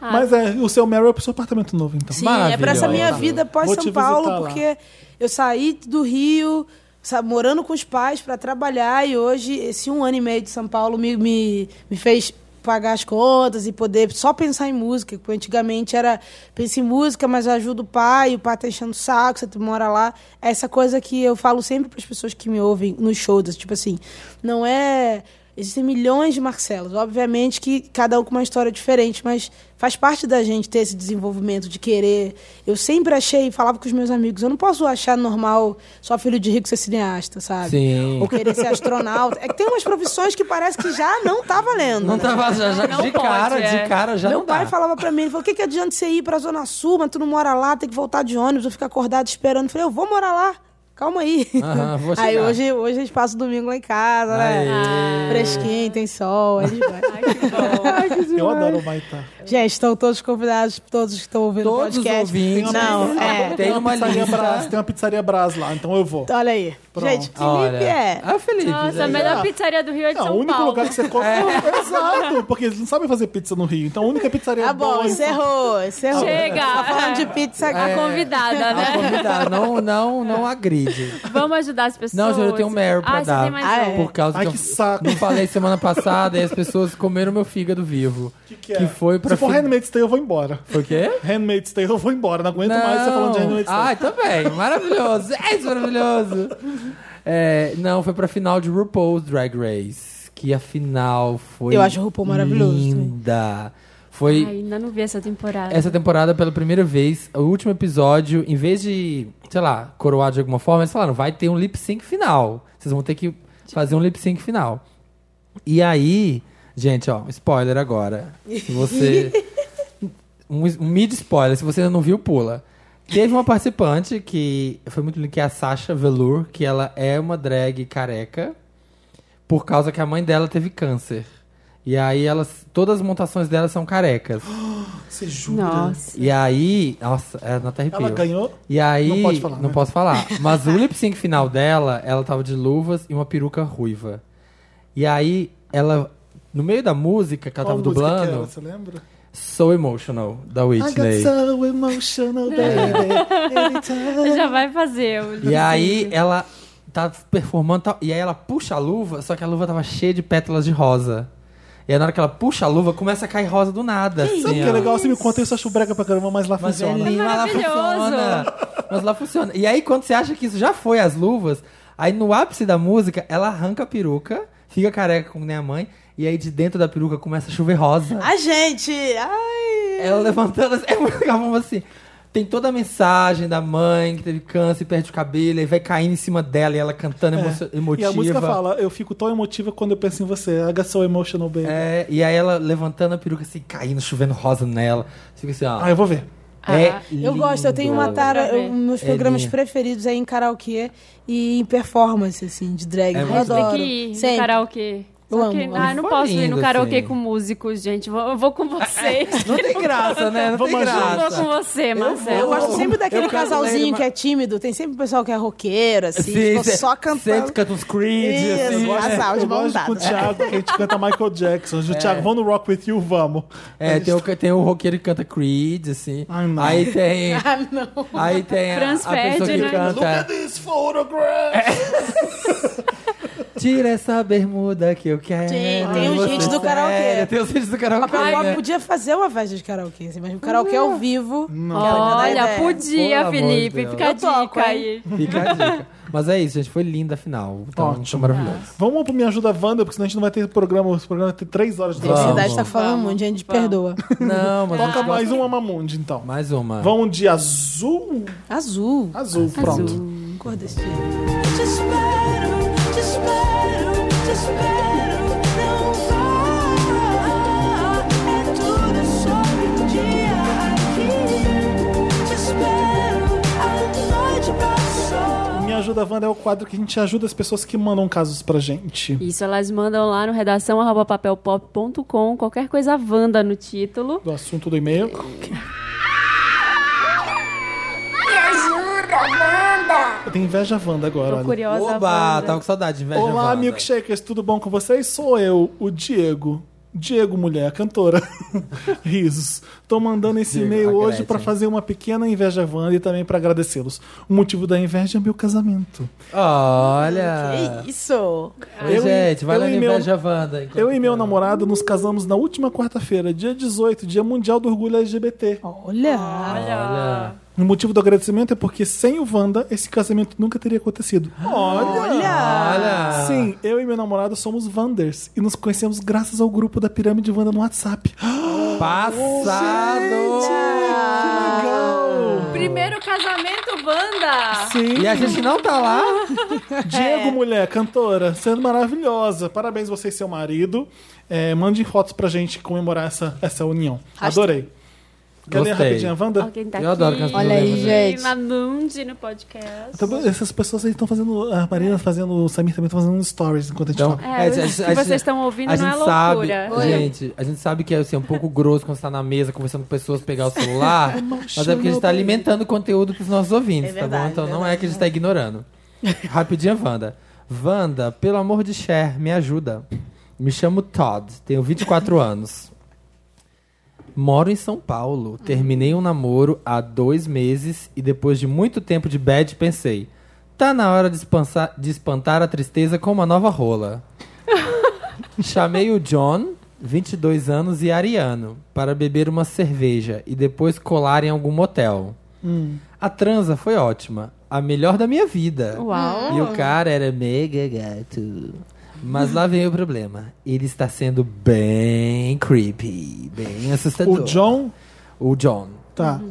Speaker 2: Mas é, o seu Meryl é pro seu apartamento novo, então.
Speaker 4: Sim, é pra essa minha
Speaker 1: Maravilhosa.
Speaker 4: vida
Speaker 2: Vou te
Speaker 4: pós-São
Speaker 2: visitar
Speaker 4: Paulo,
Speaker 2: lá.
Speaker 4: porque eu saí do Rio, sa- morando com os pais pra trabalhar, e hoje esse um ano e meio de São Paulo me, me, me fez pagar as contas e poder só pensar em música, porque antigamente era pensa em música, mas eu ajudo o pai, o pai tá enchendo o saco, você mora lá. Essa coisa que eu falo sempre para as pessoas que me ouvem nos shows, tipo assim, não é Existem milhões de Marcelos. Obviamente que cada um com uma história diferente, mas faz parte da gente ter esse desenvolvimento de querer. Eu sempre achei, falava com os meus amigos, eu não posso achar normal só filho de rico ser cineasta, sabe?
Speaker 1: Sim.
Speaker 4: Ou querer ser astronauta. É que tem umas profissões que parece que já não tá valendo.
Speaker 1: Não
Speaker 4: né?
Speaker 1: tava já, já-
Speaker 3: Não
Speaker 1: de
Speaker 3: pode,
Speaker 1: cara,
Speaker 3: é.
Speaker 1: de cara já
Speaker 4: Meu
Speaker 1: não tá. dá.
Speaker 4: pai falava pra mim, ele falou, o que, que adianta você ir pra Zona Sul, mas tu não mora lá, tem que voltar de ônibus, eu ficar acordado esperando. Eu falei, eu vou morar lá, calma aí.
Speaker 1: Aham, vou
Speaker 4: aí
Speaker 1: chegar.
Speaker 4: hoje, hoje a gente passa o domingo lá em casa, né?
Speaker 3: Ah,
Speaker 1: Aê.
Speaker 4: Fresquinho, tem sol, aí a gente vai.
Speaker 3: Ai, que bom.
Speaker 1: Ai, que
Speaker 2: Eu
Speaker 1: demais.
Speaker 2: adoro o Maitá.
Speaker 4: Gente, estão todos convidados, todos que estão ouvindo o
Speaker 1: Todos os
Speaker 4: podcast.
Speaker 1: ouvintes.
Speaker 4: Não, é.
Speaker 1: Tem uma
Speaker 2: Pizzaria Brás,
Speaker 1: lista.
Speaker 2: tem uma pizzaria Brás lá, então eu vou.
Speaker 4: Olha aí.
Speaker 2: Pronto.
Speaker 4: Gente, Felipe
Speaker 1: Olha.
Speaker 4: é.
Speaker 1: Ah, Felipe.
Speaker 3: Nossa, a
Speaker 1: gente.
Speaker 3: melhor pizzaria do Rio é de
Speaker 2: Não, o
Speaker 3: São
Speaker 2: único
Speaker 3: Paulo.
Speaker 2: lugar que você come. É. Exato, porque eles não sabem fazer pizza no Rio. Então a única pizzaria
Speaker 4: Tá bom,
Speaker 2: boa. é-
Speaker 4: encerrou, encerrou.
Speaker 3: Chega.
Speaker 4: Tá falando de pizza
Speaker 3: A
Speaker 1: É.
Speaker 4: agora.
Speaker 3: convidada,
Speaker 1: Ah,
Speaker 3: né?
Speaker 1: convidar, não, não, não agride.
Speaker 3: Vamos ajudar as pessoas.
Speaker 1: Não, gente, eu tenho um Meryl pra
Speaker 3: ah,
Speaker 1: dar.
Speaker 3: Você tem mais
Speaker 4: Ah,
Speaker 3: um.
Speaker 4: é.
Speaker 1: Por causa
Speaker 2: Ai,
Speaker 1: que eu
Speaker 2: que saco.
Speaker 1: não falei semana passada e as pessoas comeram meu fígado vivo.
Speaker 2: O que, que é?
Speaker 1: foi pra.
Speaker 2: Se for
Speaker 1: fi-
Speaker 2: Handmaid's Tale, eu vou embora.
Speaker 1: Foi o quê?
Speaker 2: Handmaid's Tale, eu vou embora. Não aguento mais você falando de Handmaid's Tale.
Speaker 1: Ai, também. Maravilhoso. É isso, maravilhoso. É, não, foi pra final de RuPaul's Drag Race. Que a final foi.
Speaker 4: Eu acho o RuPaul maravilhoso também.
Speaker 1: Linda. Foi.
Speaker 3: Ai, ainda não vi essa temporada.
Speaker 1: Essa temporada, pela primeira vez, o último episódio, em vez de, sei lá, coroar de alguma forma, eles falaram, vai ter um lip sync final. Vocês vão ter que fazer um lip sync final. E aí, gente, ó, spoiler agora. Se você. um, um mid spoiler, se você ainda não viu, pula. Teve uma participante que foi muito linda, que é a Sasha Velour, que ela é uma drag careca por causa que a mãe dela teve câncer. E aí elas, todas as montações dela são carecas.
Speaker 2: Você jura?
Speaker 3: Nossa.
Speaker 1: E aí, nossa, é, não até arrepio.
Speaker 2: Ela ganhou?
Speaker 1: E aí,
Speaker 2: Não pode falar,
Speaker 1: não
Speaker 2: né?
Speaker 1: posso falar. Mas o lip sync final dela, ela tava de luvas e uma peruca ruiva. E aí, ela, no meio da música que ela
Speaker 2: Qual
Speaker 1: tava
Speaker 2: música que é era,
Speaker 1: dublando,
Speaker 2: você lembra?
Speaker 1: So Emotional, da Whitney.
Speaker 2: I got so emotional, baby. Anytime.
Speaker 3: Já vai fazer. o
Speaker 1: E
Speaker 3: lip-sync.
Speaker 1: aí, ela tá performando, tal, e aí ela puxa a luva, só que a luva tava cheia de pétalas de rosa. E aí, na hora que ela puxa a luva, começa a cair rosa do nada. assim,
Speaker 2: Sabe o que é
Speaker 1: ó.
Speaker 2: legal? Você me conta isso, eu acho brega pra caramba, mas lá
Speaker 1: Mas é
Speaker 2: funciona.
Speaker 1: lindo, mas lá
Speaker 3: Maravilhoso.
Speaker 1: funciona. Mas lá funciona. E aí, quando você acha que isso já foi as luvas, aí no ápice da música, ela arranca a peruca, fica careca como nem a mãe, e aí de dentro da peruca começa a chover rosa.
Speaker 4: A gente. Ai.
Speaker 1: Ela levantando assim, é muito legal, vamos assim. Tem toda a mensagem da mãe que teve câncer, e perde o cabelo, aí vai caindo em cima dela e ela cantando emo-
Speaker 2: É. E
Speaker 1: emotiva.
Speaker 2: a música fala, eu fico tão emotiva quando eu penso em você. I got so emotional, baby.
Speaker 1: É, e aí ela levantando a peruca assim, caindo, chovendo rosa nela. Fica assim, ó.
Speaker 2: Ah, eu vou ver.
Speaker 1: é
Speaker 3: Ah,
Speaker 4: Eu gosto, eu tenho uma
Speaker 1: lindo.
Speaker 4: tara,
Speaker 3: Pra ver.
Speaker 4: eu- meus
Speaker 1: É
Speaker 4: programas
Speaker 1: lindo.
Speaker 4: preferidos é em karaokê e em performance, assim, de drag.
Speaker 1: É
Speaker 4: eu
Speaker 1: muito
Speaker 4: adoro.
Speaker 3: Tem que ir
Speaker 4: Sempre.
Speaker 3: no karaokê.
Speaker 4: Eu
Speaker 3: Só que,
Speaker 4: amo,
Speaker 3: ah,
Speaker 1: amo.
Speaker 3: não
Speaker 1: Foi
Speaker 3: posso ir
Speaker 1: lindo,
Speaker 3: no karaokê
Speaker 1: assim.
Speaker 3: com músicos, gente. Vou- Eu vou com vocês.
Speaker 1: Não tem graça, né? Não tem
Speaker 2: Vamos
Speaker 1: graça.
Speaker 2: ajudar.
Speaker 3: Eu vou com você,
Speaker 4: Eu
Speaker 3: Marcelo.
Speaker 4: gosto sempre daquele
Speaker 1: Eu canto
Speaker 4: casalzinho
Speaker 1: Lady Ma-
Speaker 4: que é tímido. Tem sempre o pessoal que é roqueiro, assim,
Speaker 1: Sim,
Speaker 4: tipo,
Speaker 1: cê-
Speaker 4: só cantando.
Speaker 1: cê canta uns Creed,
Speaker 4: Isso,
Speaker 1: assim.
Speaker 4: gosto.
Speaker 1: né?
Speaker 4: Casal de
Speaker 2: é. eu
Speaker 4: mão
Speaker 2: gosto com o
Speaker 4: dada.
Speaker 2: Thiago, que a gente canta Michael Jackson. O Thiago, vamos no Rock With You, vamos.
Speaker 1: É, tem o, tem o roqueiro que canta Creed, assim.
Speaker 2: Ai, não.
Speaker 1: aí tem.
Speaker 4: Ah, não.
Speaker 1: Aí tem a,
Speaker 3: Franz
Speaker 1: a pessoa que
Speaker 3: Ferdinand.
Speaker 2: Look at
Speaker 1: canta.
Speaker 2: this photograph!
Speaker 1: Tira essa bermuda que eu quero.
Speaker 4: Sim, tem os
Speaker 1: Você
Speaker 4: hits do
Speaker 1: sério,
Speaker 4: karaokê.
Speaker 1: Tem os hits do karaokê.
Speaker 4: Papel Pop
Speaker 1: né?
Speaker 4: podia fazer uma festa de karaokê, assim, mas um karaokê ao vivo.
Speaker 3: Olha, podia,
Speaker 1: Pelo amor de
Speaker 3: Felipe.
Speaker 1: Deus.
Speaker 3: Fica a
Speaker 4: Eu toco,
Speaker 3: dica aí.
Speaker 4: hein?
Speaker 1: Fica a dica. Mas é isso, gente. Foi linda a final. Então,
Speaker 2: Ótimo.
Speaker 1: foi maravilhoso.
Speaker 2: Vamos pro Me Ajuda Wanda, porque senão a gente não vai ter programa. Esse programa vai ter três horas de
Speaker 1: Vamos.
Speaker 4: A
Speaker 2: duração.
Speaker 4: cidade tá falando
Speaker 3: Vamos,
Speaker 4: muito, gente,
Speaker 3: vamos.
Speaker 4: perdoa.
Speaker 1: Não, mas. a gente gosta-
Speaker 2: Toca mais um Amamundi, então.
Speaker 1: Mais uma.
Speaker 2: Vamos de azul?
Speaker 4: Azul.
Speaker 2: Azul, pronto.
Speaker 4: Cor desse jeito.
Speaker 2: Me Ajuda Wanda é o quadro que a gente ajuda as pessoas que mandam casos pra gente.
Speaker 3: Isso, elas mandam lá no redação arroba papelpop.com, qualquer coisa Wanda no título.
Speaker 2: Do assunto do e-mail.
Speaker 7: Me ajuda, Wanda!
Speaker 2: Eu tenho inveja Wanda agora,
Speaker 3: Tô
Speaker 2: olha. tá
Speaker 3: curiosa,
Speaker 1: Oba,
Speaker 3: Wanda.
Speaker 1: tava com saudade de inveja.
Speaker 2: Olá,
Speaker 1: Wanda.
Speaker 2: milkshakers, tudo bom com vocês? Sou eu, o Diego. Diego, mulher, cantora. Risos. Tô mandando esse
Speaker 1: Diego,
Speaker 2: e-mail
Speaker 1: a
Speaker 2: hoje
Speaker 1: Gretchen.
Speaker 2: pra fazer uma pequena inveja Wanda e também pra agradecê-los. O motivo da inveja é meu casamento.
Speaker 1: Olha.
Speaker 4: Que isso?
Speaker 1: Oi,
Speaker 2: Eu e-
Speaker 1: é, gente, vai
Speaker 2: eu
Speaker 1: lá
Speaker 2: e
Speaker 1: no
Speaker 2: meu-
Speaker 1: Inveja Wanda.
Speaker 2: Eu e meu namorado nos casamos na última quarta-feira, dia 18, dia mundial do orgulho LGBT.
Speaker 4: Olha.
Speaker 1: Olha.
Speaker 2: O motivo do agradecimento é porque sem o Wanda, esse casamento nunca teria acontecido. Olha!
Speaker 1: Olha.
Speaker 2: Sim, eu e meu namorado somos Wanders e nos conhecemos graças ao grupo da Pirâmide Wanda no WhatsApp.
Speaker 1: Passado! Ah.
Speaker 2: Legal!
Speaker 3: Primeiro casamento, Wanda!
Speaker 2: Sim.
Speaker 1: E a gente não tá lá?
Speaker 2: Diego,
Speaker 3: É.
Speaker 2: mulher, cantora, sendo maravilhosa. Parabéns você e seu marido. É, mandem fotos pra gente comemorar essa, essa união. Adorei. Quer ler
Speaker 1: Gostei.
Speaker 2: rapidinho a Wanda?
Speaker 3: Alguém tá
Speaker 1: Eu adoro que
Speaker 3: aqui.
Speaker 1: as
Speaker 8: Olha aí,
Speaker 1: pessoas-
Speaker 8: gente.
Speaker 3: Na Mundi, no podcast.
Speaker 2: Tá bom, Essas pessoas aí estão fazendo. A Marina fazendo. O Samir também estão fazendo stories enquanto a gente
Speaker 1: Então,
Speaker 2: fala.
Speaker 3: É,
Speaker 1: a
Speaker 3: o
Speaker 1: gente-
Speaker 3: que
Speaker 1: a gente-
Speaker 3: vocês estão ouvindo
Speaker 1: a
Speaker 3: não é
Speaker 1: gente sabe-
Speaker 3: loucura.
Speaker 8: Oi.
Speaker 1: Gente, a gente sabe que é assim, um pouco grosso quando você tá na mesa conversando com pessoas, pegar o celular. mas é porque a gente tá alimentando conteúdo pros nossos ouvintes,
Speaker 4: É
Speaker 1: tá
Speaker 4: verdade,
Speaker 1: bom? Então não
Speaker 4: verdade,
Speaker 1: é que a gente tá ignorando. Rapidinha, Wanda. Wanda, pelo amor de Cher, me ajuda. Me chamo Todd, tenho 24 anos. Moro em São Paulo. Terminei um namoro há dois meses e depois de muito tempo de bad pensei. Tá na hora de espantar, de espantar a tristeza com uma nova rola. Chamei o John, 22 anos e ariano, para beber uma cerveja e depois colar em algum motel. A transa foi ótima, a melhor da minha vida.
Speaker 3: Uau.
Speaker 1: E o cara era mega gato. Mas lá vem o problema. Ele está sendo bem creepy, bem assustador.
Speaker 3: é.
Speaker 2: O John.
Speaker 1: O John.
Speaker 2: Tá.
Speaker 3: Uhum.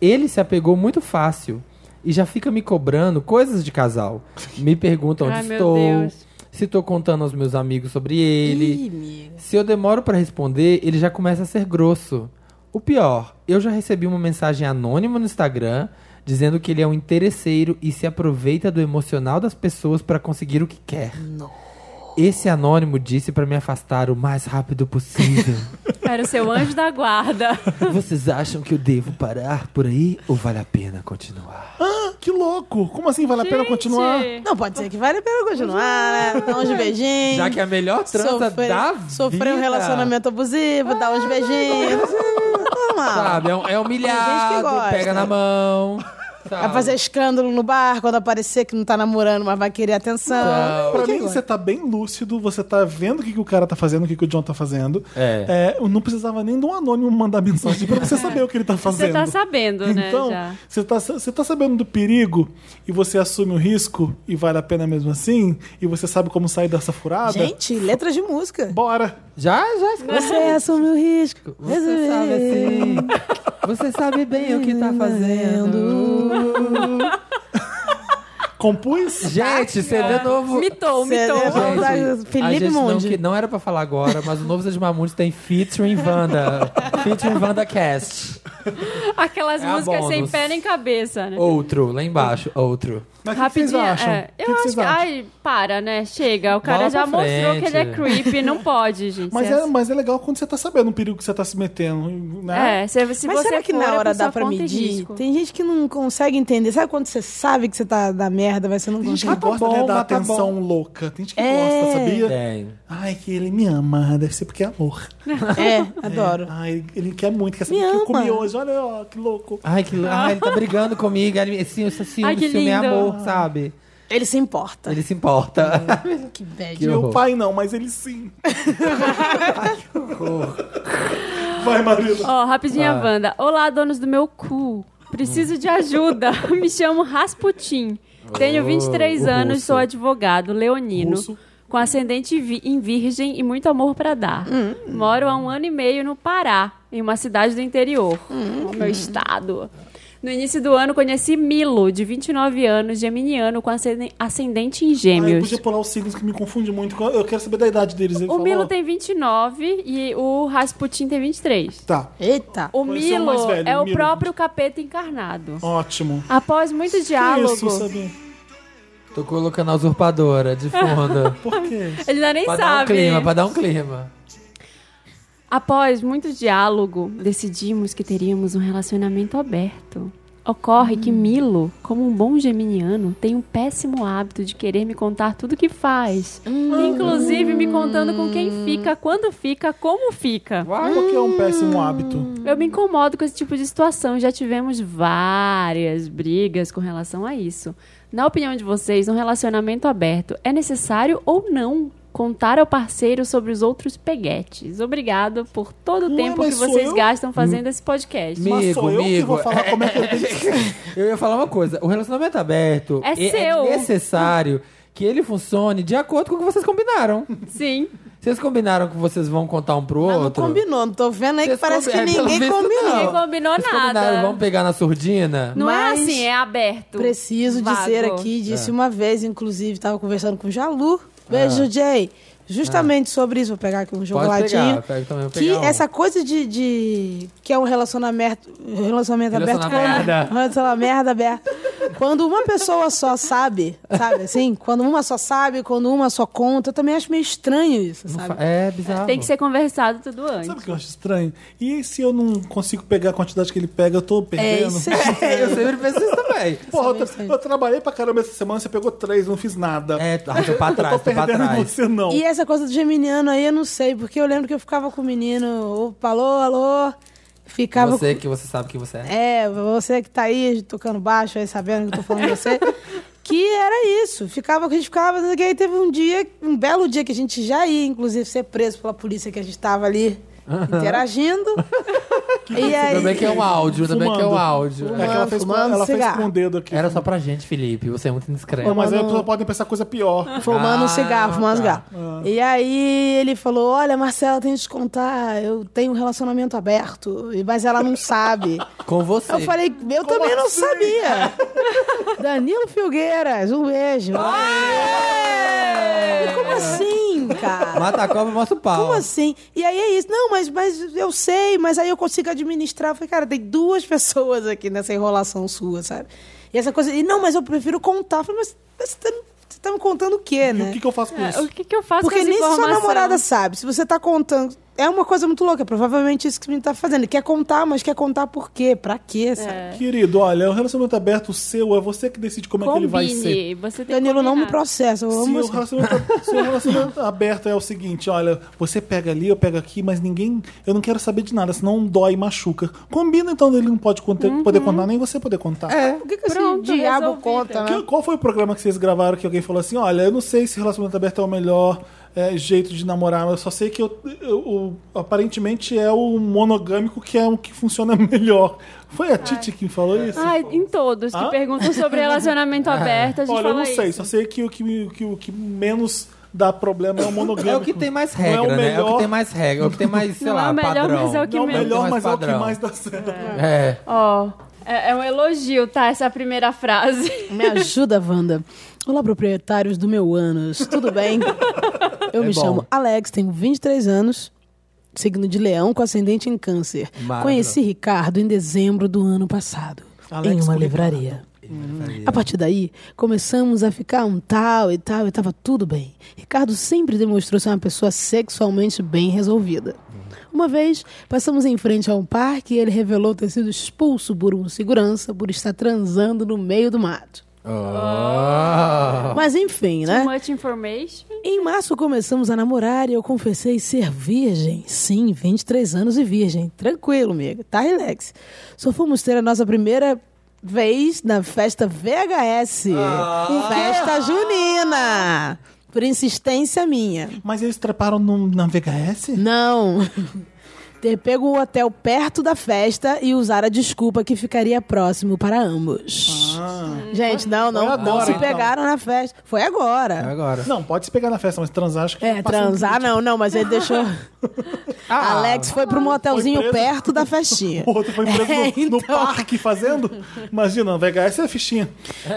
Speaker 1: Ele se apegou muito fácil e já fica me cobrando coisas de casal. Me pergunta onde
Speaker 3: Ai, meu
Speaker 1: estou,
Speaker 3: Deus.
Speaker 1: se tô contando aos meus amigos sobre ele. Se eu demoro pra responder, ele já começa a ser grosso. O pior, eu já recebi uma mensagem anônima no Instagram dizendo que ele é um interesseiro e se aproveita do emocional das pessoas pra conseguir o que quer. Esse anônimo disse pra me afastar o mais rápido possível.
Speaker 3: Era o seu anjo da guarda.
Speaker 1: Vocês acham que eu devo parar por aí ou vale a pena continuar?
Speaker 2: Ah, que louco! Como assim vale a pena continuar?
Speaker 3: Gente,
Speaker 4: Não, pode ser que vale a pena continuar, né? Dá uns beijinhos.
Speaker 1: Já que é a melhor trança
Speaker 4: sofrer-
Speaker 1: da
Speaker 4: Sofrer um
Speaker 1: vida.
Speaker 4: relacionamento abusivo, dá uns beijinhos. Normal.
Speaker 1: Sabe, é, um- é
Speaker 4: Tem gente que
Speaker 1: humilhado,
Speaker 4: gosta.
Speaker 1: pega na mão.
Speaker 4: Vai
Speaker 1: sabe?
Speaker 4: fazer escândalo no bar quando aparecer que não tá namorando, mas vai querer atenção.
Speaker 1: Não.
Speaker 2: Pra mim, você tá bem lúcido, você tá vendo o que, que o cara tá fazendo, o que, que o John tá fazendo.
Speaker 1: É.
Speaker 2: eu não precisava nem de um anônimo mandar mensagem pra você saber o que ele tá fazendo.
Speaker 3: Você tá sabendo, né?
Speaker 2: Então,
Speaker 3: já.
Speaker 2: você tá, você tá sabendo do perigo e você assume o risco e vale a pena mesmo assim? E você sabe como sair dessa furada?
Speaker 4: Gente, letras de música.
Speaker 2: Bora!
Speaker 1: Já, já escreveu.
Speaker 4: Você assume o risco.
Speaker 1: Você sabe assim. Você sabe bem o que tá fazendo.
Speaker 2: Compus?
Speaker 4: Tá
Speaker 1: Gente, CD novo.
Speaker 3: Mitou, mitou.
Speaker 2: É
Speaker 4: Você lembra da
Speaker 1: Gente, a
Speaker 4: Felipe
Speaker 1: gente não,
Speaker 4: Mundi.
Speaker 1: que não era pra falar agora, mas o novo Zé de Mamundi tem featuring Wanda. featuring Wanda Cast.
Speaker 3: Aquelas
Speaker 1: É a
Speaker 3: músicas sem
Speaker 1: bônus.
Speaker 3: pé nem cabeça, né?
Speaker 1: Outro, lá embaixo, outro.
Speaker 2: Mas o que que vocês
Speaker 3: Rapidinho,
Speaker 2: acham?
Speaker 3: é.
Speaker 2: O
Speaker 3: Eu
Speaker 2: que que
Speaker 3: acho
Speaker 2: vocês
Speaker 3: que.
Speaker 2: acham?
Speaker 3: Ai, para, né? Chega. O cara
Speaker 1: Bola
Speaker 3: já
Speaker 1: pra
Speaker 3: mostrou
Speaker 1: frente.
Speaker 3: que ele é creepy. Não pode, gente.
Speaker 2: Mas
Speaker 3: Você-
Speaker 2: é, mas é legal quando você tá sabendo o perigo que você tá se metendo, né?
Speaker 3: É, se, se
Speaker 4: Mas
Speaker 3: você
Speaker 4: será que
Speaker 3: for, é
Speaker 4: na
Speaker 3: por
Speaker 4: hora
Speaker 3: sua
Speaker 4: dá pra
Speaker 3: conta e
Speaker 4: medir?
Speaker 3: risco.
Speaker 4: Tem gente que não consegue entender. Sabe quando você sabe que você tá da merda, mas você não
Speaker 2: Tem gente que
Speaker 3: Ah,
Speaker 4: consegue?
Speaker 2: gosta né,
Speaker 1: bom,
Speaker 2: da
Speaker 1: mas tá
Speaker 2: atenção louca. Tem gente que
Speaker 4: É.
Speaker 2: gosta, sabia?
Speaker 1: Tem.
Speaker 2: Ai, que ele me ama. Deve ser porque é amor.
Speaker 4: É, adoro.
Speaker 2: Ai, ele- ele quer muito, quer saber
Speaker 4: Me
Speaker 2: o que eu
Speaker 4: ama.
Speaker 2: comi hoje. Olha, ó, que louco.
Speaker 1: Ai, que ai, ele tá brigando comigo. Ele, esse, esse ciúme,
Speaker 3: Ai, que
Speaker 1: ciúme é
Speaker 3: lindo.
Speaker 1: amor, sabe?
Speaker 4: Ele se importa.
Speaker 1: Ele se
Speaker 4: Uhum.
Speaker 1: importa.
Speaker 4: Que bad.
Speaker 1: Que
Speaker 2: Meu
Speaker 1: horror.
Speaker 2: pai não, mas ele sim. Vai, Marina.
Speaker 3: Ó, rapidinho a
Speaker 1: Ah.
Speaker 3: Wanda. Olá, donos do meu cu. Preciso de ajuda. Me chamo Rasputin. Tenho
Speaker 1: Oh,
Speaker 3: 23
Speaker 1: o
Speaker 3: anos,
Speaker 1: russo.
Speaker 3: sou advogado, leonino,
Speaker 2: Russo.
Speaker 3: com ascendente vi- em virgem e muito amor pra dar.
Speaker 4: Hum.
Speaker 3: Moro há um ano e meio no Pará, em uma cidade do interior,
Speaker 4: Hum.
Speaker 3: meu estado. No início do ano, conheci Milo, de 29 anos, geminiano, com ascenden- ascendente em
Speaker 2: Ai, eu
Speaker 3: gêmeos.
Speaker 2: podia pular os signos que me confunde muito. Eu quero saber da idade deles. Ele
Speaker 3: O
Speaker 2: falou.
Speaker 3: Milo tem 29 e o Rasputin tem 23.
Speaker 2: Tá,
Speaker 4: Eita.
Speaker 3: O
Speaker 2: Pois é o
Speaker 3: Milo
Speaker 2: mais velho,
Speaker 3: é
Speaker 2: o
Speaker 3: o
Speaker 2: Milo.
Speaker 3: próprio capeta encarnado.
Speaker 2: ótimo.
Speaker 3: Após muito diálogo,
Speaker 2: Isso, sabe?
Speaker 1: Tô colocando a usurpadora de fundo.
Speaker 2: Por quê?
Speaker 3: ele ainda nem
Speaker 1: pra dar um
Speaker 3: sabe.
Speaker 1: clima, pra dar um clima.
Speaker 3: Após muito diálogo, decidimos que teríamos um relacionamento aberto. Ocorre
Speaker 2: Hum.
Speaker 3: que Milo, como um bom geminiano, tem um péssimo hábito de querer me contar tudo que faz.
Speaker 2: Hum.
Speaker 3: Inclusive me contando com
Speaker 1: Hum.
Speaker 3: quem fica, quando fica, como fica.
Speaker 2: Porque é um péssimo hábito.
Speaker 3: Eu me incomodo com esse tipo de situação. Já tivemos várias brigas com relação a isso. Na opinião de vocês, um relacionamento aberto é necessário ou não contar ao parceiro sobre os outros peguetes? Obrigado por todo o
Speaker 2: Ué,
Speaker 3: tempo
Speaker 2: mas
Speaker 3: que
Speaker 2: sou
Speaker 3: vocês
Speaker 2: eu?
Speaker 3: gastam fazendo esse podcast.
Speaker 1: Me-
Speaker 2: Mas sou
Speaker 1: Amigo,
Speaker 2: eu que vou
Speaker 1: amigo.
Speaker 2: falar como é que eu tenho que ser.
Speaker 1: Eu ia falar uma coisa. O relacionamento aberto
Speaker 3: É seu.
Speaker 1: necessário que ele funcione de acordo com o que vocês combinaram.
Speaker 3: Sim.
Speaker 1: Vocês combinaram que vocês vão contar um pro
Speaker 4: Mas
Speaker 1: outro?
Speaker 4: não combinou, não tô vendo aí que
Speaker 1: Vocês
Speaker 4: parece que
Speaker 1: combi- é, pelo
Speaker 4: ninguém
Speaker 1: visto,
Speaker 4: combinou.
Speaker 1: não.
Speaker 3: Ninguém combinou
Speaker 1: Vocês combinaram,
Speaker 3: nada.
Speaker 1: vamos pegar na surdina?
Speaker 3: Não
Speaker 4: Mas
Speaker 3: é assim, é aberto.
Speaker 4: Preciso
Speaker 3: Vago.
Speaker 1: É.
Speaker 4: dizer aqui, disse uma vez, inclusive, tava conversando com o Jalu, Beijo, Jay. Justamente sobre isso, vou pegar aqui um
Speaker 1: É. Pode
Speaker 4: chocolatinho.
Speaker 1: pegar, pega também, vou
Speaker 4: Que
Speaker 1: pegar um.
Speaker 4: essa coisa de, de- que é um relacionamento, relacionamento aberto.
Speaker 1: Relaciona
Speaker 4: quando-
Speaker 1: merda.
Speaker 4: Relaciona merda aberta. Quando uma pessoa só sabe, sabe assim? Quando uma só sabe, quando uma só conta, eu também acho meio estranho isso,
Speaker 1: Não
Speaker 4: sabe?
Speaker 1: fa- É bizarro.
Speaker 3: Tem que ser conversado tudo antes.
Speaker 2: Sabe o que eu acho estranho? E se eu não consigo pegar a quantidade que ele pega, eu tô
Speaker 4: É,
Speaker 2: perdendo.
Speaker 4: isso é estranho.
Speaker 1: Eu sempre penso isso também.
Speaker 2: Porra, eu,
Speaker 4: meio
Speaker 2: tra-
Speaker 4: estranho.
Speaker 2: eu trabalhei pra caramba essa semana, você pegou três, não fiz nada.
Speaker 1: É, ah, tô pra
Speaker 2: eu
Speaker 1: trás, tô
Speaker 2: tô
Speaker 1: pra
Speaker 2: perdendo e
Speaker 1: trás.
Speaker 2: você, não.
Speaker 4: E
Speaker 2: É
Speaker 4: essa coisa do geminiano aí, eu não sei, porque eu lembro que eu ficava com o menino, opa, alô, alô, ficava
Speaker 1: Você que você sabe que você é.
Speaker 4: É, você que tá aí tocando baixo, aí sabendo que eu tô falando de você. Que era isso. Ficava, a gente ficava, não sei o quê, aí teve um dia, um belo dia que a gente já ia, inclusive, ser preso pela polícia que a gente tava ali interagindo. e
Speaker 1: Ainda bem
Speaker 4: aí.
Speaker 1: que é um áudio, ainda bem que é um
Speaker 2: Fumando.
Speaker 1: áudio.
Speaker 2: É que ela fez, com,
Speaker 4: fumando
Speaker 2: ela fez
Speaker 4: cigarro.
Speaker 2: com o dedo aqui.
Speaker 1: Era só pra gente, Felipe. Você é muito indiscreto.
Speaker 2: Não, mas aí a
Speaker 4: Fumando-
Speaker 2: pessoa pode pensar coisa pior.
Speaker 4: Fumando
Speaker 1: Ah,
Speaker 4: um cigarro, fumando um cigarro.
Speaker 1: tá.
Speaker 4: E aí ele falou: Olha, Marcela, tenho que te contar, eu tenho um relacionamento aberto, e- mas ela não sabe.
Speaker 1: Com você.
Speaker 4: Eu falei, eu também não
Speaker 2: assim?
Speaker 4: sabia. Danilo Filgueiras, um beijo.
Speaker 2: é.
Speaker 4: E
Speaker 3: É!
Speaker 4: como assim, cara?
Speaker 1: Mata a cobra e mostra o pau.
Speaker 4: Como assim? E aí é isso. Não, mas, mas eu sei, mas aí eu consigo administrar. Eu falei, cara, tem duas pessoas aqui nessa enrolação sua, sabe? E essa coisa. E não, mas eu prefiro contar. Eu falei, mas, mas você, tá, você tá me contando o quê,
Speaker 2: E
Speaker 4: né?
Speaker 2: o que, que eu faço com
Speaker 3: É,
Speaker 2: isso?
Speaker 3: O que, que eu faço
Speaker 4: Porque
Speaker 3: com essa
Speaker 4: nem sua
Speaker 3: informação?
Speaker 4: namorada sabe. Se você tá contando. É uma coisa muito louca. É provavelmente isso que o menino tá fazendo. Ele quer contar, mas quer contar por quê? Pra quê, sabe?
Speaker 3: É.
Speaker 2: Querido, olha, o relacionamento aberto seu é você que decide como é que ele vai ser.
Speaker 3: Combine. Você tem que
Speaker 4: Danilo, não me
Speaker 3: combinar.
Speaker 4: processa. Eu
Speaker 2: Se
Speaker 4: amo
Speaker 2: o,
Speaker 4: você.
Speaker 2: relacionamento, se o relacionamento aberto é o seguinte, olha, você pega ali, eu pego aqui, mas ninguém. Eu não quero saber de nada, senão dói e machuca. Combina então dele não pode conter- poder contar, nem você poder contar.
Speaker 4: É. O que, que
Speaker 3: Pronto,
Speaker 4: esse diabo
Speaker 3: resolvida.
Speaker 4: conta, né?
Speaker 2: Que- qual foi o programa que vocês gravaram que alguém falou assim: olha, eu não sei se relacionamento aberto é o melhor é, jeito de namorar, mas eu só sei que eu, eu- o- aparentemente é o monogâmico que é o que funciona melhor. Foi a Titi que falou isso?
Speaker 3: Ai, em todos que
Speaker 2: Ah?
Speaker 3: perguntam sobre relacionamento
Speaker 1: Ah.
Speaker 3: aberto, a gente
Speaker 2: Olha, eu
Speaker 3: fala
Speaker 2: não sei,
Speaker 3: isso.
Speaker 2: só sei que o que, me- que o que menos dá problema é o monogâmico.
Speaker 1: É o que tem mais
Speaker 2: Não é
Speaker 1: regra,
Speaker 2: o
Speaker 1: né? É o que
Speaker 2: melhor,
Speaker 1: tem mais regra, é o que tem mais, sei
Speaker 3: Não é
Speaker 1: lá,
Speaker 3: o melhor,
Speaker 1: padrão.
Speaker 3: mas é o que
Speaker 2: não é o
Speaker 3: menos.
Speaker 2: melhor,
Speaker 1: mais
Speaker 2: mas é o que
Speaker 1: padrão.
Speaker 2: mais dá certo.
Speaker 1: É.
Speaker 3: Ó, é, é um elogio, tá? Essa primeira frase.
Speaker 4: Me ajuda, Wanda. Olá, proprietários do meu ânus. Tudo bem? Eu
Speaker 1: É
Speaker 4: me
Speaker 1: bom.
Speaker 4: chamo Alex, tenho 23 anos, signo de leão com ascendente em câncer.
Speaker 1: Maravilhoso.
Speaker 4: Conheci Ricardo em dezembro do ano passado,
Speaker 2: Alex
Speaker 4: em uma
Speaker 2: com
Speaker 4: livraria.
Speaker 3: Hum.
Speaker 4: A partir daí, começamos a ficar um tal e tal, e tava tudo bem. Ricardo sempre demonstrou ser uma pessoa sexualmente bem resolvida. Uma vez, passamos em frente a um parque e ele revelou ter sido expulso por um segurança por estar transando no meio do mato.
Speaker 1: Oh.
Speaker 4: Mas enfim,
Speaker 3: Too
Speaker 4: né?
Speaker 3: much information.
Speaker 4: Em março começamos a namorar e eu confessei ser virgem. Sim, 23 anos e virgem. Tranquilo, amiga. Tá relax. Só fomos ter a nossa primeira vez na festa VHS.
Speaker 2: Ah.
Speaker 4: Festa junina. Por insistência minha.
Speaker 2: Mas eles treparam no- na VHS?
Speaker 4: Não. Ter pego o hotel perto da festa e usar a desculpa que ficaria próximo para ambos. Gente, não, não,
Speaker 2: Ah. Foi
Speaker 4: não
Speaker 2: agora,
Speaker 4: se
Speaker 2: então.
Speaker 4: pegaram na festa. Foi
Speaker 1: É
Speaker 4: agora.
Speaker 1: agora.
Speaker 2: Não, pode se pegar na festa, mas transar acho que
Speaker 4: É,
Speaker 2: passa um
Speaker 4: transar não, não, mas ele deixou. Alex foi pro motelzinho
Speaker 2: Ah, Foi preso.
Speaker 4: perto da festinha.
Speaker 2: O outro foi preso no,
Speaker 4: É,
Speaker 2: no
Speaker 4: então.
Speaker 2: parque fazendo. Imagina, VHS é fichinha.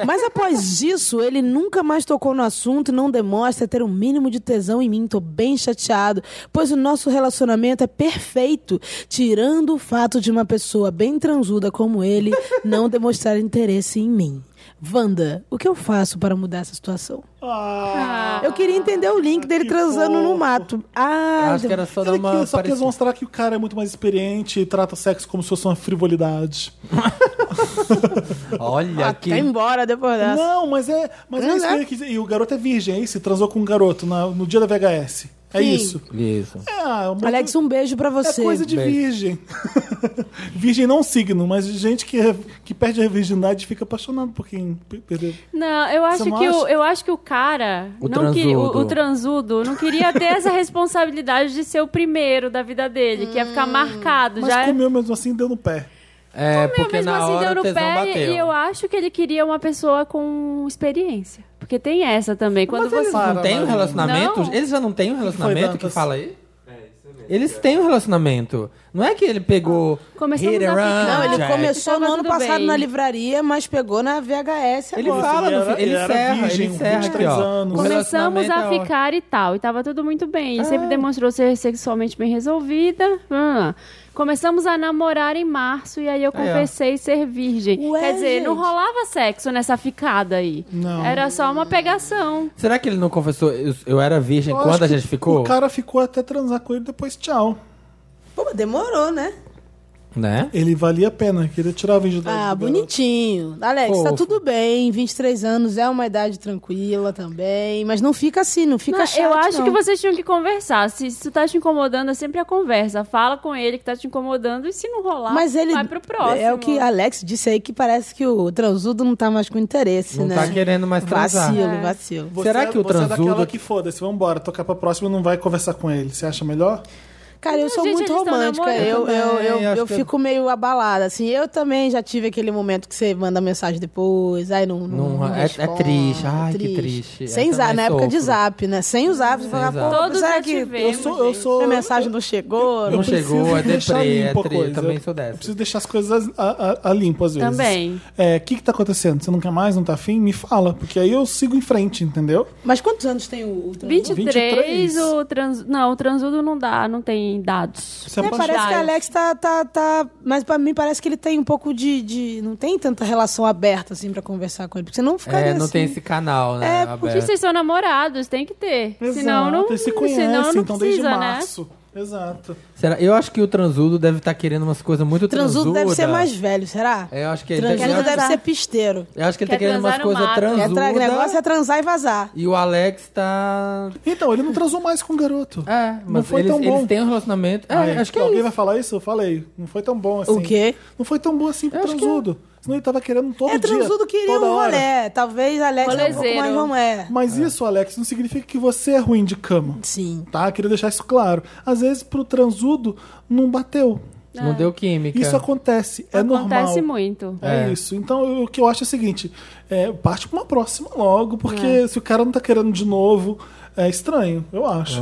Speaker 4: Mas após isso, ele nunca mais tocou no assunto e não demonstra ter o mínimo de tesão em mim. Tô bem chateado, pois o nosso relacionamento é perfeito, tirando o fato de uma pessoa bem transuda como ele não demonstrar interesse em mim. Wanda, o que eu faço para mudar essa situação?
Speaker 2: Ah,
Speaker 4: eu queria entender o link dele
Speaker 2: que
Speaker 4: transando no
Speaker 2: fofo.
Speaker 4: mato. Ah,
Speaker 1: Acho que era só
Speaker 2: Só,
Speaker 1: dar uma.
Speaker 2: só quis
Speaker 1: parecida.
Speaker 2: mostrar que o cara é muito mais experiente e trata o sexo como se fosse uma frivolidade.
Speaker 3: Ah,
Speaker 1: Olha que.
Speaker 4: vai embora depois dessa.
Speaker 2: Não, mas é. Mas é
Speaker 4: Não,
Speaker 2: isso
Speaker 4: né?
Speaker 2: que eu quis dizer. E o garoto é virgem, é isso? Transou com um garoto na- no dia da VHS. É
Speaker 4: Sim.
Speaker 2: isso.
Speaker 1: Isso.
Speaker 2: É, uma-
Speaker 4: Alex, um beijo pra
Speaker 2: é
Speaker 4: você.
Speaker 2: coisa de
Speaker 1: Beijo.
Speaker 2: virgem. virgem não signo, mas gente que, que perde a virgindade fica apaixonado por quem pe- perdeu.
Speaker 3: Não, eu acho
Speaker 2: Você não
Speaker 3: que o,
Speaker 2: acha?
Speaker 3: eu acho que o cara,
Speaker 1: O
Speaker 3: não que- o,
Speaker 1: transudo.
Speaker 3: o transudo, não queria ter essa responsabilidade de ser o primeiro da vida dele, que ia ficar marcado.
Speaker 2: Hum, Mas
Speaker 4: é.
Speaker 3: já
Speaker 2: comeu mesmo assim e deu no pé.
Speaker 1: É,
Speaker 3: Meu,
Speaker 1: porque
Speaker 3: mesmo
Speaker 1: na
Speaker 3: assim
Speaker 1: hora
Speaker 3: deu
Speaker 1: o
Speaker 3: no
Speaker 1: tesão
Speaker 3: pé e-
Speaker 1: bateu.
Speaker 3: e eu acho que ele queria uma pessoa com experiência. Porque tem essa também. Quando
Speaker 1: Mas eles
Speaker 3: você.
Speaker 1: não têm um
Speaker 2: Não.
Speaker 1: relacionamento?
Speaker 3: Não.
Speaker 1: Eles já não têm um
Speaker 2: foi, assim?
Speaker 1: relacionamento que
Speaker 2: Dantas?
Speaker 1: fala aí? Eles têm um relacionamento. Não é que ele pegou.
Speaker 3: Começamos
Speaker 1: Hit
Speaker 3: a
Speaker 1: and
Speaker 3: ficar.
Speaker 1: Run, é,
Speaker 4: Não, ele
Speaker 1: Jack.
Speaker 4: começou
Speaker 3: Tava
Speaker 4: no ano
Speaker 3: tudo
Speaker 4: passado
Speaker 3: bem.
Speaker 4: na livraria, mas pegou na VHS
Speaker 1: Ele
Speaker 4: agora.
Speaker 1: fala, no
Speaker 2: Ele
Speaker 1: fim,
Speaker 2: era-
Speaker 1: ele
Speaker 2: ele era
Speaker 1: encerra, ele
Speaker 2: virgem,
Speaker 1: encerra aqui,
Speaker 2: 23
Speaker 1: ó.
Speaker 2: anos.
Speaker 1: O
Speaker 3: Começamos
Speaker 1: relacionamento
Speaker 3: a
Speaker 1: é ótimo.
Speaker 3: ficar e tal, e tava tudo muito bem. E sempre
Speaker 4: Ah.
Speaker 3: demonstrou ser sexualmente bem resolvida. Ah. Começamos a namorar em março e aí eu
Speaker 1: Aí, ó.
Speaker 3: confessei ser virgem.
Speaker 4: Ué,
Speaker 3: Quer dizer, não
Speaker 4: gente.
Speaker 3: rolava sexo nessa ficada aí.
Speaker 2: Não.
Speaker 3: Era só uma pegação.
Speaker 1: Será que ele não confessou? Eu, eu era virgem
Speaker 2: Eu
Speaker 1: quando
Speaker 2: acho
Speaker 1: a
Speaker 2: que
Speaker 1: gente ficou?
Speaker 2: O cara ficou até transar com ele depois, tchau.
Speaker 4: Pô, mas demorou, né?
Speaker 1: Né?
Speaker 2: Ele valia a pena, queria tirar a virgindade.
Speaker 4: Ah,
Speaker 2: dela.
Speaker 4: bonitinho. Alex, tá
Speaker 1: Fofo.
Speaker 4: tudo bem. 23 anos é uma idade tranquila também. Mas não fica assim, não fica
Speaker 3: Não,
Speaker 4: chato.
Speaker 3: eu acho
Speaker 4: não.
Speaker 3: que vocês tinham que conversar. Se isso tá te incomodando, é sempre a conversa. Fala com ele que tá te incomodando e se não rolar,
Speaker 4: Mas ele.
Speaker 3: vai pro próximo.
Speaker 4: É o que Alex disse aí, que parece que o transudo não tá mais com interesse,
Speaker 1: Não
Speaker 4: né?
Speaker 1: tá querendo mais transar.
Speaker 4: Vacilo,
Speaker 3: É.
Speaker 4: vacilo.
Speaker 2: Você
Speaker 1: Será
Speaker 2: é-
Speaker 1: que o
Speaker 2: você é daquela
Speaker 1: transudo-
Speaker 2: que foda-se, vambora, tocar pra próxima não vai conversar com ele. Você acha melhor?
Speaker 4: Cara, eu
Speaker 3: Não,
Speaker 4: sou
Speaker 3: gente,
Speaker 4: muito
Speaker 3: eles tão
Speaker 4: romântica.
Speaker 3: namorando.
Speaker 4: Eu, eu, eu,
Speaker 1: Eu também,
Speaker 4: eu
Speaker 1: acho que eu-
Speaker 4: fico meio abalada, assim. Eu também já tive aquele momento que você manda mensagem depois, aí não. não,
Speaker 1: Não,
Speaker 4: não
Speaker 1: é- é
Speaker 4: responde,
Speaker 1: triste. Ai, que triste.
Speaker 4: Sem
Speaker 1: Eu
Speaker 4: zap, na
Speaker 1: também
Speaker 4: época de
Speaker 1: sofro.
Speaker 4: zap, né? Sem o zap, você fala,
Speaker 1: zap.
Speaker 4: pô,
Speaker 3: Todos
Speaker 4: será
Speaker 3: já
Speaker 4: que.
Speaker 3: tivemos,
Speaker 2: eu sou, eu
Speaker 3: gente.
Speaker 2: sou.
Speaker 4: A mensagem não chegou.
Speaker 2: eu
Speaker 1: Não
Speaker 2: preciso
Speaker 1: chegou, é
Speaker 2: deixar
Speaker 1: deprê, é
Speaker 2: limpo a
Speaker 1: tri.
Speaker 2: coisa.
Speaker 1: Eu também sou dessa.
Speaker 2: Eu preciso deixar as coisas a, a- a limpo às vezes.
Speaker 3: Também.
Speaker 2: É, o que que tá acontecendo? Você não quer mais, não tá afim? Me fala, porque aí eu sigo em frente, entendeu?
Speaker 4: Mas quantos anos tem o, o transudo?
Speaker 3: 23,
Speaker 2: 23.
Speaker 3: o trans... Não, o transudo não dá, não tem dados.
Speaker 2: Você
Speaker 4: É,
Speaker 2: apaixona-
Speaker 4: parece que o
Speaker 3: Vários.
Speaker 4: Alex tá, tá, tá. Mas pra mim parece que ele tem um pouco de. de- não tem tanta relação aberta, assim, pra conversar com ele. Porque você não ficaria
Speaker 1: É, não
Speaker 4: assim.
Speaker 1: tem esse canal, né?
Speaker 4: É,
Speaker 3: Porque
Speaker 1: aberto.
Speaker 3: vocês são namorados, tem que ter. senão não,
Speaker 2: Exato, eles se conhecem,
Speaker 3: senão não
Speaker 2: então desde
Speaker 3: precisa, né?
Speaker 2: março. Exato.
Speaker 1: Será? Eu acho que o transudo deve estar querendo umas coisas muito
Speaker 4: Transudo deve ser
Speaker 1: transuda.
Speaker 4: mais velho, será?
Speaker 1: É, eu acho que ele deve-
Speaker 4: Transudo
Speaker 3: Quer
Speaker 4: deve
Speaker 3: transar.
Speaker 4: ser pisteiro.
Speaker 1: Eu acho que ele
Speaker 3: Quer
Speaker 1: tá querendo
Speaker 3: transar
Speaker 1: umas
Speaker 3: no
Speaker 1: coisas
Speaker 3: mato.
Speaker 4: É, tra- o negócio é
Speaker 1: transuda.
Speaker 4: transar e vazar.
Speaker 1: E o Alex tá.
Speaker 2: Então, ele não transou mais com o garoto.
Speaker 1: É, mas
Speaker 2: não foi
Speaker 1: eles,
Speaker 2: tão bom.
Speaker 1: eles têm um relacionamento. É,
Speaker 2: Aí,
Speaker 1: acho que é
Speaker 2: alguém
Speaker 1: isso.
Speaker 2: vai falar isso? Eu falei. Não foi tão bom assim.
Speaker 4: O quê?
Speaker 2: Não foi tão bom assim pro
Speaker 1: Eu acho que é.
Speaker 2: transudo. Senão ele tava querendo todo
Speaker 4: É
Speaker 2: dia.
Speaker 4: transudo queria
Speaker 2: toda
Speaker 4: um
Speaker 2: hora.
Speaker 4: rolé. Talvez Alex tá um pouco
Speaker 3: Rolezeiro.
Speaker 4: mais romé.
Speaker 2: Mas isso, Alex, não significa que você é ruim de cama.
Speaker 4: Sim.
Speaker 2: Tá? Queria deixar isso claro. Às vezes, pro transudo, não bateu.
Speaker 1: Não deu química.
Speaker 2: Isso acontece. É normal.
Speaker 3: Acontece muito.
Speaker 2: É,
Speaker 1: É.
Speaker 2: isso. Então, eu- o que eu acho é o seguinte: é, parte pra uma próxima logo, porque
Speaker 4: É.
Speaker 2: se o cara não tá querendo de novo, é estranho, eu acho.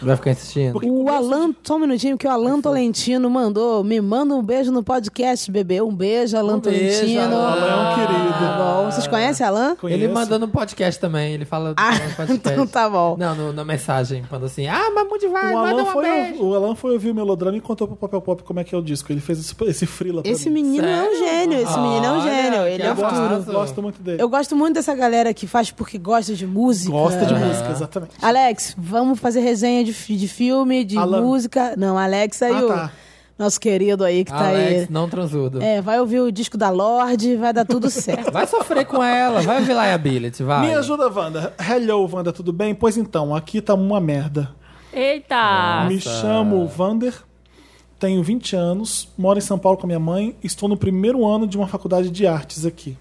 Speaker 1: Vai ficar insistindo.
Speaker 4: O Alan, só um minutinho, que o Alan Tolentino mandou. Me manda um beijo no podcast, bebê. Um beijo, Alan
Speaker 1: Um beijo,
Speaker 4: Tolentino.
Speaker 1: Alan.
Speaker 2: Alan é um querido.
Speaker 4: Tá bom. Vocês conhecem Alan?
Speaker 1: Ele
Speaker 2: Conheço.
Speaker 1: mandou no podcast também, ele fala
Speaker 4: Ah,
Speaker 1: fala no podcast.
Speaker 4: então tá bom.
Speaker 1: Não, no- na mensagem, manda assim, ah, mas onde vai?
Speaker 2: O
Speaker 1: Manda
Speaker 2: Alan,
Speaker 4: um
Speaker 1: uma
Speaker 2: foi,
Speaker 1: beijo.
Speaker 2: o Alan foi ouvir o melodrama e contou pro Papel Pop como é que é o disco. Ele fez esse, esse frila pra
Speaker 4: Esse
Speaker 2: mim.
Speaker 4: menino é um
Speaker 1: Sério?
Speaker 4: gênio. Esse menino é um
Speaker 1: Olha,
Speaker 4: gênio.
Speaker 1: que
Speaker 4: Ele é
Speaker 2: Eu
Speaker 4: o
Speaker 1: gostoso.
Speaker 4: futuro.
Speaker 2: gosto, gosto muito dele.
Speaker 4: Eu gosto muito dessa galera que faz porque gosta de música.
Speaker 2: Gosta de música, exatamente.
Speaker 4: Alex, vamos fazer resenha de, fi- de filme, de
Speaker 2: Alan.
Speaker 4: música. Não, Alex aí,
Speaker 2: Ah,
Speaker 4: o
Speaker 2: tá.
Speaker 4: nosso querido aí que tá
Speaker 1: Alex,
Speaker 4: aí.
Speaker 1: não transudo.
Speaker 4: É, vai ouvir o disco da Lorde, vai dar tudo certo.
Speaker 1: Vai sofrer com ela, vai ver liability, vai.
Speaker 2: Me ajuda, Wanda. Hello, Wanda, tudo bem? Pois então, aqui tá uma merda.
Speaker 3: Eita!
Speaker 2: É. Ah, Me chamo Vander, tenho 20 anos, moro em São Paulo com a minha mãe, estou no primeiro ano de uma faculdade de artes aqui.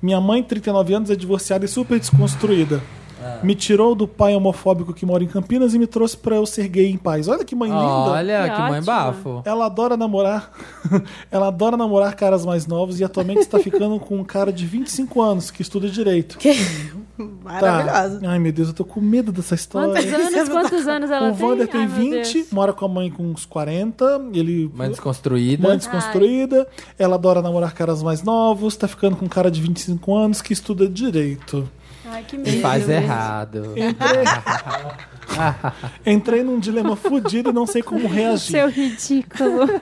Speaker 2: Minha mãe, 39 anos, é divorciada e super desconstruída. Me tirou do pai homofóbico que mora em Campinas e me trouxe pra eu ser gay em paz. Olha que mãe linda.
Speaker 1: Olha,
Speaker 3: Que
Speaker 1: que, mãe
Speaker 3: ótima.
Speaker 1: bafo.
Speaker 2: Ela adora namorar. Ela adora namorar caras mais novos e atualmente está ficando com um cara de 25 anos que estuda direito.
Speaker 4: Que...
Speaker 2: Tá.
Speaker 4: Maravilhoso.
Speaker 2: Ai, meu Deus, eu tô com medo dessa história.
Speaker 3: Quantos anos, quantos anos ela
Speaker 2: O
Speaker 3: tem?
Speaker 2: Wander tem
Speaker 3: Ai, meu
Speaker 2: 20,
Speaker 3: Deus.
Speaker 2: mora com a mãe com uns 40. Ele.
Speaker 1: Mãe desconstruída.
Speaker 2: Mãe desconstruída. Ela adora namorar caras mais novos, tá ficando com um cara de 25 anos que estuda direito.
Speaker 3: Ai, que
Speaker 1: E
Speaker 3: medo.
Speaker 1: faz errado.
Speaker 2: É. Entrei num dilema fudido e não sei como reagir.
Speaker 3: Seu ridículo.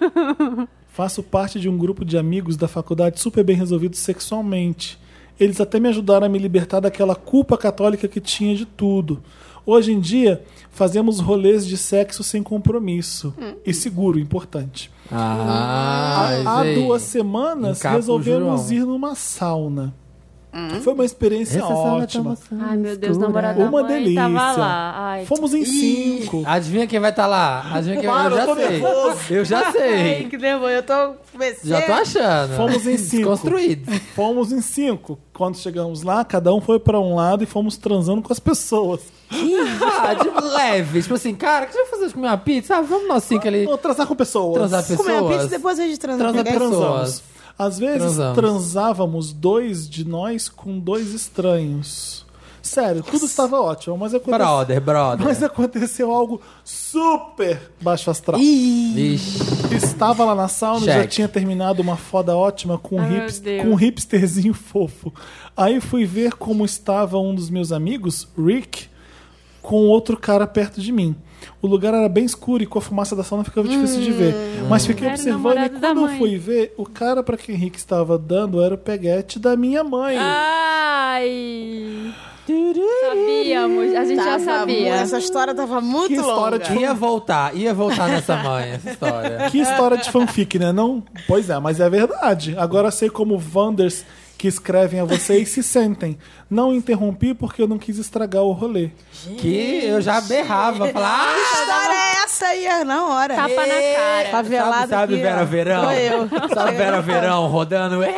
Speaker 2: Faço parte de um grupo de amigos da faculdade super bem resolvidos sexualmente. Eles até me ajudaram a me libertar daquela culpa católica que tinha de tudo. Hoje em dia, fazemos rolês de sexo sem compromisso. E seguro, importante.
Speaker 1: Ah,
Speaker 2: Há
Speaker 1: gente.
Speaker 2: duas semanas,
Speaker 1: Encapa o
Speaker 2: resolvemos
Speaker 1: João.
Speaker 2: ir numa sauna. Foi uma experiência
Speaker 1: Essa sala tá
Speaker 2: ótima.
Speaker 1: mostrando.
Speaker 3: Ai, meu Deus, namorado da
Speaker 2: Uma
Speaker 3: mãe
Speaker 2: delícia.
Speaker 3: tava lá. Ai,
Speaker 2: Fomos em
Speaker 1: Ih,
Speaker 2: cinco.
Speaker 1: Adivinha quem vai estar lá? Adivinha quem vai
Speaker 2: Para, eu tô
Speaker 1: Eu já
Speaker 2: nervoso.
Speaker 1: sei. Eu já sei.
Speaker 4: que nervoso. Eu tô comecei.
Speaker 1: Já tá? tô achando.
Speaker 2: Fomos em cinco.
Speaker 1: Desconstruídos.
Speaker 2: Fomos em cinco. Quando chegamos lá, cada um foi para um lado e fomos transando com as pessoas.
Speaker 1: Ah, de leve. Tipo assim, cara, o que você vai fazer de comer uma pizza? Ah, vamos nós cinco ali.
Speaker 2: Ou transar com pessoas.
Speaker 1: Transar com
Speaker 4: Comer uma
Speaker 1: pessoas.
Speaker 4: pizza depois a gente transa.
Speaker 1: Transa
Speaker 4: Ninguém-
Speaker 1: pessoas.
Speaker 2: Transamos. Às vezes
Speaker 1: Transamos.
Speaker 2: transávamos dois de nós com dois estranhos. Sério, tudo estava ótimo, mas aconteceu,
Speaker 1: Brother, brother.
Speaker 2: mas é aconteceu algo super baixo astral.
Speaker 1: Vixe.
Speaker 2: Estava lá na sauna,
Speaker 1: Check.
Speaker 2: já tinha terminado uma foda ótima com um,
Speaker 3: Ai, Ah, meu
Speaker 2: hips-
Speaker 3: Deus.
Speaker 2: com um hipsterzinho fofo. Aí fui ver como estava um dos meus amigos, Rick, com outro cara perto de mim. O lugar era bem escuro e com a fumaça da sauna ficava difícil de ver. Mas fiquei
Speaker 3: Hum. Era o
Speaker 2: observando e
Speaker 3: namorado da
Speaker 2: quando eu
Speaker 3: mãe.
Speaker 2: fui ver, o cara para quem Rick estava dando era o peguete da minha mãe.
Speaker 3: Ah, Ai! Sabíamos, a gente já
Speaker 4: Tava
Speaker 3: sabia.
Speaker 4: mu- Essa história tava muito
Speaker 2: Que história
Speaker 4: longa.
Speaker 2: de
Speaker 1: Ia voltar, ia voltar nessa mãe, essa história.
Speaker 2: Que história de fanfic, né? Não? Pois é, mas é verdade. Agora sei como Wanders que escrevem a vocês se sentem. Não interrompi porque eu não quis estragar o rolê.
Speaker 1: Que eu já berrava, falava,
Speaker 4: Que
Speaker 1: ah,
Speaker 4: história é essa aí? É na hora.
Speaker 3: Tapa na cara.
Speaker 4: Favelado
Speaker 1: sabe, sabe
Speaker 4: aqui, ó.
Speaker 1: Vera Verão?
Speaker 4: Sou eu.
Speaker 1: Sabe Vera Verão rodando? É.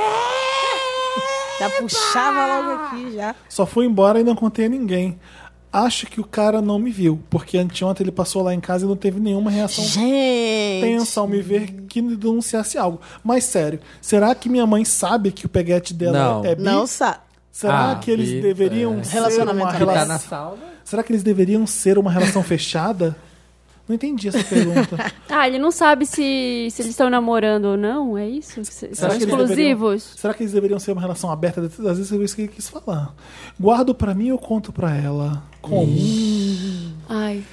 Speaker 4: Já puxava logo aqui, já.
Speaker 2: Só fui embora e não contei a ninguém. Acho que o cara não me viu, porque anteontem ele passou lá em casa e não teve nenhuma reação
Speaker 4: Gente.
Speaker 2: tensa ao me ver que denunciasse algo. Mas sério, será que minha mãe sabe que o peguete dela
Speaker 1: Não.
Speaker 2: é bi?
Speaker 4: Não sabe.
Speaker 2: Será
Speaker 1: Ah,
Speaker 2: que eles
Speaker 1: bi,
Speaker 2: deveriam
Speaker 1: é.
Speaker 2: ser
Speaker 4: Relacionamento
Speaker 2: uma
Speaker 4: aberto.
Speaker 1: Tá
Speaker 2: relação...
Speaker 1: na sauna?
Speaker 2: Será que eles deveriam ser uma relação fechada? Não entendi essa pergunta.
Speaker 3: Ah, ele não sabe se, se eles estão namorando ou não, é isso? Se-
Speaker 2: Será
Speaker 3: São
Speaker 2: que eles deveriam-
Speaker 3: exclusivos?
Speaker 2: será que eles deveriam ser uma relação aberta? Às vezes foi isso que ele quis falar. Guardo pra mim ou conto pra ela? Como?
Speaker 3: Ai.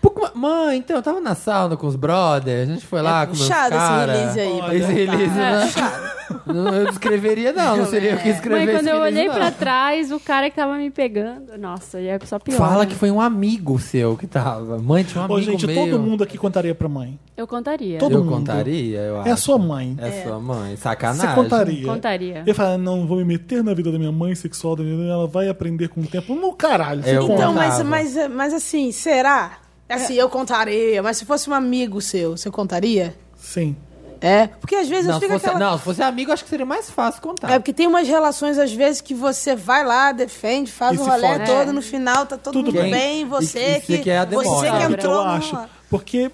Speaker 1: Pouco- Mãe, então, eu tava na sauna com os brothers, a gente foi lá com meus
Speaker 4: É puxado esse
Speaker 1: cara.
Speaker 4: release aí É pra
Speaker 1: Esse
Speaker 4: contar.
Speaker 1: release, né? Não, eu descreveria, não, não seria eu
Speaker 4: é.
Speaker 1: que escreveria
Speaker 3: Mãe, quando
Speaker 1: esse
Speaker 3: eu
Speaker 1: release,
Speaker 3: olhei
Speaker 1: não.
Speaker 3: pra trás, o cara que tava me pegando. Nossa, e é só pior.
Speaker 1: Fala
Speaker 3: né?
Speaker 1: que foi um amigo seu que tava. Mãe, tinha um
Speaker 2: Ô,
Speaker 1: amigo
Speaker 2: gente,
Speaker 1: meu.
Speaker 2: todo mundo aqui contaria pra mãe.
Speaker 3: Eu contaria.
Speaker 2: Todo-
Speaker 1: eu
Speaker 2: mundo.
Speaker 1: contaria, eu acho.
Speaker 2: É a sua mãe.
Speaker 1: É, sua mãe.
Speaker 2: Você
Speaker 1: Sacanagem.
Speaker 2: contaria.
Speaker 3: Contaria.
Speaker 2: Eu falo, não vou me meter na vida da minha mãe sexual, da minha mãe, ela vai aprender com o tempo. No caralho, você
Speaker 1: Eu
Speaker 2: conta.
Speaker 4: Então, mas,
Speaker 1: contava.
Speaker 4: mas, mas assim, será? Assim, eu contaria, mas se fosse um amigo seu, você contaria?
Speaker 2: Sim.
Speaker 4: É? Porque às vezes
Speaker 1: Não se,
Speaker 4: fica
Speaker 1: fosse,
Speaker 4: aquela...
Speaker 1: não, se fosse amigo, acho que seria mais fácil contar.
Speaker 4: É porque tem umas relações, às vezes, que você vai lá, defende, faz
Speaker 2: E
Speaker 4: o
Speaker 2: se
Speaker 4: rolê
Speaker 2: fode.
Speaker 4: todo, no final tá todo
Speaker 2: Tudo
Speaker 4: mundo
Speaker 1: bem.
Speaker 4: bem,
Speaker 1: E-
Speaker 4: você
Speaker 1: e
Speaker 4: que.
Speaker 1: você que é a
Speaker 4: você
Speaker 1: demora.
Speaker 4: que
Speaker 2: Sabe o
Speaker 4: entrou.
Speaker 2: que eu
Speaker 4: no-
Speaker 2: acho? Porque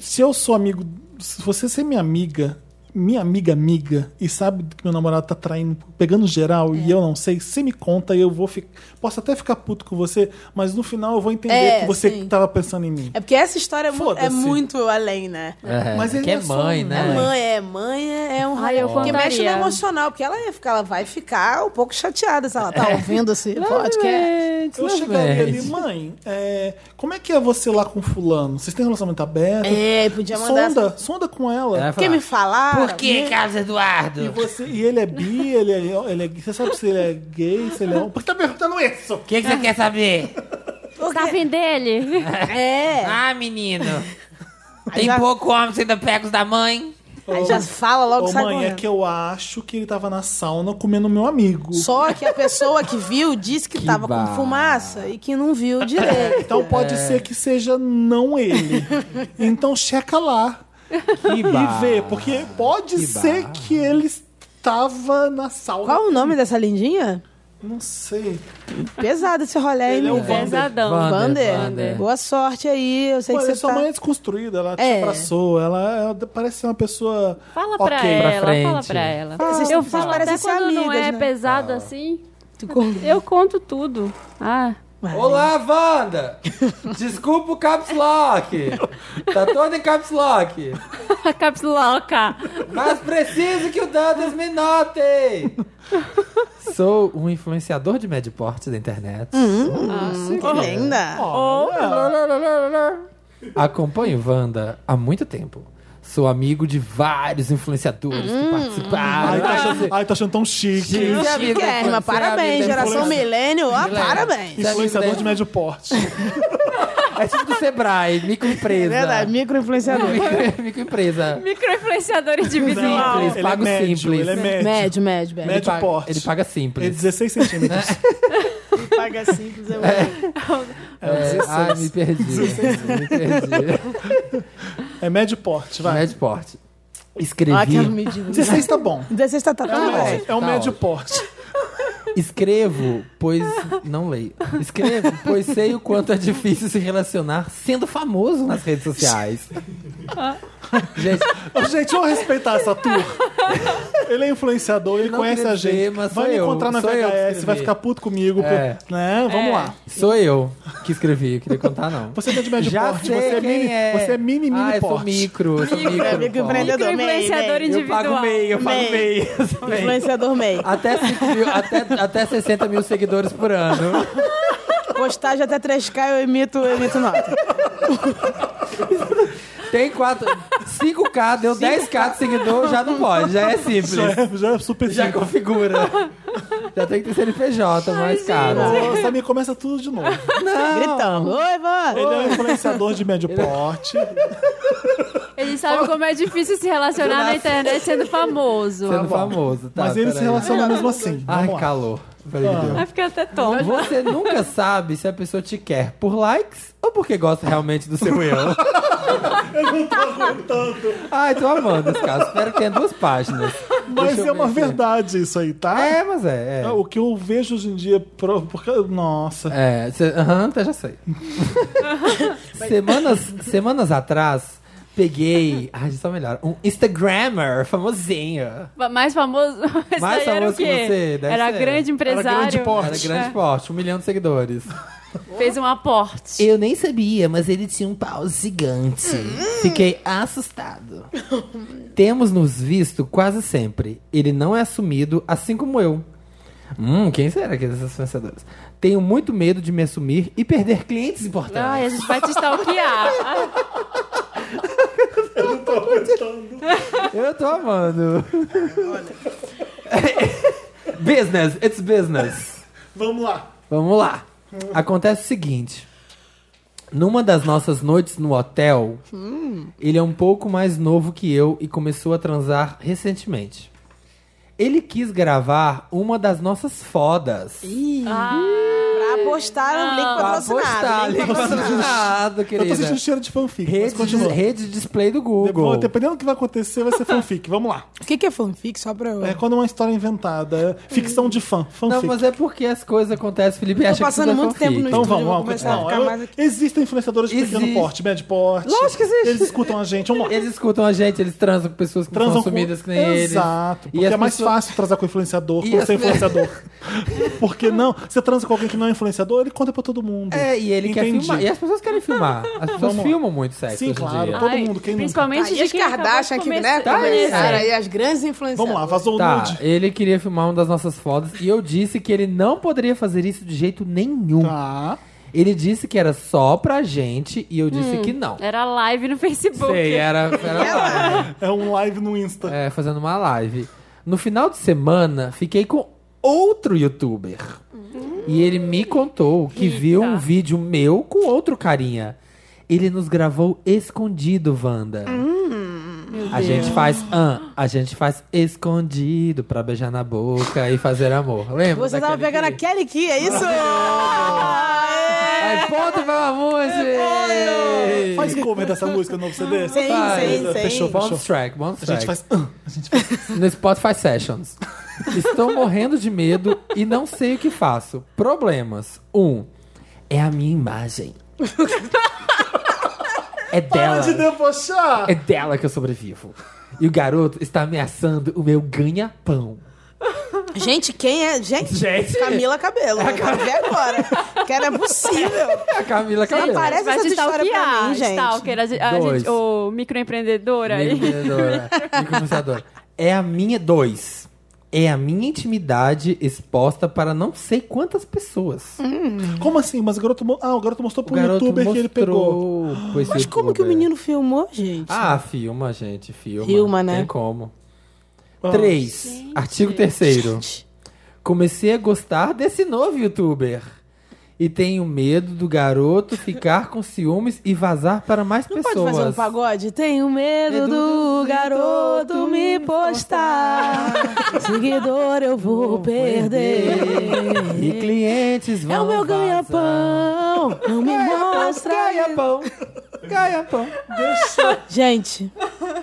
Speaker 2: se eu sou amigo. Se você ser minha amiga, minha amiga amiga, e sabe que meu namorado tá traindo, pegando geral,
Speaker 4: É.
Speaker 2: e eu não sei, você me conta e eu vou ficar. Posso até ficar puto com você, mas no final eu vou entender
Speaker 4: É,
Speaker 2: que você
Speaker 4: sim.
Speaker 2: tava pensando em mim.
Speaker 4: É porque essa história é, mu-
Speaker 2: Foda-se.
Speaker 4: é muito além, né?
Speaker 1: É,
Speaker 2: Mas ele
Speaker 1: que é
Speaker 2: é só
Speaker 1: mãe,
Speaker 2: um-
Speaker 1: né?
Speaker 4: É mãe, é mãe, é, é um
Speaker 3: Ai, eu
Speaker 4: Porque mexe no
Speaker 3: contaria.
Speaker 4: emocional, porque ela ia ficar, ela vai ficar um pouco chateada se ela tá
Speaker 2: É.
Speaker 4: ouvindo esse podcast.
Speaker 3: É.
Speaker 1: Gente,
Speaker 2: Então Eu
Speaker 1: lá
Speaker 2: chegaria ali,
Speaker 1: vem.
Speaker 2: mãe, é, como é que é você lá com fulano? Vocês têm relacionamento aberto?
Speaker 4: É, podia mandar.
Speaker 2: sonda,
Speaker 4: Sonda.
Speaker 2: sonda com ela.
Speaker 1: Ela vai
Speaker 4: Quem
Speaker 1: falar,
Speaker 4: me falar?
Speaker 1: Por que, Carlos Eduardo?
Speaker 2: E, você, e ele é bi, ele é, ele é. Você sabe se ele é gay, se ele é. Por que tá perguntando isso?
Speaker 1: O que, que você quer saber?
Speaker 3: Tá afim dele?
Speaker 4: É.
Speaker 1: Ah, menino.
Speaker 4: Aí já-
Speaker 1: pouco homem, você ainda pega os da mãe.
Speaker 4: Aí já fala logo,
Speaker 2: Ô,
Speaker 4: sai
Speaker 2: mãe, é
Speaker 4: correndo.
Speaker 2: que eu acho que ele tava na sauna comendo meu amigo.
Speaker 4: Só que a pessoa que viu disse que,
Speaker 1: Que
Speaker 4: tava
Speaker 1: barra.
Speaker 4: com fumaça e que não viu direito.
Speaker 2: Então pode ser que seja não ele. então checa lá
Speaker 1: Que
Speaker 2: e vê, porque pode
Speaker 1: Ah, Que
Speaker 2: ser
Speaker 1: barra.
Speaker 2: que ele estava na sauna.
Speaker 4: Qual o nome dessa lindinha?
Speaker 2: Não sei.
Speaker 4: Pesado esse rolê aí,
Speaker 2: Ele é
Speaker 4: né?
Speaker 2: o Vander.
Speaker 3: Pesadão.
Speaker 1: Vander,
Speaker 4: Vander,
Speaker 1: Vander.
Speaker 4: boa sorte aí. Eu sei
Speaker 2: Olha,
Speaker 4: que você
Speaker 2: sua
Speaker 4: tá...
Speaker 2: mãe é desconstruída, ela te
Speaker 4: É.
Speaker 2: abraçou, ela, ela parece ser uma pessoa.
Speaker 3: Fala
Speaker 2: ok.
Speaker 3: pra ela,
Speaker 1: Pra
Speaker 3: fala
Speaker 1: frente.
Speaker 3: pra ela.
Speaker 4: Vocês-
Speaker 3: eu
Speaker 4: vocês
Speaker 3: falo até
Speaker 4: parecem ser
Speaker 3: quando não
Speaker 4: amigas,
Speaker 3: é
Speaker 4: né?
Speaker 3: pesado assim,
Speaker 4: Tu com-
Speaker 3: eu conto tudo. Ah,
Speaker 1: Olá, Wanda! Desculpa o caps lock. Tá todo em caps lock.
Speaker 3: a capsuloca.
Speaker 1: Mas preciso que o Dantas me note. Sou um influenciador de médio porte da internet.
Speaker 4: Hum. Ainda.
Speaker 1: Acompanho Wanda há muito tempo. Sou amigo de vários influenciadores
Speaker 4: Hum.
Speaker 1: que
Speaker 2: Ai, tá
Speaker 1: participaram.
Speaker 2: achando, ai, tô achando tão chique.
Speaker 1: Ah. Gente,
Speaker 2: Isso.
Speaker 1: é amigo da
Speaker 4: Guilherme,
Speaker 1: influência,
Speaker 4: parabéns,
Speaker 1: amigo da
Speaker 4: geração
Speaker 1: influência.
Speaker 4: milênio, ó,
Speaker 1: Milênio.
Speaker 4: parabéns.
Speaker 1: Isso
Speaker 2: Influenciador de médio porte.
Speaker 1: É tipo do Sebrae, microempresa.
Speaker 4: Verdade, microinfluenciador.
Speaker 1: Micro- Microempresa.
Speaker 3: Microinfluenciador individual.
Speaker 1: Simples,
Speaker 2: Ele
Speaker 1: pago
Speaker 2: é médio,
Speaker 1: simples.
Speaker 2: Ele é médio.
Speaker 4: Médio, médio, médio.
Speaker 1: Ele
Speaker 2: médio
Speaker 1: paga-
Speaker 2: porte.
Speaker 1: Ele paga
Speaker 2: É
Speaker 1: simples.
Speaker 2: 16 centímetros.
Speaker 4: Paga simples, eu é.
Speaker 1: É, ai, me perdi. me perdi.
Speaker 2: É médio porte, vai.
Speaker 1: Médio porte. Escrevi.
Speaker 4: Ó, aquela medida.
Speaker 2: 16 tá bom.
Speaker 4: 16 tá, tá,
Speaker 2: É um
Speaker 4: tudo bem.
Speaker 2: médio, é um
Speaker 1: Tá
Speaker 2: médio
Speaker 1: ótimo.
Speaker 2: porte.
Speaker 1: Escrevo, pois. Não leio. Escrevo, pois sei o quanto é difícil se relacionar sendo famoso nas redes sociais. Gente,
Speaker 2: Gente, vamos respeitar essa tour. Ele é influenciador, ele
Speaker 1: não
Speaker 2: conhece
Speaker 1: queria
Speaker 2: a gente.
Speaker 1: dizer, mas
Speaker 2: vai
Speaker 1: sou
Speaker 2: me
Speaker 1: eu,
Speaker 2: encontrar na
Speaker 1: sou eu que
Speaker 2: VHS,
Speaker 1: escrevi.
Speaker 2: vai ficar puto comigo. por-
Speaker 1: É.
Speaker 2: Né? Vamos lá.
Speaker 1: Sou eu que escrevi, eu queria contar não.
Speaker 2: Você não é de médio
Speaker 1: Já
Speaker 2: porte,
Speaker 1: sei
Speaker 2: você é
Speaker 1: quem
Speaker 2: mini- você é mini, mini
Speaker 1: ah,
Speaker 2: porte.
Speaker 1: Eu sou micro, eu sou micro. é porte.
Speaker 8: microempreendedor,
Speaker 3: Microinfluenciador
Speaker 8: MEI, MEI.
Speaker 1: eu
Speaker 3: individual.
Speaker 1: pago meio, eu pago
Speaker 8: Bem.
Speaker 1: meio. também.
Speaker 8: Influenciador MEI.
Speaker 1: Até, 5 mil- até, até 60 mil seguidores por ano.
Speaker 8: Postagem até 3K eu emito, eu emito nota.
Speaker 1: Tem 4, 5K, deu 10K de seguidor, já não pode, já é
Speaker 2: Já
Speaker 1: simples.
Speaker 2: é, já é super
Speaker 1: Já
Speaker 2: simples.
Speaker 1: configura. Já tem que ter CNPJ mais caro. Ah,
Speaker 2: Nossa, me começa tudo de novo.
Speaker 8: Gritando. Oi, vó.
Speaker 2: Ele é um influenciador de médio
Speaker 1: é-
Speaker 2: porte.
Speaker 1: Tá,
Speaker 3: Ele sabe como é difícil se relacionar na internet sendo famoso.
Speaker 1: Sendo famoso, tá?
Speaker 2: Mas ele se
Speaker 1: peraí.
Speaker 2: relaciona mesmo assim.
Speaker 1: Ai,
Speaker 2: Vamos lá. Ah.
Speaker 1: calor. Peraí, deu.
Speaker 3: Vai ficar até tonto.
Speaker 1: Você nunca sabe se a pessoa te quer por likes ou porque gosta realmente do seu eu. eu não tô aguentando. Ai, tô amando esse caso. Espero que tenha duas páginas.
Speaker 2: Mas
Speaker 1: Deixa eu
Speaker 2: é uma
Speaker 1: ver aqui.
Speaker 2: verdade isso aí, tá?
Speaker 1: É, mas é.
Speaker 2: O que eu vejo hoje em dia. pro- Porque, nossa.
Speaker 1: É, é cê- aham, até já sei. semanas, semanas atrás, peguei. Ai, só melhor. Um Instagrammer famosinho.
Speaker 3: Mais famoso. Esse
Speaker 1: Mais
Speaker 3: daí era
Speaker 1: famoso
Speaker 3: o
Speaker 1: que
Speaker 3: quê?
Speaker 1: você, deve
Speaker 3: era
Speaker 1: ser.
Speaker 3: grande empresário.
Speaker 2: grande porte.
Speaker 1: Era grande porte, um milhão de seguidores.
Speaker 3: Fez um aporte.
Speaker 1: Eu nem sabia, mas ele tinha um pau gigante.
Speaker 3: Hum.
Speaker 1: Fiquei assustado. Temos nos visto quase sempre. Ele não é assumido, assim como eu. Hum, quem será que é desses influenciadores? Tenho muito medo de me assumir e perder clientes importantes.
Speaker 3: Ai, a gente vai te stalkear.
Speaker 1: Eu tô amando. business, it's business.
Speaker 2: Vamos lá.
Speaker 1: Vamos lá. Acontece o seguinte. Numa das nossas noites no hotel,
Speaker 8: Hum.
Speaker 1: ele é um pouco mais novo que eu e começou a transar recentemente. Ele quis gravar uma das nossas fodas.
Speaker 8: Pra postar um link
Speaker 1: Pra
Speaker 8: patrocinado.
Speaker 1: postar,
Speaker 8: link
Speaker 1: link patrocinado,
Speaker 2: Eu tô
Speaker 1: querida.
Speaker 2: sentindo cheiro de fanfic. mas
Speaker 1: Rede,
Speaker 2: continua.
Speaker 1: rede display do Google.
Speaker 2: Depois, dependendo do que vai acontecer, vai ser fanfic. Vamos lá.
Speaker 8: O que, que é fanfic? Só pra eu.
Speaker 2: É quando é uma história inventada. é Ficção de fã.
Speaker 1: Não,
Speaker 2: Fanfic.
Speaker 1: mas é porque as coisas acontecem, Felipe acha que
Speaker 8: passando
Speaker 1: tudo é
Speaker 8: muito tempo
Speaker 1: fanfic.
Speaker 8: no
Speaker 2: Então
Speaker 8: estúdio,
Speaker 2: vamos,
Speaker 8: eu vou
Speaker 2: vamos
Speaker 8: começar a
Speaker 2: continuar.
Speaker 8: ficar mais aqui.
Speaker 2: Existem influenciadores de pequeno
Speaker 1: Existe.
Speaker 2: porte, médio porte.
Speaker 1: Lógico que existe.
Speaker 2: Eles escutam a gente. Vamos lá.
Speaker 1: Eles escutam a gente, eles transam com pessoas que não
Speaker 2: Transam
Speaker 1: são sumidas que nem eles.
Speaker 2: Exato. Porque
Speaker 1: as
Speaker 2: é mais
Speaker 1: pessoas-
Speaker 2: fácil transar com influenciador
Speaker 1: E
Speaker 2: com
Speaker 1: as
Speaker 2: ser
Speaker 1: pe-
Speaker 2: influenciador. porque não, você transa com alguém que não é influenciador, ele conta pra todo mundo.
Speaker 1: É, e ele quer
Speaker 2: Entendi.
Speaker 1: filmar. E as pessoas querem filmar. As pessoas
Speaker 2: Vamos lá.
Speaker 1: filmam muito sexo
Speaker 2: Sim,
Speaker 1: hoje em
Speaker 2: claro.
Speaker 1: dia.
Speaker 2: Todo mundo, quem nunca?
Speaker 3: Principalmente
Speaker 8: Tá, E
Speaker 3: de
Speaker 8: as
Speaker 3: quem acabou de
Speaker 8: Kardashian aqui, né?
Speaker 3: começar.
Speaker 8: Começaram
Speaker 1: é.
Speaker 8: aí, as grandes
Speaker 2: Vamos
Speaker 8: influenciadoras.
Speaker 2: lá, vazou o
Speaker 1: Tá,
Speaker 2: nude.
Speaker 1: ele queria filmar uma das nossas fotos e eu disse que ele não poderia fazer isso de jeito nenhum.
Speaker 2: Tá.
Speaker 1: Ele disse que era só pra gente e eu disse que não.
Speaker 3: Era live no Facebook.
Speaker 1: Sei, é. era, era
Speaker 2: É um live no Insta.
Speaker 1: é, fazendo uma live. No final de semana, fiquei com outro youtuber. E ele me
Speaker 8: Hum.
Speaker 1: contou que viu um vídeo meu com outro carinha. Ele nos gravou escondido, Wanda.
Speaker 8: Hum.
Speaker 1: A gente faz ah, a gente faz escondido pra beijar na boca e fazer amor. Lembra?
Speaker 8: Você tava
Speaker 1: daquele
Speaker 8: pegando a
Speaker 1: vídeo?
Speaker 8: Kelly Key, é isso?
Speaker 1: Aí, ponto pra
Speaker 8: É,
Speaker 1: uma
Speaker 2: Faz
Speaker 1: música!
Speaker 2: cover dessa música no novo CD?
Speaker 8: Sim,
Speaker 1: Faz.
Speaker 8: sim, sim.
Speaker 2: Fechou, fechou.
Speaker 1: Bonus track, bonus
Speaker 2: A gente
Speaker 1: track.
Speaker 2: faz. "Ah", A gente faz.
Speaker 1: No Spotify Sessions. Estou morrendo de medo e não sei o que faço. Problemas. Um, é a minha imagem. É
Speaker 2: Para
Speaker 1: dela.
Speaker 2: de debochar!
Speaker 1: É dela que eu sobrevivo. E o garoto está ameaçando o meu ganha-pão.
Speaker 8: Gente, quem é? Gente,
Speaker 1: Gente.
Speaker 8: Camila Cabelo. Eu quero ver agora. Que era possível.
Speaker 1: A Camila
Speaker 8: Não
Speaker 1: Cabello.
Speaker 8: parece
Speaker 3: Vai
Speaker 8: essa
Speaker 3: te
Speaker 8: história pra
Speaker 3: stalkear,
Speaker 8: mim, gente.
Speaker 3: stalker. A gente, a
Speaker 1: Dois.
Speaker 3: gente, o microempreendedor aí.
Speaker 1: é. Microempreendedora, microempreendedora. É a minha. Dois. É a minha intimidade exposta para não sei quantas pessoas.
Speaker 2: Como assim? Mas o garoto. mo- Ah, o garoto mostrou pro youtuber que ele pegou.
Speaker 1: mostrou pra esse
Speaker 8: Mas como que o
Speaker 1: youtuber.
Speaker 8: menino filmou, gente?
Speaker 1: Ah, filma, gente, filma.
Speaker 8: Filma, né?
Speaker 1: Tem como.
Speaker 2: Ah.
Speaker 1: 3. Artigo 3 Comecei a gostar desse novo youtuber. E tenho medo do garoto ficar com ciúmes e vazar para mais
Speaker 8: Não
Speaker 1: pessoas.
Speaker 8: pode fazer um pagode? Tenho medo do garoto me postar. Seguidor eu vou perder.
Speaker 1: E clientes vão
Speaker 8: É o meu
Speaker 1: vazar.
Speaker 8: ganha-pão. Não me mostra.
Speaker 1: Ganha-pão. Ganha-pão.
Speaker 8: Gente,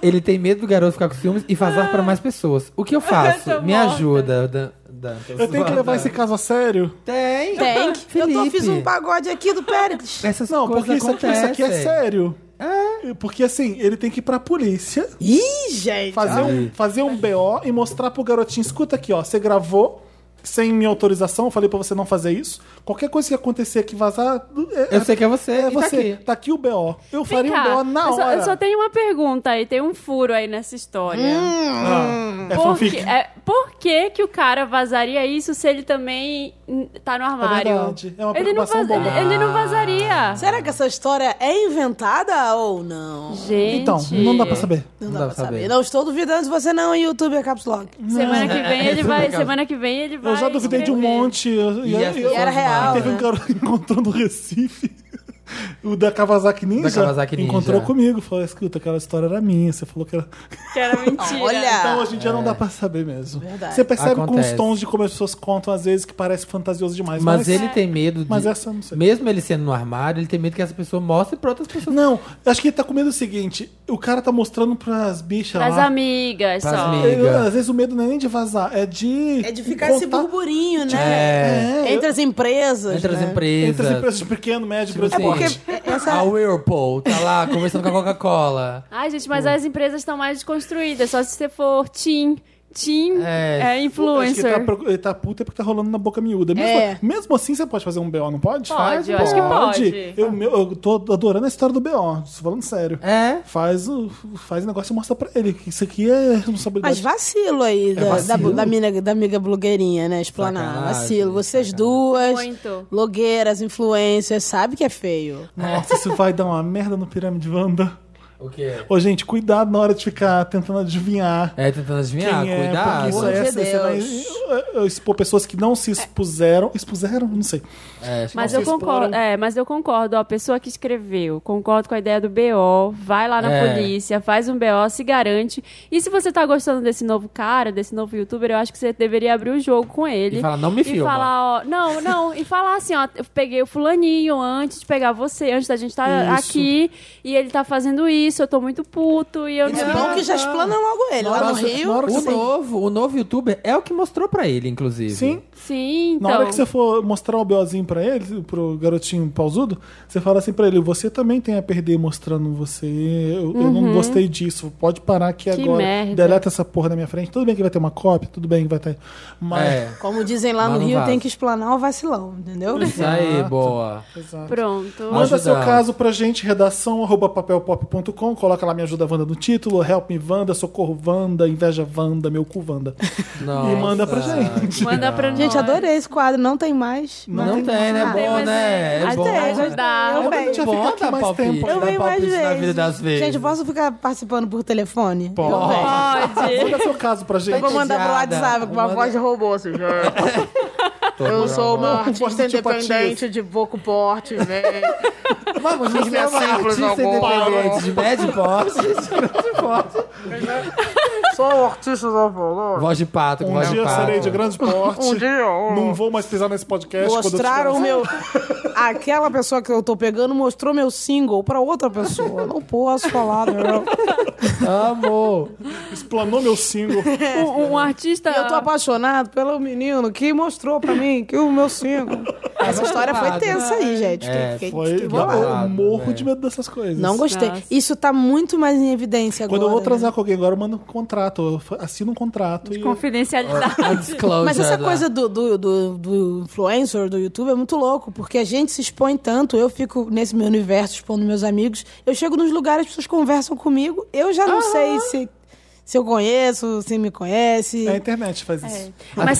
Speaker 1: Ele tem medo do garoto ficar com ciúmes e vazar para mais pessoas. O que eu faço?
Speaker 3: Eu tô
Speaker 1: Me
Speaker 3: morta.
Speaker 1: ajuda, Dan. Dan-
Speaker 2: Eu tenho que levar esse caso a sério.
Speaker 1: Tem.
Speaker 8: tem que. Eu tô,
Speaker 4: um
Speaker 1: Felipe.
Speaker 8: fiz um pagode aqui do Péricles.
Speaker 1: Essas
Speaker 2: Não,
Speaker 1: coisas
Speaker 2: porque isso aqui, isso
Speaker 1: acontecem.
Speaker 2: aqui é sério.
Speaker 1: É.
Speaker 2: Porque assim, ele tem que ir pra polícia,
Speaker 9: Ih, gente.
Speaker 2: fazer, um, fazer um BO e mostrar pro garotinho: escuta aqui, ó, você gravou sem minha autorização, eu falei pra você não fazer isso. Qualquer coisa que acontecer que vazar. é-
Speaker 1: Eu sei que é você.
Speaker 2: É
Speaker 1: e tá
Speaker 2: você,
Speaker 1: aqui.
Speaker 2: tá aqui o BO. Eu
Speaker 3: Vem
Speaker 2: faria um
Speaker 8: um
Speaker 2: o
Speaker 3: cá,
Speaker 2: BO na
Speaker 3: eu, só,
Speaker 2: hora.
Speaker 3: eu só tenho uma pergunta aí, tem um furo aí nessa história.
Speaker 8: Hum,
Speaker 2: Ah, é
Speaker 3: por, que,
Speaker 2: fanfic.
Speaker 3: é, por que que o cara vazaria isso se ele também hum, tá no armário?
Speaker 2: verdade, é uma
Speaker 3: ele, não
Speaker 2: preocupação
Speaker 3: ele,
Speaker 2: boba.
Speaker 3: ele não vazaria.
Speaker 4: Será que essa história é inventada ou não?
Speaker 3: Gente.
Speaker 2: Então, não dá pra saber.
Speaker 4: Não,
Speaker 1: Não
Speaker 4: dá,
Speaker 1: dá
Speaker 4: pra
Speaker 1: pra
Speaker 4: saber.
Speaker 1: saber.
Speaker 4: Não estou duvidando de você não, youtuber Caps Lock.
Speaker 3: Semana que vem ele vai,
Speaker 1: legal.
Speaker 3: semana que vem ele vai.
Speaker 2: Eu já duvidei de um
Speaker 3: escrever.
Speaker 2: monte. eu-
Speaker 1: E
Speaker 2: eu-
Speaker 1: as
Speaker 2: eu-
Speaker 1: pessoas
Speaker 4: era real,
Speaker 2: Teve um
Speaker 4: né?
Speaker 2: garoto que encontrou no Recife. O da Kawasaki Ninja,
Speaker 1: Da Kawasaki Ninja.
Speaker 2: encontrou comigo. Falou, escuta, aquela história era minha. Você falou que era...
Speaker 3: Que era mentira.
Speaker 4: Olha!
Speaker 2: Então, hoje em dia não dá pra saber mesmo. Você percebe com os
Speaker 1: É. Acontece.
Speaker 2: tons de como as pessoas contam, às vezes, que parece fantasioso demais. é.
Speaker 1: Mas ele tem medo de.
Speaker 2: Mas essa eu não sei.
Speaker 1: Mesmo ele sendo no armário, ele tem medo que essa pessoa mostre pra outras pessoas.
Speaker 2: Não, eu acho que ele tá com medo do seguinte. O cara tá mostrando pras bichas
Speaker 3: Pras
Speaker 2: lá.
Speaker 3: amigas
Speaker 1: Pras
Speaker 3: só.
Speaker 1: amigas.
Speaker 2: Eu- às vezes o medo não é nem de vazar, é de...
Speaker 4: É de ficar esse
Speaker 2: contar-
Speaker 4: burburinho,
Speaker 1: É.
Speaker 4: né? Entre as empresas.
Speaker 1: Entre as
Speaker 4: né?
Speaker 1: empresas.
Speaker 2: é, Entre as empresas de pequeno, médio,
Speaker 1: Tipo
Speaker 2: grande
Speaker 1: assim,
Speaker 2: porte.
Speaker 1: A Whirlpool tá lá conversando com a Coca-Cola.
Speaker 3: Ai, gente, mas as empresas estão mais desconstruídas. Só se você for team, team é,
Speaker 1: É.
Speaker 2: Acho que ele
Speaker 3: influencer.
Speaker 2: tá, preocu- ele tá puto é porque tá rolando na boca miúda. Mesmo,
Speaker 4: É.
Speaker 2: mesmo assim, você pode fazer um BO, não pode?
Speaker 3: Pode, eu acho que pode.
Speaker 2: Eu, meu, eu tô adorando a história do BO, tô falando sério.
Speaker 1: É.
Speaker 2: Faz o faz o negócio e mostra pra ele que isso aqui é
Speaker 4: Mas
Speaker 2: responsabilidade.
Speaker 4: vacilo
Speaker 1: É
Speaker 4: aí da,
Speaker 2: vacilo.
Speaker 4: da, da mina- da amiga blogueirinha, né? Explanar.
Speaker 1: Sacanagem,
Speaker 4: Vacilo. Vocês duas,
Speaker 3: Muito.
Speaker 4: blogueiras, influencers, sabe que é feio.
Speaker 2: Nossa, isso vai dar uma merda no Pirâmide Wanda.
Speaker 1: O quê?
Speaker 2: Ô, gente, cuidado na hora de ficar tentando adivinhar.
Speaker 1: É, tentando adivinhar,
Speaker 2: quem é,
Speaker 1: cuidado.
Speaker 2: porque isso é,
Speaker 4: Pelo amor de
Speaker 2: você vai eh, eh, expor pessoas que não se expuseram. Expuseram? Não sei.
Speaker 1: É, acho que-
Speaker 3: Mas eu,
Speaker 2: Vocês
Speaker 3: concordo,
Speaker 2: foram-
Speaker 3: é, mas eu concordo, ó, a pessoa que escreveu, concordo com a ideia do BO, vai lá na
Speaker 1: É.
Speaker 3: polícia, faz um BO, se garante. E se você tá gostando desse novo cara, desse novo youtuber, eu acho que você deveria abrir o jogo com ele.
Speaker 1: E falar, "Não me
Speaker 3: E
Speaker 1: filma."
Speaker 3: falar, ó, não, não, e falar assim, ó, eu peguei o fulaninho antes de pegar você, antes da gente estar
Speaker 2: Isso.
Speaker 3: aqui, e ele tá fazendo isso, eu tô muito puto, e eu
Speaker 4: É bom que já explana logo ele. Lá no
Speaker 2: Nossa, na
Speaker 4: Rio,
Speaker 2: hora que
Speaker 1: O
Speaker 2: você-
Speaker 1: novo, o novo youtuber é o que mostrou pra ele, inclusive.
Speaker 2: Sim.
Speaker 3: Sim,
Speaker 2: Na
Speaker 3: então...
Speaker 2: hora que você for mostrar o BOzinho pra ele, pro garotinho pausudo, você fala assim pra ele: você também tem a perder mostrando você. Eu, eu não gostei disso. Pode parar aqui
Speaker 3: Uhum. Que
Speaker 2: agora.
Speaker 3: merda.
Speaker 2: Deleta essa porra da minha frente. Tudo bem que vai ter uma cópia, tudo bem que vai ter. Mas.
Speaker 1: É.
Speaker 4: como dizem lá
Speaker 1: Mas
Speaker 4: no
Speaker 1: não
Speaker 4: Rio,
Speaker 1: vaza.
Speaker 4: tem que explanar o vacilão, entendeu?
Speaker 1: Isso aí, boa.
Speaker 2: Exato.
Speaker 3: Pronto.
Speaker 2: Manda seu
Speaker 1: Ajudar.
Speaker 2: caso pra gente, redação arroba papelpop.com, coloca lá Me Ajuda Vanda no título, Help Me Vanda, Socorro Vanda, Inveja Vanda, Meu Cu Vanda.
Speaker 1: Nossa.
Speaker 2: E manda pra gente.
Speaker 3: Manda pra nós.
Speaker 4: Gente, adorei esse quadro. Não tem mais. Ah,
Speaker 1: Não, tem, né?
Speaker 4: mais.
Speaker 3: é. Tem,
Speaker 1: bom,
Speaker 3: mas
Speaker 1: né?
Speaker 3: é-
Speaker 1: É bom.
Speaker 4: Até,
Speaker 1: né?
Speaker 4: gostei.
Speaker 3: Um,
Speaker 4: Eu
Speaker 2: Vamos
Speaker 4: venho.
Speaker 2: deixar Já fica
Speaker 1: Bom,
Speaker 2: aqui
Speaker 1: tá
Speaker 2: mais
Speaker 1: palpite.
Speaker 2: tempo.
Speaker 1: Eu
Speaker 4: Eu
Speaker 1: Dá
Speaker 4: venho mais
Speaker 1: palpite na
Speaker 4: vezes.
Speaker 1: vida das vezes.
Speaker 4: Gente, posso ficar participando por telefone?
Speaker 2: Pode.
Speaker 3: Pode. Então
Speaker 2: Manda seu caso pra
Speaker 4: Eu
Speaker 2: gente.
Speaker 4: vou mandar pro
Speaker 1: Entediada.
Speaker 4: WhatsApp com uma
Speaker 1: Manda-
Speaker 4: voz de robô, assim, gente. Eu sou uma artista
Speaker 2: Voz de
Speaker 4: independente de pouco porte, velho.
Speaker 1: Vamos, gente,
Speaker 4: Me
Speaker 1: é uma
Speaker 4: aceita,
Speaker 1: artista
Speaker 4: João Paulo.
Speaker 1: independente de médio porte, de grande porte.
Speaker 4: Sou artista da valor.
Speaker 1: Voz de pato, com
Speaker 2: Um
Speaker 1: voz
Speaker 2: dia
Speaker 1: de
Speaker 2: eu
Speaker 1: pato.
Speaker 2: serei de grande porte.
Speaker 4: Um dia, ó.
Speaker 2: Não vou mais pisar nesse podcast. quando eu
Speaker 4: Mostraram o
Speaker 2: tiver-
Speaker 4: meu. Aquela pessoa que eu tô pegando mostrou meu single pra outra pessoa. Não posso falar, não.
Speaker 1: Amor.
Speaker 2: Explanou meu single.
Speaker 3: Um, um artista...
Speaker 4: Eu tô apaixonado pelo menino que mostrou pra mim que o meu single. Essa história foi tensa aí, gente. Fiquei-
Speaker 1: É,
Speaker 4: fiquei-
Speaker 2: Foi.
Speaker 4: fiquei
Speaker 2: dá-
Speaker 4: bolada.
Speaker 1: bolado,
Speaker 2: eu morro
Speaker 1: velho.
Speaker 2: de medo dessas coisas.
Speaker 4: né? Não gostei.
Speaker 3: Nossa.
Speaker 4: Isso tá muito mais em evidência agora.
Speaker 2: Quando eu vou
Speaker 4: né?
Speaker 2: transar com alguém agora, eu mando um contrato. Eu fa- assino um contrato. E...
Speaker 3: Confidencialidade.
Speaker 1: A disclosure
Speaker 4: Mas essa
Speaker 1: lá.
Speaker 4: coisa do, do, do, do influencer, do YouTube, é muito louco, porque a gente se expõe tanto, eu fico nesse meu universo expondo meus amigos, eu chego nos lugares, as pessoas conversam comigo, eu já não sei se, se eu conheço, se me conhece.
Speaker 2: É a internet faz isso.
Speaker 1: As
Speaker 3: Mas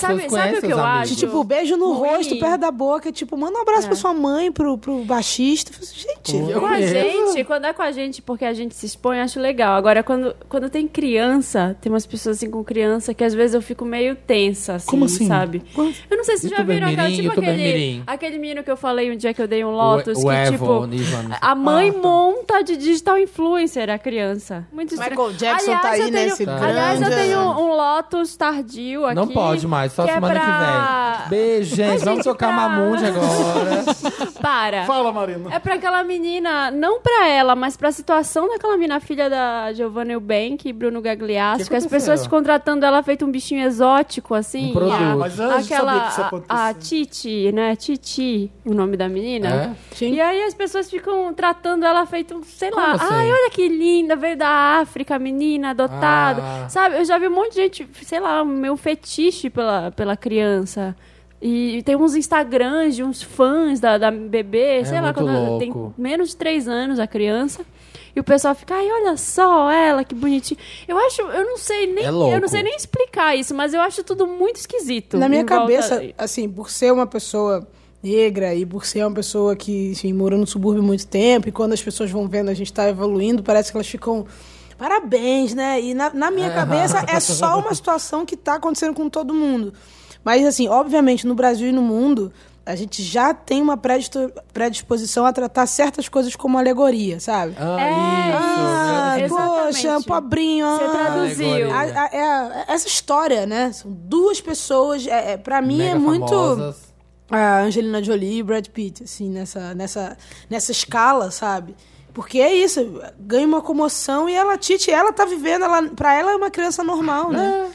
Speaker 1: pessoas
Speaker 3: sabe, sabe
Speaker 1: conhecem
Speaker 3: o que
Speaker 1: os
Speaker 3: eu
Speaker 1: amigos.
Speaker 3: acho?
Speaker 4: Tipo, beijo no
Speaker 3: Ruim.
Speaker 4: rosto, perto da boca, tipo, manda um abraço pra sua mãe, pro, pro baixista. Eu falo assim, Gente,
Speaker 1: Eu
Speaker 3: Com a
Speaker 1: conheço.
Speaker 3: gente, quando é com a gente, porque a gente se expõe, eu acho legal. Agora, quando, quando tem criança, tem umas pessoas assim com criança que às vezes eu fico meio tensa, assim,
Speaker 2: Como assim?
Speaker 3: sabe? Eu não sei se já
Speaker 1: Youtuber
Speaker 3: viram aquela,
Speaker 1: mirim,
Speaker 3: tipo
Speaker 1: youtuber
Speaker 3: aquele,
Speaker 1: mirim.
Speaker 3: aquele menino que eu falei um dia que eu dei um Lotus,
Speaker 1: o né? Ah,
Speaker 3: que
Speaker 1: Evo,
Speaker 3: tipo.
Speaker 1: o Nivan.
Speaker 3: A mãe
Speaker 1: tá.
Speaker 3: monta de digital influencer a criança. Muito estranho.
Speaker 4: Michael Jackson tá aí
Speaker 3: eu tenho-
Speaker 4: nesse
Speaker 3: Aliás, eu
Speaker 4: grande-
Speaker 3: tenho um Lotus tardio aqui.
Speaker 1: Não pode mais, só
Speaker 3: que é
Speaker 1: semana que
Speaker 3: pra-
Speaker 1: Beijo, gente. Vamos
Speaker 3: gente,
Speaker 1: tocar
Speaker 3: pra-
Speaker 1: Mamundi agora.
Speaker 3: Para.
Speaker 2: Fala, Marina.
Speaker 3: É pra aquela menina, não pra ela, mas pra situação daquela menina, filha da Giovanna Eubank e Bruno Gagliasso,
Speaker 1: Que
Speaker 3: que, as
Speaker 1: aconteceu?
Speaker 3: pessoas contratando ela feito um bichinho exótico, assim.
Speaker 1: Um produto.
Speaker 3: e a-
Speaker 1: Ah,
Speaker 2: mas eu já sabia que isso
Speaker 3: a-
Speaker 2: acontecia.
Speaker 3: a, Titi, né? Titi, o nome da menina.
Speaker 1: É?
Speaker 4: Sim.
Speaker 3: E aí as pessoas ficam tratando ela feito, um, sei lá,
Speaker 1: Como assim?
Speaker 3: ai, olha que linda, veio da África, menina, adotada.
Speaker 1: Ah.
Speaker 3: Sabe, eu já vi um monte de gente, sei lá, meu fetiche pela, pela criança. E tem uns Instagrams de uns fãs da, da bebê, sei lá,
Speaker 1: É muito
Speaker 3: quando ela
Speaker 1: louco.
Speaker 3: tem menos de três anos a criança. E o pessoal fica, ai, olha só ela, que bonitinha. Eu acho, eu não sei nem,
Speaker 1: É louco.
Speaker 3: eu não sei nem explicar isso, mas eu acho tudo muito esquisito.
Speaker 4: Na minha
Speaker 3: em volta-
Speaker 4: cabeça, assim, por ser uma pessoa negra e por ser uma pessoa que, enfim, morou no subúrbio há muito tempo, e quando as pessoas vão vendo a gente tá evoluindo, parece que elas ficam. Parabéns, né? E na, na minha cabeça é só uma situação que tá acontecendo com todo mundo. Mas, assim, obviamente, no Brasil e no mundo, a gente já tem uma predisto- predisposição a tratar certas coisas como alegoria, sabe?
Speaker 1: Ah,
Speaker 3: É,
Speaker 4: Ah,
Speaker 1: isso.
Speaker 3: isso.
Speaker 4: poxa,
Speaker 3: Exatamente.
Speaker 4: pobrinho.
Speaker 3: Você
Speaker 4: ah,
Speaker 3: traduziu.
Speaker 1: alegoria.
Speaker 4: a- a- é a- essa história, né? São duas pessoas. É, é, pra mim é muito a Angelina Jolie e Brad Pitt, assim, nessa, nessa, nessa escala, sabe? Porque é isso, ganha uma comoção e ela, a Titi, ela tá vivendo, ela, pra ela é uma criança normal,
Speaker 2: Ah.
Speaker 4: né?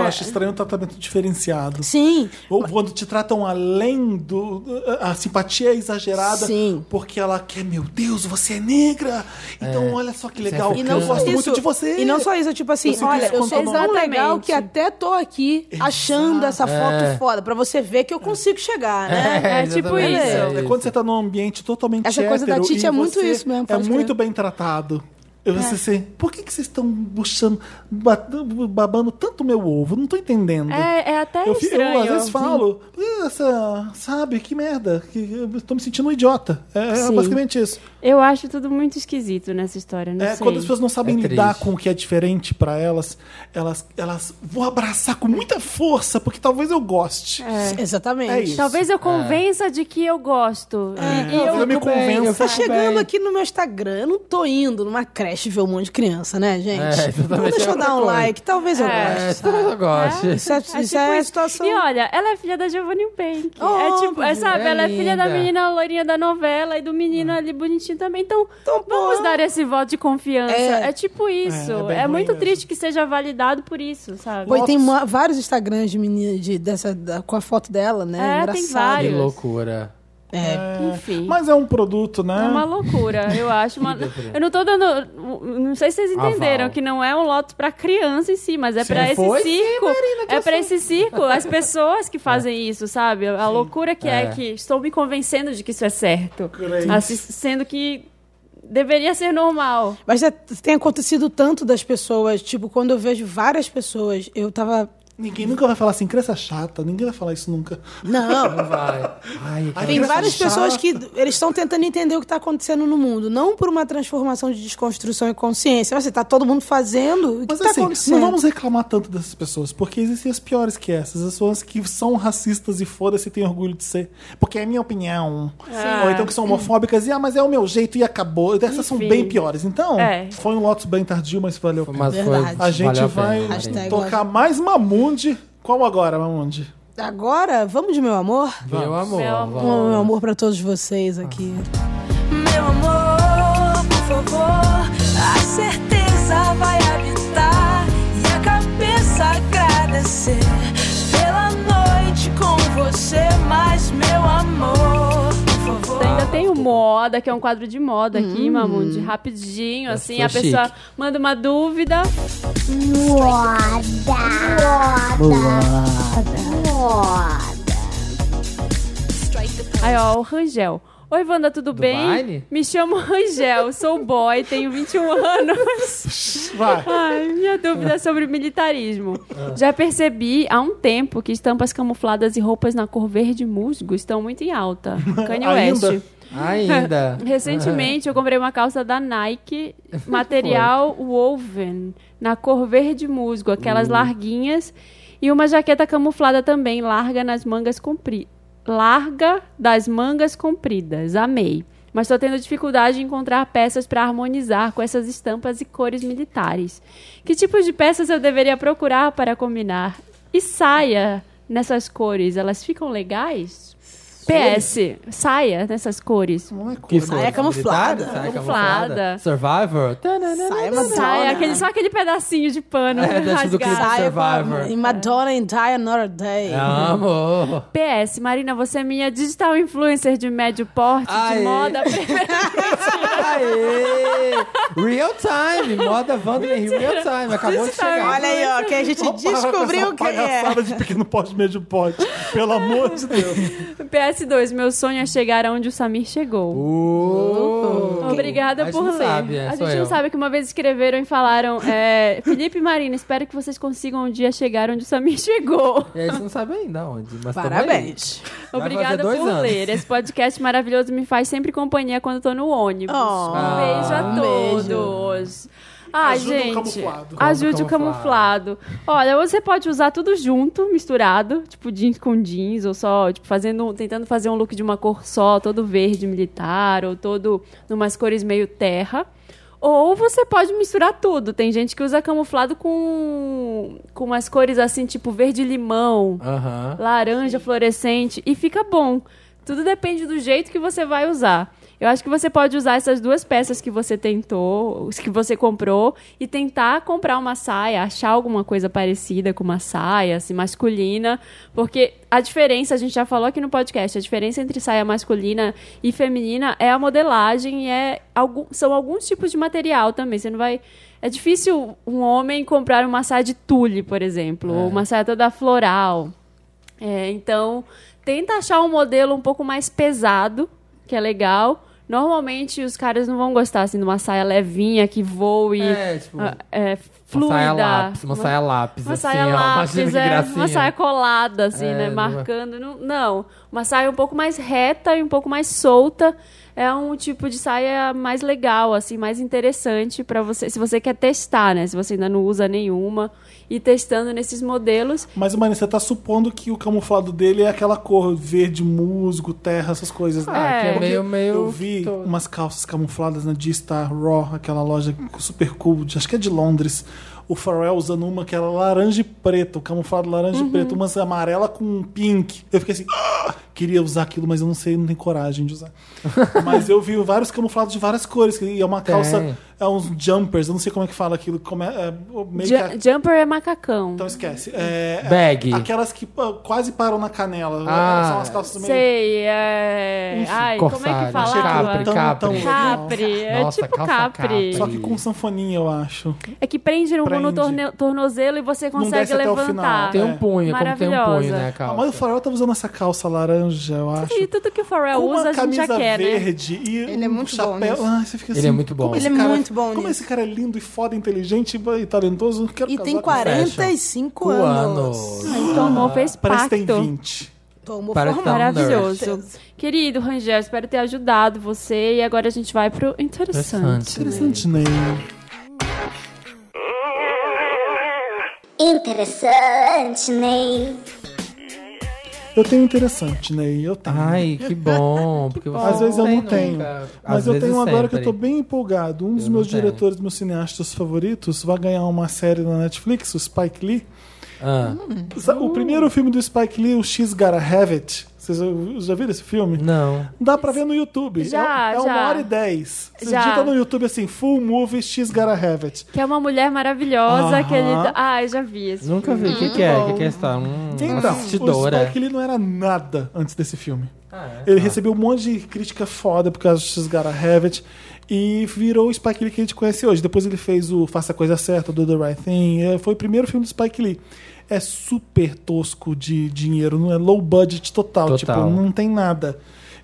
Speaker 2: acho estranho o tratamento diferenciado.
Speaker 4: Sim.
Speaker 2: Ou quando te tratam além do. A simpatia é exagerada.
Speaker 4: Sim.
Speaker 2: Porque ela quer, meu Deus, você é negra. Então olha só que legal.
Speaker 4: E não
Speaker 2: eu
Speaker 4: só
Speaker 2: gosto
Speaker 4: É. isso,
Speaker 2: muito de você.
Speaker 4: E não só isso, tipo assim,
Speaker 2: Eu sinto
Speaker 4: olha,
Speaker 2: isso
Speaker 4: eu
Speaker 2: quando
Speaker 4: sou
Speaker 2: eu
Speaker 4: tão
Speaker 3: não-
Speaker 4: legal que
Speaker 3: Exatamente.
Speaker 4: até tô aqui achando essa foto
Speaker 1: É.
Speaker 4: foda, pra você ver que eu consigo chegar, né?
Speaker 3: É, tipo
Speaker 1: exatamente,
Speaker 3: isso.
Speaker 2: É quando você tá num ambiente totalmente
Speaker 4: Essa coisa da
Speaker 2: hétero
Speaker 4: Titi
Speaker 2: e
Speaker 4: é muito
Speaker 2: você
Speaker 4: isso mesmo,
Speaker 2: É
Speaker 4: pode
Speaker 2: muito
Speaker 4: crer.
Speaker 2: bem tratado. Eu pensei assim, por que, que vocês estão buchando, bat- babando tanto meu ovo? Não tô entendendo.
Speaker 3: É, é até
Speaker 2: eu, fi- eu,
Speaker 3: estranho.
Speaker 2: às vezes falo, "Ah, essa, sabe, que merda, que eu tô me sentindo um idiota. É, é
Speaker 3: Sim.
Speaker 2: basicamente isso.
Speaker 3: Eu acho tudo muito esquisito nessa história, não
Speaker 2: É,
Speaker 3: sei.
Speaker 2: quando as pessoas não sabem
Speaker 1: É triste.
Speaker 2: lidar com o que é diferente pra elas, elas, elas vão abraçar com muita força, porque talvez eu goste.
Speaker 4: Exatamente.
Speaker 2: É isso.
Speaker 3: Talvez eu convença de que eu gosto. E- e
Speaker 2: Talvez eu me
Speaker 1: fico bem, eu
Speaker 2: convença.
Speaker 4: Tá
Speaker 1: fico
Speaker 4: chegando
Speaker 1: bem.
Speaker 4: aqui no meu Instagram, eu não tô indo numa creche ver um monte de criança, né, gente?
Speaker 1: É, exatamente.
Speaker 4: então deixa eu
Speaker 1: É outra
Speaker 4: dar um
Speaker 1: coisa.
Speaker 4: like, talvez eu
Speaker 3: É,
Speaker 1: É,
Speaker 4: goste.
Speaker 1: isso eu gosto.
Speaker 4: Isso é,
Speaker 3: É
Speaker 4: isso
Speaker 3: tipo
Speaker 4: é a
Speaker 3: isso.
Speaker 4: situação.
Speaker 3: E olha, ela é filha da Giovanni Bank.
Speaker 4: Oh,
Speaker 3: é tipo, é, sabe,
Speaker 1: é
Speaker 3: ela é filha da
Speaker 1: linda.
Speaker 3: menina loirinha da novela e do
Speaker 2: Ah.
Speaker 3: menino ali bonitinho também. Então, vamos dar esse voto de confiança.
Speaker 4: É.
Speaker 3: É, tipo isso.
Speaker 2: É, é
Speaker 3: É,
Speaker 2: bem ruim
Speaker 3: muito
Speaker 2: mesmo.
Speaker 3: triste que seja validado por isso, sabe?
Speaker 4: Pô, e tem ma- vários Instagrams de menina de, dessa, da- com a foto dela, né?
Speaker 3: É,
Speaker 4: Engraçado.
Speaker 3: tem
Speaker 1: Que
Speaker 3: vários.
Speaker 1: loucura.
Speaker 4: É.
Speaker 3: Enfim.
Speaker 2: Mas é um produto, né?
Speaker 3: É uma loucura, eu acho. uma- Eu não tô dando. Não sei se vocês entenderam
Speaker 1: Aval.
Speaker 3: que não é um lote pra criança em si, mas é pra esse
Speaker 1: Foi?
Speaker 3: circo. é pra esse circo, as pessoas que fazem isso, sabe? A loucura que é.
Speaker 1: É.
Speaker 3: que estou me convencendo de que isso é certo.
Speaker 2: Crente.
Speaker 3: Assim, sendo que deveria ser normal.
Speaker 4: Mas já tem acontecido tanto das pessoas, tipo, quando eu vejo várias pessoas, eu tava.
Speaker 2: Ninguém nunca vai falar assim, criança chata, ninguém vai falar isso nunca.
Speaker 4: Não,
Speaker 1: Não vai. Ai,
Speaker 2: Ai,
Speaker 1: cara.
Speaker 4: Tem
Speaker 2: Criança
Speaker 4: várias
Speaker 2: chata.
Speaker 4: pessoas que eles estão tentando entender o que está acontecendo no mundo, não por uma transformação de desconstrução e consciência. Mas assim, tá todo mundo fazendo. O que
Speaker 2: Mas
Speaker 4: está
Speaker 2: assim,
Speaker 4: tá acontecendo?
Speaker 2: não vamos reclamar tanto dessas pessoas, porque existem as piores que essas, as pessoas que são racistas e foda-se e têm orgulho de ser. Porque é a minha opinião.
Speaker 4: Ah,
Speaker 2: Ou então que são homofóbicas e, ah, mas é o meu jeito e acabou. Essas são
Speaker 3: Enfim.
Speaker 2: bem piores. Então,
Speaker 3: É.
Speaker 2: foi um Lotus bem tardio, mas valeu a pena.
Speaker 1: Mas foi,
Speaker 4: Verdade.
Speaker 2: A gente
Speaker 1: valeu
Speaker 2: vai
Speaker 1: pena.
Speaker 4: Hashtag
Speaker 2: tocar mais Mamundi. Qual agora, Mamundi?
Speaker 4: Agora, vamos de meu amor?
Speaker 1: Meu amor.
Speaker 3: Meu amor.
Speaker 1: vamos.
Speaker 4: Um meu amor para todos vocês aqui.
Speaker 10: Ah. Meu amor, por favor, a certeza vai habitar e a cabeça agradecer pela noite com você, mas meu amor, por favor.
Speaker 3: Ainda tem o moda, que é um quadro de moda aqui, Mamundi, rapidinho, assim,
Speaker 1: sou
Speaker 3: a pessoa
Speaker 1: chique.
Speaker 3: manda uma dúvida. Aí, ó, o Rangel. Oi, Wanda, tudo bem?
Speaker 1: baile?
Speaker 3: Me chamo Rangel, sou boy, tenho 21 anos.
Speaker 2: Vai.
Speaker 3: Ai, minha dúvida é sobre militarismo. Já percebi há um tempo que estampas camufladas e roupas na cor verde musgo estão muito em alta. Kanye
Speaker 2: Ainda?
Speaker 3: West.
Speaker 1: Ainda.
Speaker 3: Recentemente eu comprei uma calça da Nike, material woven, na cor verde musgo, aquelas larguinhas, e uma jaqueta camuflada também, larga nas mangas compridas. Larga das mangas compridas. Amei. Mas estou tendo dificuldade de encontrar peças para harmonizar com essas estampas e cores militares. Que tipos de peças eu deveria procurar para combinar? E saia nessas cores, elas ficam legais? PS, saia nessas cores.
Speaker 2: Não é cor.
Speaker 1: Que
Speaker 2: né?
Speaker 1: cores?
Speaker 8: camuflada.
Speaker 1: Saia
Speaker 3: Camuflada.
Speaker 1: Survivor.
Speaker 8: Saia
Speaker 3: Saia,
Speaker 8: é Madonna.
Speaker 3: aquele, só aquele pedacinho de pano
Speaker 1: né? É, dentro do
Speaker 3: rasgado.
Speaker 1: clipe.
Speaker 8: Saia com a-
Speaker 1: Survivor.
Speaker 8: em Madonna and Die Another Day.
Speaker 10: É.
Speaker 1: Amo.
Speaker 3: PS, Marina, você é minha digital influencer de médio porte,
Speaker 1: Aê.
Speaker 3: de moda.
Speaker 1: Aê! Real time. Moda Vanderlei Real time. Acabou de chegar.
Speaker 8: Olha aí, ó, que a gente
Speaker 2: Vamos parar com
Speaker 8: descobriu
Speaker 2: essa
Speaker 8: quem é.
Speaker 2: palhaçada de pequeno pote, médio pote. Pelo amor de Deus.
Speaker 3: PS2, meu sonho é chegar aonde o Samir chegou.
Speaker 1: Uh.
Speaker 3: Obrigada
Speaker 1: A gente
Speaker 3: por
Speaker 1: não
Speaker 3: ler.
Speaker 1: sabe, é,
Speaker 3: a
Speaker 1: sou
Speaker 3: gente não
Speaker 1: eu.
Speaker 3: sabe que uma vez escreveram e falaram: é, Felipe e Marina, espero que vocês consigam um dia chegar onde o Samir chegou.
Speaker 1: E eles não sabem ainda onde, mas tamo aí.
Speaker 8: Parabéns.
Speaker 1: Vai fazer
Speaker 3: Obrigada por
Speaker 1: dois anos.
Speaker 3: ler. Esse podcast maravilhoso me faz sempre companhia quando tô no ônibus.
Speaker 8: Oh,
Speaker 3: um beijo a
Speaker 1: um
Speaker 3: todos. Ah,
Speaker 2: Ajuda o
Speaker 3: gente.
Speaker 2: camuflado.
Speaker 3: Ajude o
Speaker 1: camuflado.
Speaker 3: camuflado. Olha, você pode usar tudo junto, misturado, tipo jeans com jeans, ou só, tipo, fazendo, um- tentando fazer um look de uma cor só, todo verde militar, ou todo numas cores meio terra. Ou você pode misturar tudo. Tem gente que usa camuflado com, com umas cores assim, tipo verde limão
Speaker 1: Aham.
Speaker 3: laranja fluorescente e fica bom. Tudo depende do jeito que você vai usar. Eu acho que você pode usar essas duas peças que você tentou, os que você comprou, e tentar comprar uma saia, achar alguma coisa parecida com uma saia, assim, masculina. Porque a diferença, a gente já falou aqui no podcast, a diferença entre saia masculina e feminina é a modelagem e é algum, são alguns tipos de material também. Você não vai. É difícil um homem comprar uma saia de tule, por exemplo, ou uma saia toda floral. É, então, tenta achar um modelo um pouco mais pesado, que é legal. Normalmente os caras não vão gostar assim de uma saia levinha que voe,
Speaker 1: É, tipo,
Speaker 3: ah, é,
Speaker 1: uma
Speaker 3: fluida.
Speaker 1: saia lápis, uma saia lápis,
Speaker 3: Uma
Speaker 1: assim,
Speaker 3: saia
Speaker 1: ó,
Speaker 3: lápis,
Speaker 1: imagina que
Speaker 3: é,
Speaker 1: gracinha.
Speaker 3: uma saia colada, assim,
Speaker 1: É, não
Speaker 3: né?
Speaker 1: é.
Speaker 3: Marcando. Não, não. uma saia um pouco mais reta e um pouco mais solta. É um tipo de saia mais legal, assim, mais interessante para você. Se você quer testar, né? Se você ainda não usa nenhuma. E testando nesses modelos.
Speaker 2: Mas, Marina, você tá supondo que o camuflado dele é aquela cor verde, musgo, terra, essas coisas. né?
Speaker 1: Ah, que é
Speaker 3: É.
Speaker 1: meio, meio...
Speaker 2: Eu vi umas calças camufladas na G-Star Raw, aquela loja super cool, de- acho que é de Londres. O Pharrell usando uma que era laranja e preta, o camuflado laranja e preto, umas amarela com pink. Eu fiquei assim, "Ah!" queria usar aquilo, mas eu não sei, não tenho coragem de usar. mas eu vi vários camuflados de várias cores, que- e é uma calça, é uns jumpers, eu não sei como é que fala aquilo, como é, é meio que a-
Speaker 3: Ju- Jumper é macacão.
Speaker 2: Então esquece. É,
Speaker 1: Bag.
Speaker 2: Aquelas que pô, quase param na canela.
Speaker 1: Ah.
Speaker 2: são as calças meio...
Speaker 3: Sei, é. Ai, como é que
Speaker 1: Corsário,
Speaker 3: fala?
Speaker 1: Capri,
Speaker 2: Então é Tão-
Speaker 1: Capri.
Speaker 2: tão-
Speaker 3: Capri, é
Speaker 1: Nossa,
Speaker 3: tipo
Speaker 1: calça
Speaker 3: capri.
Speaker 2: Só que com sanfoninha, eu acho.
Speaker 3: É que prende no,
Speaker 2: Prende.
Speaker 3: no torne- tornozelo e você consegue
Speaker 2: desce até o final.
Speaker 3: levantar.
Speaker 1: Tem um punho, como tem um punho,
Speaker 3: Maravilhosa.
Speaker 1: né,
Speaker 2: Ah,
Speaker 1: calça?
Speaker 2: mas o Farol tava usando essa calça laranja, eu acho.
Speaker 3: E tudo que o Pharrell
Speaker 2: Com
Speaker 3: usa,
Speaker 2: uma
Speaker 3: a gente
Speaker 2: camisa
Speaker 3: já quer, né?
Speaker 2: verde e
Speaker 8: Ele é
Speaker 2: um
Speaker 8: muito bom
Speaker 2: chapéu.
Speaker 8: nisso.
Speaker 2: Ah, você fica
Speaker 1: Ele
Speaker 2: assim,
Speaker 1: é muito bom.
Speaker 2: Como
Speaker 8: Ele
Speaker 2: esse
Speaker 8: é
Speaker 2: cara-
Speaker 8: muito bom
Speaker 2: Como
Speaker 8: nisso.
Speaker 2: esse cara é lindo e foda, inteligente e talentoso. eu Quero
Speaker 8: E
Speaker 2: casar
Speaker 8: tem
Speaker 2: com ele.
Speaker 8: 45 anos.
Speaker 3: Aí tomou, Então, fez
Speaker 2: Parece que tem
Speaker 3: pacto.
Speaker 2: 20.
Speaker 8: Tomou
Speaker 1: Para
Speaker 8: formal.
Speaker 1: Thunder.
Speaker 3: Maravilhoso. Querido Rangel, espero ter ajudado você. E agora a gente vai pro interessante.
Speaker 2: Interessante, né?
Speaker 7: Interessante, Ney.
Speaker 2: Eu tenho interessante, né? Eu tenho.
Speaker 1: Ai, que bom. Porque você
Speaker 2: Às vezes eu não
Speaker 1: tem
Speaker 2: tenho.
Speaker 1: nunca.
Speaker 2: Mas
Speaker 1: Às
Speaker 2: eu
Speaker 1: vezes
Speaker 2: tenho agora que eu tô
Speaker 1: sempre.
Speaker 2: bem empolgado. Um dos
Speaker 1: Eu
Speaker 2: meus
Speaker 1: não tenho.
Speaker 2: diretores, meus cineastas favoritos, vai ganhar uma série na Netflix, o Spike Lee.
Speaker 1: Ah,
Speaker 2: Hum. Sa- O
Speaker 3: Uh.
Speaker 2: primeiro filme do Spike Lee, o She's Gotta Have It. Vocês já- já viram esse filme?
Speaker 1: não.
Speaker 2: Dá pra ver no YouTube.
Speaker 3: Já,
Speaker 2: é, é uma
Speaker 3: já.
Speaker 2: hora e dez. Você
Speaker 3: Já.
Speaker 2: digita no YouTube assim, full movie She's Gotta Have It.
Speaker 3: Que é uma mulher maravilhosa que ele.
Speaker 2: Aham.
Speaker 3: Ai, já vi esse
Speaker 1: Nunca vi. O que, que é? O que, que é essa? Hum,
Speaker 2: Hum, tá Então,
Speaker 1: assistidora.
Speaker 2: o Spike Lee não era nada antes desse filme.
Speaker 1: Ah, é?
Speaker 2: Ele recebeu um monte de crítica foda por causa do She's Gotta Have It e virou o Spike Lee que a gente conhece hoje. Depois ele fez o Faça a Coisa Certa, Do The Right Thing. É, Foi o primeiro filme do Spike Lee. É super tosco de dinheiro, não é low budget total,
Speaker 1: Total.
Speaker 2: tipo, não tem nada.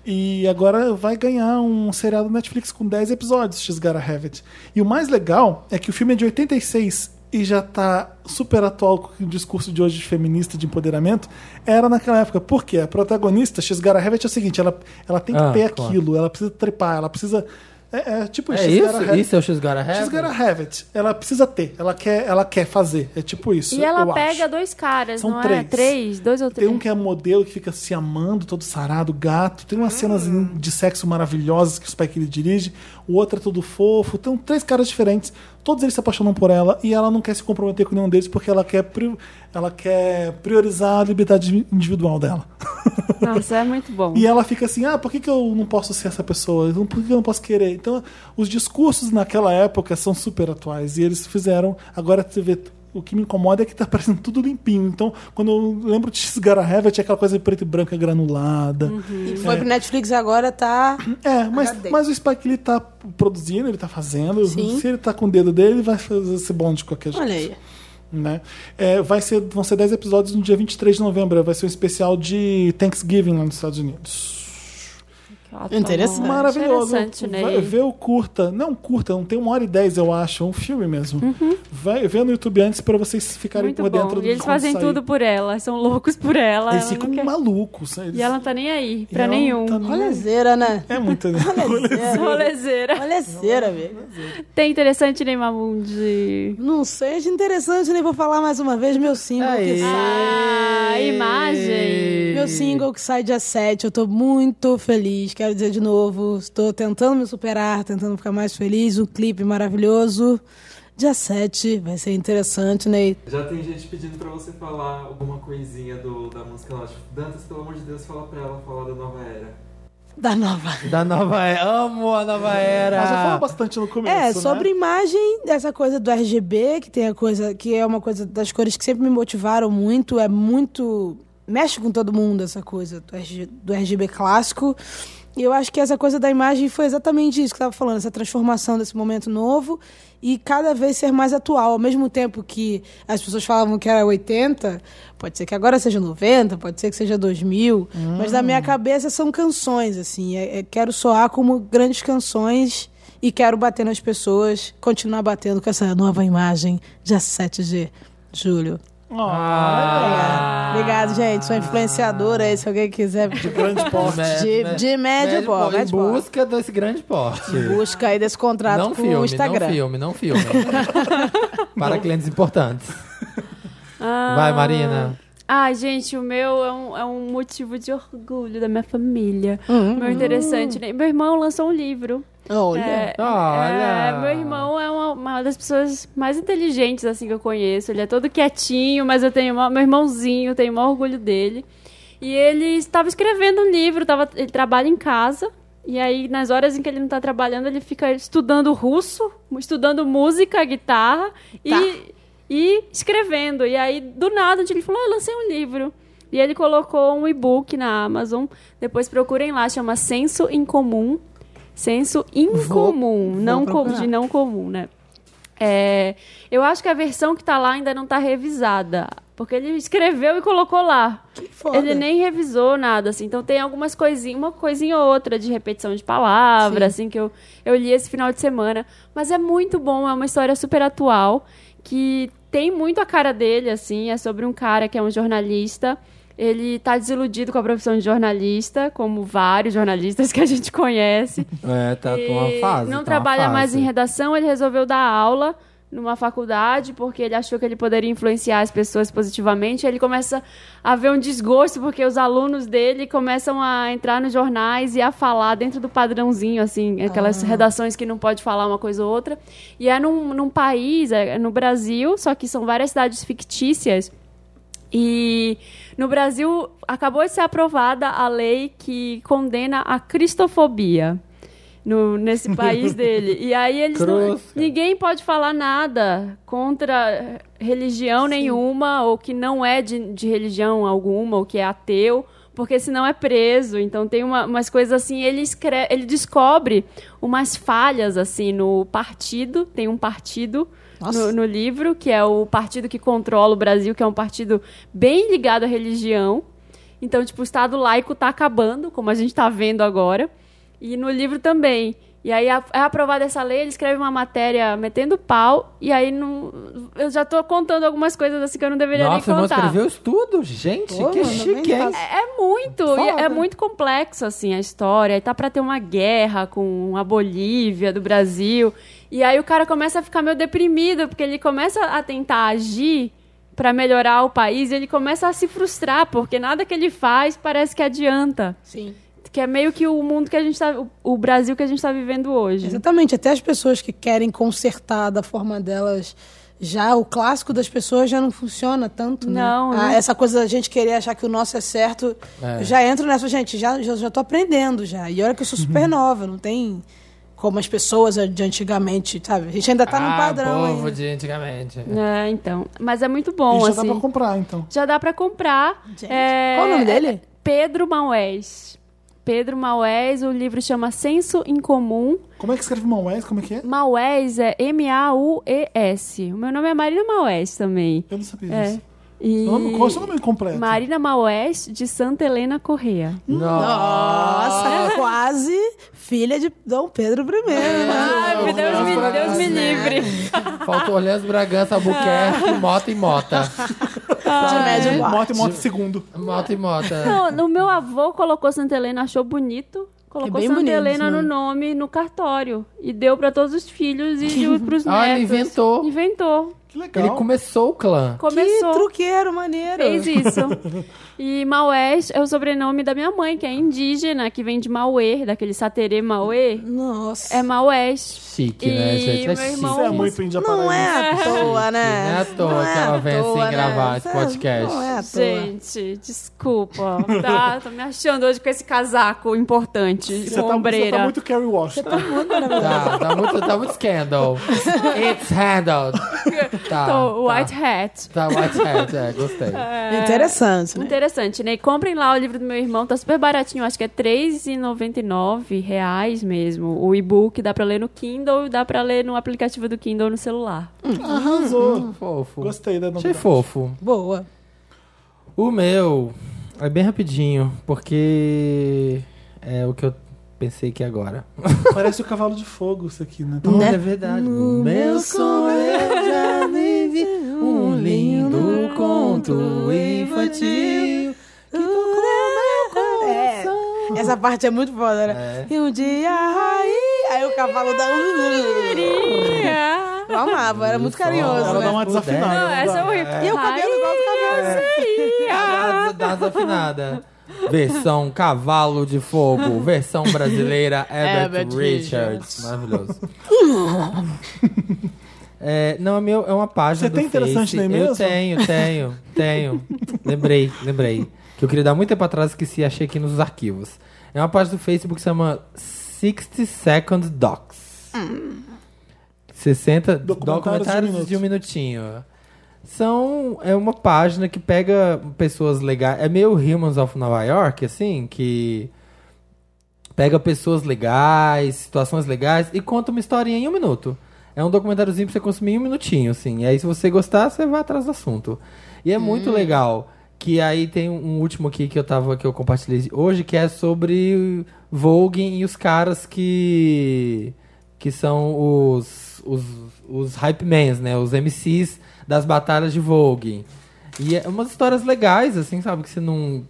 Speaker 2: E agora vai ganhar um seriado Netflix com 10 episódios, She's Gotta Have It. E o mais legal é que o filme é de 86 e já tá super atual com o discurso de hoje de feminista, de empoderamento. Era naquela época. Por quê? A protagonista, She's Gotta Have It, é o seguinte, ela, ela tem que
Speaker 1: Ah,
Speaker 2: ter
Speaker 1: claro.
Speaker 2: aquilo, ela precisa trepar, ela precisa É, é tipo
Speaker 1: É
Speaker 2: She's Gotta
Speaker 1: isso?
Speaker 2: Have-
Speaker 1: Isso é o She's Gotta Have?
Speaker 2: She's Gotta Have It. Ela precisa ter, ela quer, ela quer fazer. É tipo isso.
Speaker 3: E ela
Speaker 2: eu
Speaker 3: pega
Speaker 2: acho.
Speaker 3: dois caras,
Speaker 2: São
Speaker 3: não é?
Speaker 2: três.
Speaker 3: Três, dois ou
Speaker 2: Tem
Speaker 3: três.
Speaker 2: um que é modelo que fica se amando, todo sarado, gato. Tem umas cenas de sexo maravilhosas que o Spike ele dirige. O outro é todo fofo. Tem três caras diferentes. Todos eles se apaixonam por ela e ela não quer se comprometer com nenhum deles porque ela quer, pri- ela quer priorizar a liberdade individual dela.
Speaker 3: Nossa, é muito bom.
Speaker 2: E ela fica assim, ah, por que, que eu não posso ser essa pessoa? Então, Por que eu não posso querer? Então, os discursos naquela época são super atuais. E eles fizeram. Agora você vê. O que me incomoda é que tá parecendo tudo limpinho. Então, quando eu lembro de Cigarra Heaven, tinha aquela coisa preto e branca granulada.
Speaker 4: E foi pro Netflix agora, tá.
Speaker 2: É, mas,
Speaker 4: HD.
Speaker 2: mas o Spike ele tá produzindo, ele tá fazendo.
Speaker 4: Sim.
Speaker 2: Se ele tá com o dedo dele, ele vai fazer esse bonde de qualquer jeito
Speaker 4: Olha aí.
Speaker 2: né? É, vai ser, vão ser 10 episódios no dia 23 de novembro. Vai ser um especial de Thanksgiving lá nos Estados Unidos.
Speaker 3: Ótimo.
Speaker 4: Interessante.
Speaker 2: Maravilhoso.
Speaker 3: tá É, Interessante, né?
Speaker 2: Vai ver o curta. Não, curta, não tem uma hora e dez, eu acho. É um filme mesmo. Vai ver no YouTube antes pra vocês ficarem
Speaker 3: Uhum. Muito
Speaker 2: por
Speaker 3: bom.
Speaker 2: dentro do
Speaker 3: e eles
Speaker 2: quando
Speaker 3: fazem
Speaker 2: sair.
Speaker 3: tudo por ela, são loucos por ela.
Speaker 2: Eles
Speaker 3: ela
Speaker 2: ficam
Speaker 3: não quer-
Speaker 2: malucos. né? Eles-
Speaker 3: E ela não tá nem aí,
Speaker 2: e
Speaker 3: pra
Speaker 2: ela não
Speaker 3: nenhum.
Speaker 2: tá nem-
Speaker 4: Rolezeira, né?
Speaker 2: É muito, né?
Speaker 3: Rolezeira.
Speaker 4: Rolezeira, amigo.
Speaker 3: Tem interessante Neymar Mundi.
Speaker 4: Não sei, de interessante, nem vou falar mais uma vez meu single que
Speaker 1: Aê.
Speaker 4: sai.
Speaker 3: Ah, imagem.
Speaker 4: Meu single que sai dia 7, eu tô muito feliz, quero dizer de novo, estou tentando me superar, tentando ficar mais feliz, um clipe maravilhoso. Dia 7 vai ser interessante, né? Ney.
Speaker 11: Já tem gente pedindo pra você falar alguma coisinha do, da música lá. Tipo, Dantas, pelo amor de Deus, fala pra ela falar da nova era.
Speaker 4: Da nova.
Speaker 1: Da nova era. Amo a nova era.
Speaker 2: Mas já falou bastante no começo.
Speaker 4: É,
Speaker 2: né?
Speaker 4: sobre imagem, essa coisa do RGB, que tem a coisa, que é uma coisa das cores que sempre me motivaram muito, é muito. mexe com todo mundo essa coisa do RG do RGB clássico. E eu acho que essa coisa da imagem foi exatamente isso que eu estava falando, essa transformação desse momento novo e cada vez ser mais atual. Ao mesmo tempo que as pessoas falavam que era 80, pode ser que agora seja 90, pode ser que seja 2000, mas na
Speaker 2: Hum.
Speaker 4: minha cabeça são canções, assim. É- é- quero soar como grandes canções e quero bater nas pessoas, continuar batendo com essa nova imagem, dia 7 de julho.
Speaker 1: Ah.
Speaker 4: Obrigado, gente. Sou influenciadora aí, se alguém quiser. De grande porte.
Speaker 1: É,
Speaker 4: De, de médio porte.
Speaker 1: né, Em
Speaker 4: médio porte.
Speaker 1: busca desse grande porte.
Speaker 4: Busca aí desse contrato
Speaker 1: Não
Speaker 4: com
Speaker 1: filme,
Speaker 4: o Instagram.
Speaker 1: não filme, não filme. Para clientes importantes.
Speaker 3: Ah.
Speaker 1: Vai, Marina.
Speaker 3: Ai, gente, o meu é um, é um motivo de orgulho da minha família.
Speaker 4: Hum.
Speaker 2: Uhum.
Speaker 3: Meu interessante. né? Meu irmão lançou um livro.
Speaker 4: Olha.
Speaker 3: É,
Speaker 2: Ah,
Speaker 1: Olha.
Speaker 3: é, meu irmão é uma, uma das pessoas mais inteligentes assim que eu conheço. Ele é todo quietinho, mas eu tenho maior- meu irmãozinho, eu tenho o maior orgulho dele. E ele estava escrevendo um livro, tava, ele trabalha em casa. E aí, nas horas em que ele não está trabalhando, ele fica estudando russo, estudando música, guitarra e, e escrevendo. E aí, do nada, um dia ele falou: ah, eu lancei um livro. E ele colocou um e-book na Amazon. Depois procurem lá, chama Senso em Comum. Senso incomum, não com-
Speaker 4: procurar.
Speaker 3: de não comum, né? É, eu acho que a versão que tá lá ainda não tá revisada. Porque ele escreveu e colocou lá.
Speaker 4: Foda.
Speaker 3: Ele nem revisou nada, assim. Então tem algumas coisinhas, uma coisinha ou outra de repetição de palavra, assim, que eu, eu li esse final de semana. Mas é muito bom, é uma história super atual, que tem muito a cara dele, assim. É sobre um cara que é um jornalista. Ele tá desiludido com a profissão de jornalista, como vários jornalistas que a gente conhece.
Speaker 1: É, tá
Speaker 3: E
Speaker 1: com uma fase.
Speaker 3: Não
Speaker 1: tá uma
Speaker 3: trabalha
Speaker 1: fase.
Speaker 3: mais em redação, ele resolveu dar aula numa faculdade porque ele achou que ele poderia influenciar as pessoas positivamente. Ele começa a ver um desgosto porque os alunos dele começam a entrar nos jornais e a falar dentro do padrãozinho, assim, aquelas redações que não pode falar uma coisa ou outra. E é num, num país, é no Brasil, só que são várias cidades fictícias. E no Brasil acabou de ser aprovada a lei que condena a cristofobia no, nesse país dele. E aí eles não,
Speaker 1: Cruz, cara.
Speaker 3: ninguém pode falar nada contra religião nenhuma ou que não é de, de religião alguma ou que é ateu. Porque senão é preso. Então tem uma- umas coisas assim. Ele, escreve, ele descobre umas falhas assim no partido. Tem um partido no,
Speaker 4: Nossa.
Speaker 3: no livro, que é o partido que controla o Brasil, que é um partido bem ligado à religião. tá Então, tipo, o Estado laico está acabando, como a gente está vendo agora. E no livro também. E aí a- é aprovada essa lei, ele escreve uma matéria metendo pau, e aí não, eu já tô contando algumas coisas assim que eu não deveria
Speaker 1: Nossa,
Speaker 3: nem
Speaker 1: irmão,
Speaker 3: contar.
Speaker 1: escreveu isso tudo? Gente,
Speaker 12: Pô,
Speaker 1: que
Speaker 12: mano,
Speaker 1: chique,
Speaker 12: bem
Speaker 1: hein?
Speaker 12: fácil.
Speaker 3: É muito, e
Speaker 1: Foda.
Speaker 3: é muito complexo assim a história. E tá pra ter uma guerra com a Bolívia do Brasil. E aí o cara começa a ficar meio deprimido porque ele começa a tentar agir pra melhorar o país e ele começa a se frustrar porque nada que ele faz parece que adianta.
Speaker 12: Sim.
Speaker 3: Que é meio que o mundo que a gente tá, o- o Brasil que a gente tá vivendo hoje.
Speaker 4: Exatamente, até as pessoas que querem consertar da forma delas, já o clássico das pessoas já não funciona tanto, né?
Speaker 3: Não,
Speaker 4: Ah,
Speaker 3: não.
Speaker 4: Essa coisa da gente querer achar que o nosso é certo,
Speaker 1: É.
Speaker 4: eu já entro nessa, gente, já, já, já tô aprendendo já. E olha que eu sou super
Speaker 1: Uhum.
Speaker 4: nova, não tem como as pessoas de antigamente, sabe? A gente ainda tá num
Speaker 1: ah,
Speaker 4: padrão
Speaker 1: povo
Speaker 4: ainda.
Speaker 1: de antigamente.
Speaker 3: É, então, mas é muito bom
Speaker 2: e já
Speaker 3: assim.
Speaker 2: dá pra comprar, então.
Speaker 3: Já dá pra comprar.
Speaker 4: Gente,
Speaker 3: É,
Speaker 4: qual o nome dele?
Speaker 3: Pedro Maués. Pedro Maués, o livro chama Senso em Comum.
Speaker 2: Como é que escreve Maués? Como é que é?
Speaker 3: Maués é M-A-U-E-S. O meu nome é Marina Maués também.
Speaker 2: Eu não sabia
Speaker 3: É.
Speaker 2: disso.
Speaker 3: E...
Speaker 2: Seu nome- Qual é o seu nome completo?
Speaker 3: Marina Maués, de Santa Helena Correia.
Speaker 4: Nossa, quase filha de Dom Pedro I.
Speaker 3: Ai, meu Deus, me, Deus me livre.
Speaker 1: Faltou Orleans Bragança, Albuquerque, Mota e Mota.
Speaker 2: Moto e moto É, segundo.
Speaker 1: Mota e Mota.
Speaker 3: Não, no meu avô colocou Santa Helena, achou bonito. Colocou
Speaker 4: bem
Speaker 3: Santa
Speaker 4: bonito
Speaker 3: Helena
Speaker 4: esse
Speaker 3: no
Speaker 4: nome.
Speaker 3: nome, no cartório. E deu pra todos os filhos e deu pros netos.
Speaker 1: Ah, ele inventou.
Speaker 3: Inventou.
Speaker 2: Que legal.
Speaker 1: Ele começou o clã.
Speaker 3: Começou.
Speaker 4: Que truqueiro, maneiro.
Speaker 3: Fez isso. E Maués é o sobrenome da minha mãe, que é indígena, que vem de Mauê, daquele saterê Mauê.
Speaker 4: Nossa.
Speaker 3: É Maués.
Speaker 1: Chique,
Speaker 3: E
Speaker 1: né, gente? É
Speaker 3: meu
Speaker 1: chique.
Speaker 3: irmão-
Speaker 2: Você é muito índia
Speaker 4: Não é à toa, né?
Speaker 1: Não é à toa que ela vem assim gravar esse
Speaker 4: Cê-
Speaker 1: podcast.
Speaker 4: né? Não é à toa.
Speaker 3: Gente, desculpa, tá? Tô me achando hoje com esse casaco importante,
Speaker 2: Você
Speaker 3: com
Speaker 2: tá, você
Speaker 3: ombreira.
Speaker 2: tá muito Carrie Washington.
Speaker 1: Tá, tá muito, tá muito scandal. It's handled. Tá,
Speaker 3: Tô
Speaker 1: tá.
Speaker 3: white hat.
Speaker 1: Tá, white hat, é, gostei.
Speaker 4: Interessante, né?
Speaker 3: Interessante, né? E comprem lá o livro do meu irmão, tá super baratinho, acho que é R$3,99 reais mesmo. O e-book dá pra ler no Kindle, dá pra ler no aplicativo do Kindle no celular.
Speaker 2: Arrasou.
Speaker 1: Fofo.
Speaker 2: Gostei da
Speaker 1: Achei
Speaker 2: novidade.
Speaker 1: fofo.
Speaker 4: Boa.
Speaker 1: O meu é bem rapidinho, porque é o que eu pensei que agora.
Speaker 2: Parece o cavalo de fogo isso aqui, né?
Speaker 1: Olha, é verdade. No meu sonho eu já vivi um lindo conto infantil.
Speaker 4: É. Essa parte é muito foda, né? E um dia, aí, aí o cavalo dá um...
Speaker 3: Yeah.
Speaker 4: Eu amava, era muito carinhoso,
Speaker 2: Ela dá
Speaker 4: né?
Speaker 2: uma desafinada.
Speaker 3: Não, essa é horrível.
Speaker 4: E o cabelo igual do cabelo.
Speaker 1: Dá dá desafinada. Versão Cavalo de Fogo, versão brasileira Herbert
Speaker 4: Herbert
Speaker 1: Richards. Maravilhoso. É, não, é, meu, é uma página
Speaker 2: Você
Speaker 1: do
Speaker 2: tem
Speaker 1: Face.
Speaker 2: interessante nem
Speaker 1: Eu
Speaker 2: mesmo?
Speaker 1: tenho, tenho, tenho. lembrei, lembrei. Que eu queria dar muito tempo atrás, esqueci, achei aqui nos arquivos. É uma página do Facebook que chama 60 Second Docs. 60
Speaker 2: Documentários de um
Speaker 1: documentários de um minutinho. São. É uma página que pega pessoas legais. É meio Humans of Nova York, assim, que pega pessoas legais, situações legais e conta uma historinha em um minuto. É um documentáriozinho pra você consumir em um minutinho, assim. E aí, se você gostar, você vai atrás do assunto. E é muito legal. Que aí tem um último aqui que eu tava, que eu compartilhei hoje, que é sobre Vogue e os caras que. que são os. os, os hype mans, né? Os MCs das batalhas de Vogue. E é umas histórias legais, assim, sabe? Que você não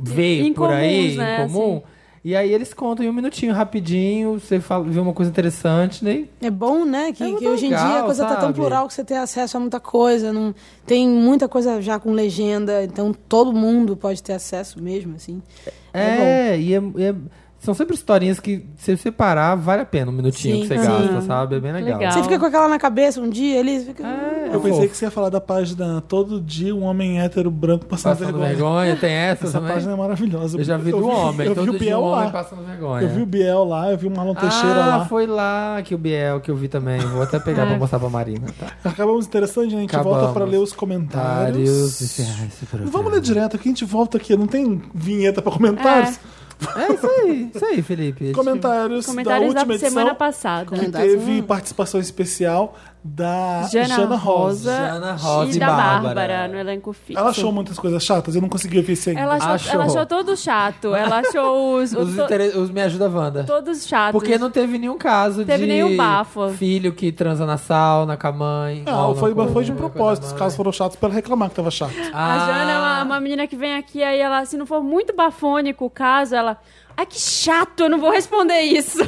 Speaker 1: vê por
Speaker 3: Incomuns,
Speaker 1: aí,
Speaker 3: né,
Speaker 1: incomum. E aí eles contam em um minutinho, rapidinho, você fala, vê uma coisa interessante, né?
Speaker 4: É bom, né?
Speaker 1: É
Speaker 4: Que,
Speaker 1: muito
Speaker 4: que hoje em
Speaker 1: legal,
Speaker 4: dia a coisa tá tão
Speaker 1: sabe?
Speaker 4: plural que você tem acesso a muita coisa. Não... Tem muita coisa já com legenda, então todo mundo pode ter acesso mesmo, assim.
Speaker 1: É, e é, e é- são sempre historinhas que, se você parar, vale a pena um minutinho
Speaker 4: Sim,
Speaker 1: que você
Speaker 4: sim.
Speaker 1: gasta, sabe? É bem legal.
Speaker 3: Legal.
Speaker 4: Você fica com aquela na cabeça um dia, ele fica...
Speaker 1: É,
Speaker 2: Eu pensei
Speaker 1: fofo.
Speaker 2: que você ia falar da página Todo Dia Um Homem Hétero Branco Passando,
Speaker 1: Passando
Speaker 2: Vergonha.
Speaker 1: vergonha, tem essa,
Speaker 2: Essa
Speaker 1: também.
Speaker 2: página é maravilhosa.
Speaker 1: Eu já vi do
Speaker 2: vi-
Speaker 1: homem,
Speaker 2: eu vi
Speaker 1: todo
Speaker 2: o
Speaker 1: dia
Speaker 2: Biel
Speaker 1: um homem
Speaker 2: lá.
Speaker 1: passando vergonha.
Speaker 2: Eu vi o Biel lá, eu vi o Marlon Teixeira
Speaker 1: ah,
Speaker 2: lá.
Speaker 1: foi lá que o Biel, que eu vi também. Vou até pegar pra mostrar pra Marina. Tá.
Speaker 2: Acabamos interessante, né? A gente volta
Speaker 1: Acabamos.
Speaker 2: pra ler os comentários.
Speaker 1: Vários encerrar esse programa.
Speaker 2: Vamos ler direto aqui, a gente volta aqui. Não tem vinheta pra comentários?
Speaker 1: É isso aí, isso aí, Felipe. A gente-
Speaker 2: Comentários, É.
Speaker 3: Comentários
Speaker 2: da
Speaker 3: da,
Speaker 2: última edição.
Speaker 3: semana passada.
Speaker 2: que teve participação especial da
Speaker 3: Jana,
Speaker 2: Jana
Speaker 3: Rosa,
Speaker 1: Jana Rosa
Speaker 3: e
Speaker 1: e
Speaker 3: da
Speaker 1: Bárbara.
Speaker 3: Bárbara no elenco fixo.
Speaker 2: Ela achou muitas coisas chatas, eu não consegui ver esse ainda.
Speaker 3: Ela achou,
Speaker 1: Achou.
Speaker 3: ela achou todo chato. Ela achou os, os
Speaker 1: Os,
Speaker 3: to-
Speaker 1: intere- os Me Ajuda Wanda.
Speaker 3: todos chatos.
Speaker 1: Porque não teve nenhum caso
Speaker 3: Teve
Speaker 1: de
Speaker 3: nenhum bafo.
Speaker 1: filho que transa na sauna com a mãe.
Speaker 2: Não,
Speaker 1: ou
Speaker 2: foi,
Speaker 1: com-
Speaker 2: foi de
Speaker 1: com a
Speaker 2: propósito. Os
Speaker 1: mãe.
Speaker 2: casos foram chatos pra ela reclamar que tava chato.
Speaker 3: A
Speaker 1: Ah.
Speaker 3: Jana é uma, uma menina que vem aqui, aí ela, se não for muito bafônico o caso, ela. Ai, que chato, eu não vou responder isso.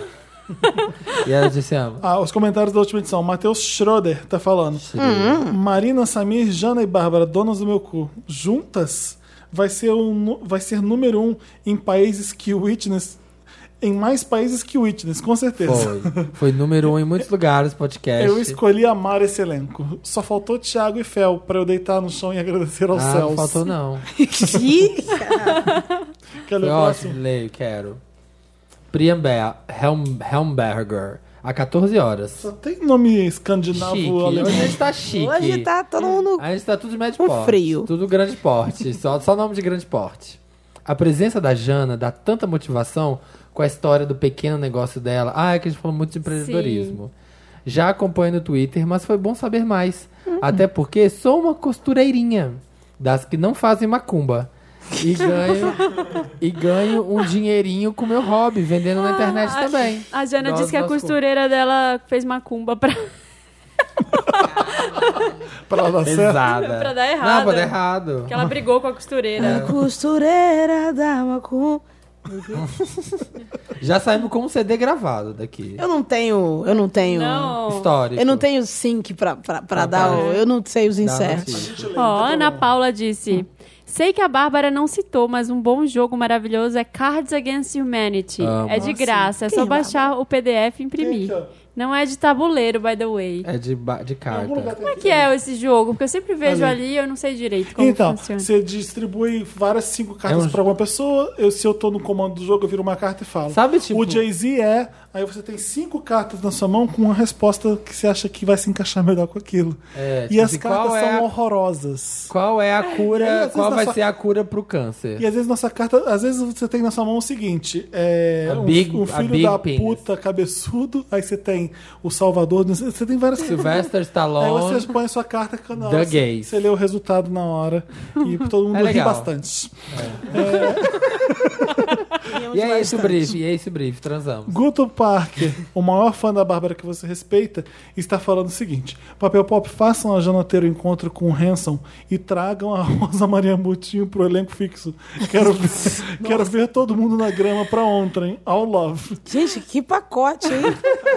Speaker 1: E ela disse, ama.
Speaker 2: Ah, os comentários da última edição. Matheus Schroeder tá falando.
Speaker 8: Hum.
Speaker 2: Marina, Samir, Jana e Bárbara, donas do meu cu, juntas vai ser, o nu- vai ser número um em países que o Witness. Em mais países que o Witness, com certeza.
Speaker 1: Foi. Foi número um em muitos lugares, podcast.
Speaker 2: Eu escolhi amar esse elenco. Só faltou Thiago e Fel pra eu deitar no chão e agradecer aos
Speaker 1: ah,
Speaker 2: céus.
Speaker 1: não faltou não.
Speaker 2: Quer ler
Speaker 1: Foi
Speaker 2: o próximo?
Speaker 1: ótimo, leio, quero. Priamber, Helm, Helmberger, a 14 horas.
Speaker 2: Só tem nome escandinavo
Speaker 1: Chique.
Speaker 2: alemão.
Speaker 1: Hoje a gente tá chique.
Speaker 8: Hoje tá todo mundo.
Speaker 3: Tipo,
Speaker 1: A gente tá tudo de médio
Speaker 8: Um
Speaker 1: porte.
Speaker 8: frio.
Speaker 1: Tudo grande porte. só, só nome de grande porte. A presença da Jana dá tanta motivação com a história do pequeno negócio dela. Ah, é que a gente falou muito de empreendedorismo. Já acompanho no Twitter, mas foi bom saber mais.
Speaker 3: Uhum.
Speaker 1: Até porque sou uma costureirinha das que não fazem macumba. E ganho, e ganho um dinheirinho com meu hobby, vendendo na internet
Speaker 3: Ah, a,
Speaker 1: também.
Speaker 3: A Jana
Speaker 1: Nós-
Speaker 3: disse que a
Speaker 1: nós-
Speaker 3: costureira dela fez macumba pra.
Speaker 2: Pra ela dar certo.
Speaker 1: Pesada.
Speaker 3: Pra
Speaker 1: Não, pra
Speaker 3: dar errado.
Speaker 1: dar errado.
Speaker 3: que é ela brigou com a
Speaker 2: É.
Speaker 3: costureira.
Speaker 8: Costureira da Macum.
Speaker 1: Já saímos com um CD gravado daqui.
Speaker 8: Eu não tenho. Eu não
Speaker 1: É.
Speaker 8: tenho.
Speaker 3: Não.
Speaker 1: Histórico.
Speaker 8: Eu não tenho sync pra, pra, pra
Speaker 1: Ah,
Speaker 8: dar.
Speaker 1: tá.
Speaker 8: o- Eu não sei os
Speaker 1: Dá
Speaker 8: insertos.
Speaker 1: notícia.
Speaker 3: Ó, Ana Paula disse. Sei que a Bárbara não citou, mas um bom jogo maravilhoso é Cards Against Humanity.
Speaker 1: Amo.
Speaker 3: É de graça, é só
Speaker 8: Quem,
Speaker 3: baixar o PDF e imprimir.
Speaker 2: Quem que
Speaker 3: Não é de tabuleiro, by the way.
Speaker 1: É de, ba- de
Speaker 2: algum lugar
Speaker 1: carta.
Speaker 2: tem
Speaker 3: Como é que é esse jogo? Porque eu sempre vejo
Speaker 2: Ali.
Speaker 3: ali e eu não sei direito como
Speaker 2: Então,
Speaker 3: funciona.
Speaker 2: você distribui várias cinco cartas
Speaker 1: É um-
Speaker 2: pra uma pessoa. Eu, se eu tô no comando do jogo, eu viro uma carta e falo.
Speaker 1: Sabe, tipo-
Speaker 2: O Jay-Z é. Aí você tem cinco cartas na sua mão com uma resposta que você acha que vai se encaixar melhor com aquilo.
Speaker 1: É,
Speaker 2: e
Speaker 1: tipo
Speaker 2: as
Speaker 1: assim,
Speaker 2: cartas
Speaker 1: qual é
Speaker 2: são
Speaker 1: a-
Speaker 2: horrorosas.
Speaker 1: Qual é a
Speaker 2: E aí, às
Speaker 1: cura?
Speaker 2: vezes,
Speaker 1: Qual
Speaker 2: na
Speaker 1: vai
Speaker 2: sua-
Speaker 1: ser a cura pro câncer?
Speaker 2: E às vezes nossa carta, às vezes você tem na sua mão o seguinte: é
Speaker 1: A
Speaker 2: um,
Speaker 1: big-
Speaker 2: um
Speaker 1: a
Speaker 2: filho
Speaker 1: big
Speaker 2: da
Speaker 1: penis.
Speaker 2: puta cabeçudo, aí você tem o Salvador, você tem várias
Speaker 1: Sylvester
Speaker 2: Aí
Speaker 1: Stallone.
Speaker 2: você põe a sua carta que na
Speaker 1: The
Speaker 2: hora, você-
Speaker 1: gays.
Speaker 2: Você lê o resultado na hora e todo mundo
Speaker 1: É
Speaker 2: ri
Speaker 1: legal.
Speaker 2: bastante.
Speaker 1: E é esse o brief, e é esse o brief, transamos.
Speaker 2: Guto Parker, o maior fã da Bárbara que você respeita, está falando o seguinte: Papel Pop, façam a Jana ter o encontro com o Hanson e tragam a Rosa Maria Mutinho pro elenco fixo. Quero ver, quero ver todo mundo na grama pra ontem. All love.
Speaker 8: Gente, que pacote, hein?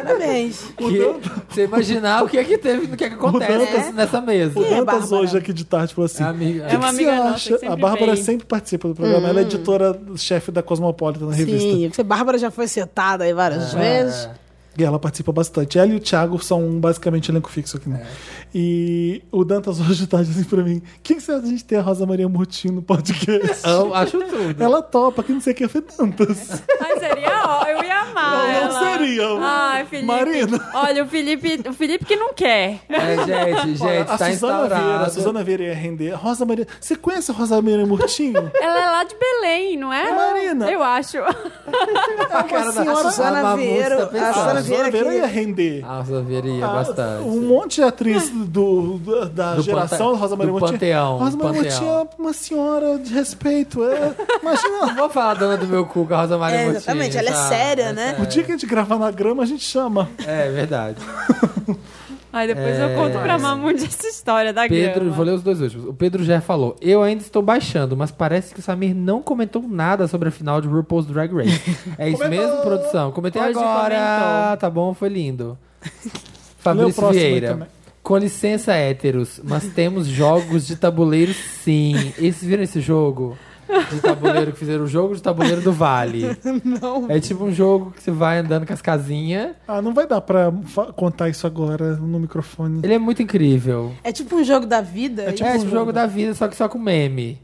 Speaker 8: Parabéns.
Speaker 1: Que- Você imaginar o que é que teve, o que é que acontece nessa- nessa mesa.
Speaker 2: tá O Dantas
Speaker 8: Bárbara?
Speaker 2: hoje aqui de tarde falou assim.
Speaker 1: É amiga-
Speaker 2: "O que
Speaker 3: É uma
Speaker 2: que
Speaker 3: amiga
Speaker 2: você
Speaker 3: nossa
Speaker 2: acha?"
Speaker 3: que
Speaker 2: A
Speaker 3: sempre
Speaker 2: Bárbara
Speaker 3: vem. Hum.
Speaker 2: sempre participa do programa. Ela é editora-chefe da Cosmopolitan na revista. É.
Speaker 8: Sim, porque Bárbara já foi citada aí várias vezes.
Speaker 2: E ela participa bastante. Ela e o Thiago são um, basicamente elenco fixo aqui, né?
Speaker 1: É.
Speaker 2: E o Dantas hoje tá dizendo pra mim: o que, que você acha de a gente ter a Rosa Maria Murtinho no podcast?
Speaker 1: Amo, acho tudo.
Speaker 2: tá ela topa, que não sei o que, eu falei, Dantas. é
Speaker 3: Ai, seria ó, eu ia amar.
Speaker 2: Não, não
Speaker 3: ela.
Speaker 2: seria.
Speaker 1: Ah,
Speaker 3: Ai, Felipe.
Speaker 2: Marina.
Speaker 3: Olha, o Felipe, o Felipe que não quer.
Speaker 1: É, gente, gente,
Speaker 2: a
Speaker 1: tá
Speaker 2: Suzana Vieira, a
Speaker 1: instaurado.
Speaker 2: Suzana Vieira ia render. A Rosa Maria. Você conhece a Rosa Maria Murtinho?
Speaker 3: Ela é lá de Belém, não é?
Speaker 2: Marina.
Speaker 3: Eu acho.
Speaker 1: Tá a cara da
Speaker 8: senhora- Suzana
Speaker 1: Mamute
Speaker 8: Vieira-
Speaker 1: tá pensando.
Speaker 8: a
Speaker 2: a
Speaker 8: Suzana
Speaker 2: Suzana
Speaker 8: Vieira
Speaker 2: Vieira
Speaker 8: queria-
Speaker 2: ia render.
Speaker 1: Ah, a Suzana Vieira ia bastante.
Speaker 2: Um monte de atriz do, do- da
Speaker 1: Ah, Do
Speaker 2: geração
Speaker 1: pante-
Speaker 2: da Rosa Maria
Speaker 1: do
Speaker 2: Murtinho.
Speaker 1: panteão,
Speaker 2: Rosa Maria
Speaker 1: panteão.
Speaker 2: Murtinho é uma senhora de respeito. É, imagina,
Speaker 1: Vou falar a dona do meu cu com a Rosa Maria
Speaker 8: É,
Speaker 1: Murtinho,
Speaker 8: exatamente, ela é
Speaker 1: tá?
Speaker 8: séria, né?
Speaker 2: O dia que a gente gravar na grama, a gente chama.
Speaker 1: É, verdade.
Speaker 3: Ai, depois eu
Speaker 1: É.
Speaker 3: conto pra Mamundi essa história da
Speaker 1: Pedro,
Speaker 3: grama.
Speaker 1: vou ler os dois últimos. O Pedro já falou: Eu ainda estou baixando, mas parece que o Samir não comentou nada sobre a final de RuPaul's Drag Race. É isso mesmo, produção? Comentei
Speaker 3: Hoje
Speaker 1: agora.
Speaker 3: comentou.
Speaker 1: Tá bom, foi lindo.
Speaker 2: Lê o
Speaker 1: Fabrício
Speaker 2: próximo aí
Speaker 1: Vieira.
Speaker 2: também.
Speaker 1: Com licença, héteros, mas temos jogos de tabuleiro sim. Vocês viram esse jogo? De tabuleiro que fizeram o jogo de tabuleiro do Vale. Não. É tipo um jogo que você vai andando com as casinhas.
Speaker 2: Ah, não vai dar pra fa- contar isso agora no microfone.
Speaker 1: Ele é muito incrível.
Speaker 8: É tipo um jogo da vida.
Speaker 2: É
Speaker 8: e-
Speaker 2: tipo
Speaker 1: é
Speaker 2: um
Speaker 1: tipo um
Speaker 2: jogo.
Speaker 1: jogo da vida, só que só com meme.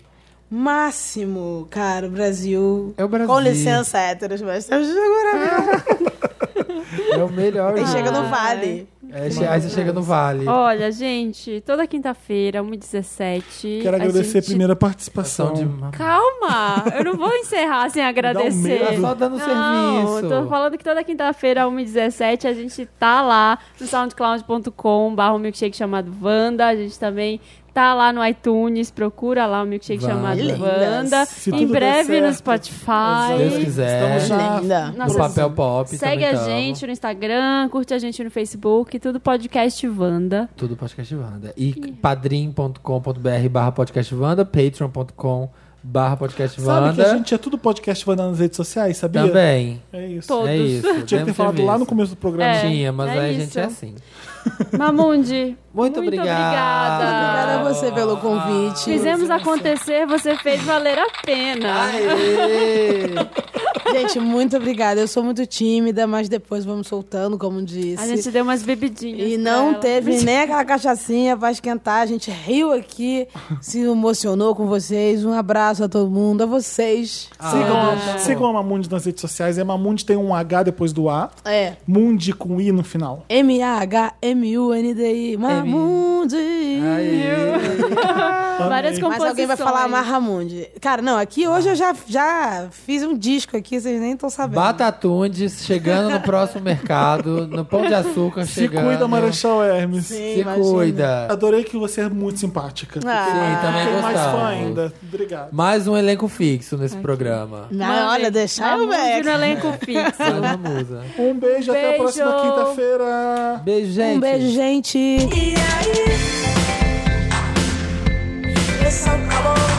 Speaker 8: Máximo, cara, o Brasil.
Speaker 1: É o Brasil.
Speaker 8: Com licença, héteros, mas temos que jogar.
Speaker 1: É o melhor.
Speaker 8: Aí
Speaker 2: Ah.
Speaker 1: jogo.
Speaker 8: chega no vale.
Speaker 1: É, che- aí você chega no vale.
Speaker 3: Olha, gente, toda quinta-feira, 1h17.
Speaker 2: Quero agradecer a
Speaker 3: a gente-
Speaker 2: primeira
Speaker 1: Ação
Speaker 2: participação.
Speaker 1: de... Tá
Speaker 3: Calma! Eu não vou encerrar sem agradecer.
Speaker 2: um medo.
Speaker 1: Só dando
Speaker 3: não,
Speaker 1: serviço.
Speaker 3: tô falando que toda quinta-feira, 1h17, a gente tá lá no soundcloud.com barra um milkshake chamado Wanda. A gente também tá lá no iTunes, procura lá o milkshake
Speaker 1: Wanda.
Speaker 3: chamado
Speaker 1: Lindas.
Speaker 3: Wanda.
Speaker 2: Se
Speaker 3: Em
Speaker 2: tudo der
Speaker 3: breve
Speaker 1: Se
Speaker 2: certo.
Speaker 3: no
Speaker 1: Deus
Speaker 3: Spotify.
Speaker 1: quiser.
Speaker 2: Estamos já
Speaker 4: Linda.
Speaker 1: No papel pop. tá
Speaker 3: Segue
Speaker 1: também
Speaker 3: a
Speaker 1: tamo.
Speaker 3: gente no Instagram, curte a gente no Facebook, tudo podcast Wanda.
Speaker 1: Tudo podcast Wanda. E padrim.com.br barra podcast Wanda, patreon.com barra podcast
Speaker 2: Sabe que a
Speaker 1: Wanda.
Speaker 2: gente é tudo podcast Wanda nas redes sociais, sabia?
Speaker 1: Também.
Speaker 2: É isso.
Speaker 3: Todos.
Speaker 1: É isso.
Speaker 2: Tinha que ter
Speaker 1: demos
Speaker 2: falado lá no
Speaker 1: serviço.
Speaker 2: começo do programa.
Speaker 3: É.
Speaker 1: Tinha, mas
Speaker 3: é
Speaker 1: aí a
Speaker 3: isso.
Speaker 1: gente é assim.
Speaker 3: Mamundi.
Speaker 1: Muito, obrigada.
Speaker 3: obrigada.
Speaker 4: Obrigada a você
Speaker 2: Ah.
Speaker 4: pelo convite.
Speaker 3: Fizemos acontecer, você fez valer a pena.
Speaker 1: Aê!
Speaker 4: Gente, muito obrigada. Eu sou muito tímida, mas depois vamos soltando, como disse.
Speaker 3: A gente deu umas bebidinhas.
Speaker 4: E
Speaker 3: pra
Speaker 4: não
Speaker 3: ela.
Speaker 4: teve nem aquela cachaçinha pra esquentar. A gente riu aqui, se emocionou com vocês. Um abraço a todo mundo, a vocês.
Speaker 3: Ah.
Speaker 2: Sigam, sigam a Mamundi nas redes sociais. E a Mamundi tem um H depois do A.
Speaker 4: É.
Speaker 2: Mundi com I no final.
Speaker 4: M-A-H-M-U-N-D-I. Mamundi.
Speaker 3: Ah, Várias
Speaker 2: Amei.
Speaker 3: composições.
Speaker 4: Mas alguém vai falar Marramundi. Cara, não, aqui hoje eu já, já fiz um disco aqui, vocês nem estão sabendo.
Speaker 1: Batatundes chegando no próximo mercado, no Pão de Açúcar
Speaker 2: Se
Speaker 1: chegando.
Speaker 2: cuida, Marechal Hermes.
Speaker 1: Se
Speaker 4: Imagina.
Speaker 1: cuida.
Speaker 2: Adorei que você é muito simpática.
Speaker 1: Sim, também
Speaker 2: Tem mais fã
Speaker 1: gostamos.
Speaker 2: ainda. Obrigado.
Speaker 1: Mais um elenco fixo nesse programa.
Speaker 4: Não, olha, deixar eu
Speaker 3: Mamundi no
Speaker 4: ver.
Speaker 3: elenco fixo.
Speaker 1: Mais uma musa.
Speaker 2: Um beijo, até a
Speaker 3: Beijo.
Speaker 2: próxima quinta-feira.
Speaker 1: Beijo, né, gente.
Speaker 4: Um beijo, gente.
Speaker 13: E aí? Esse é o calor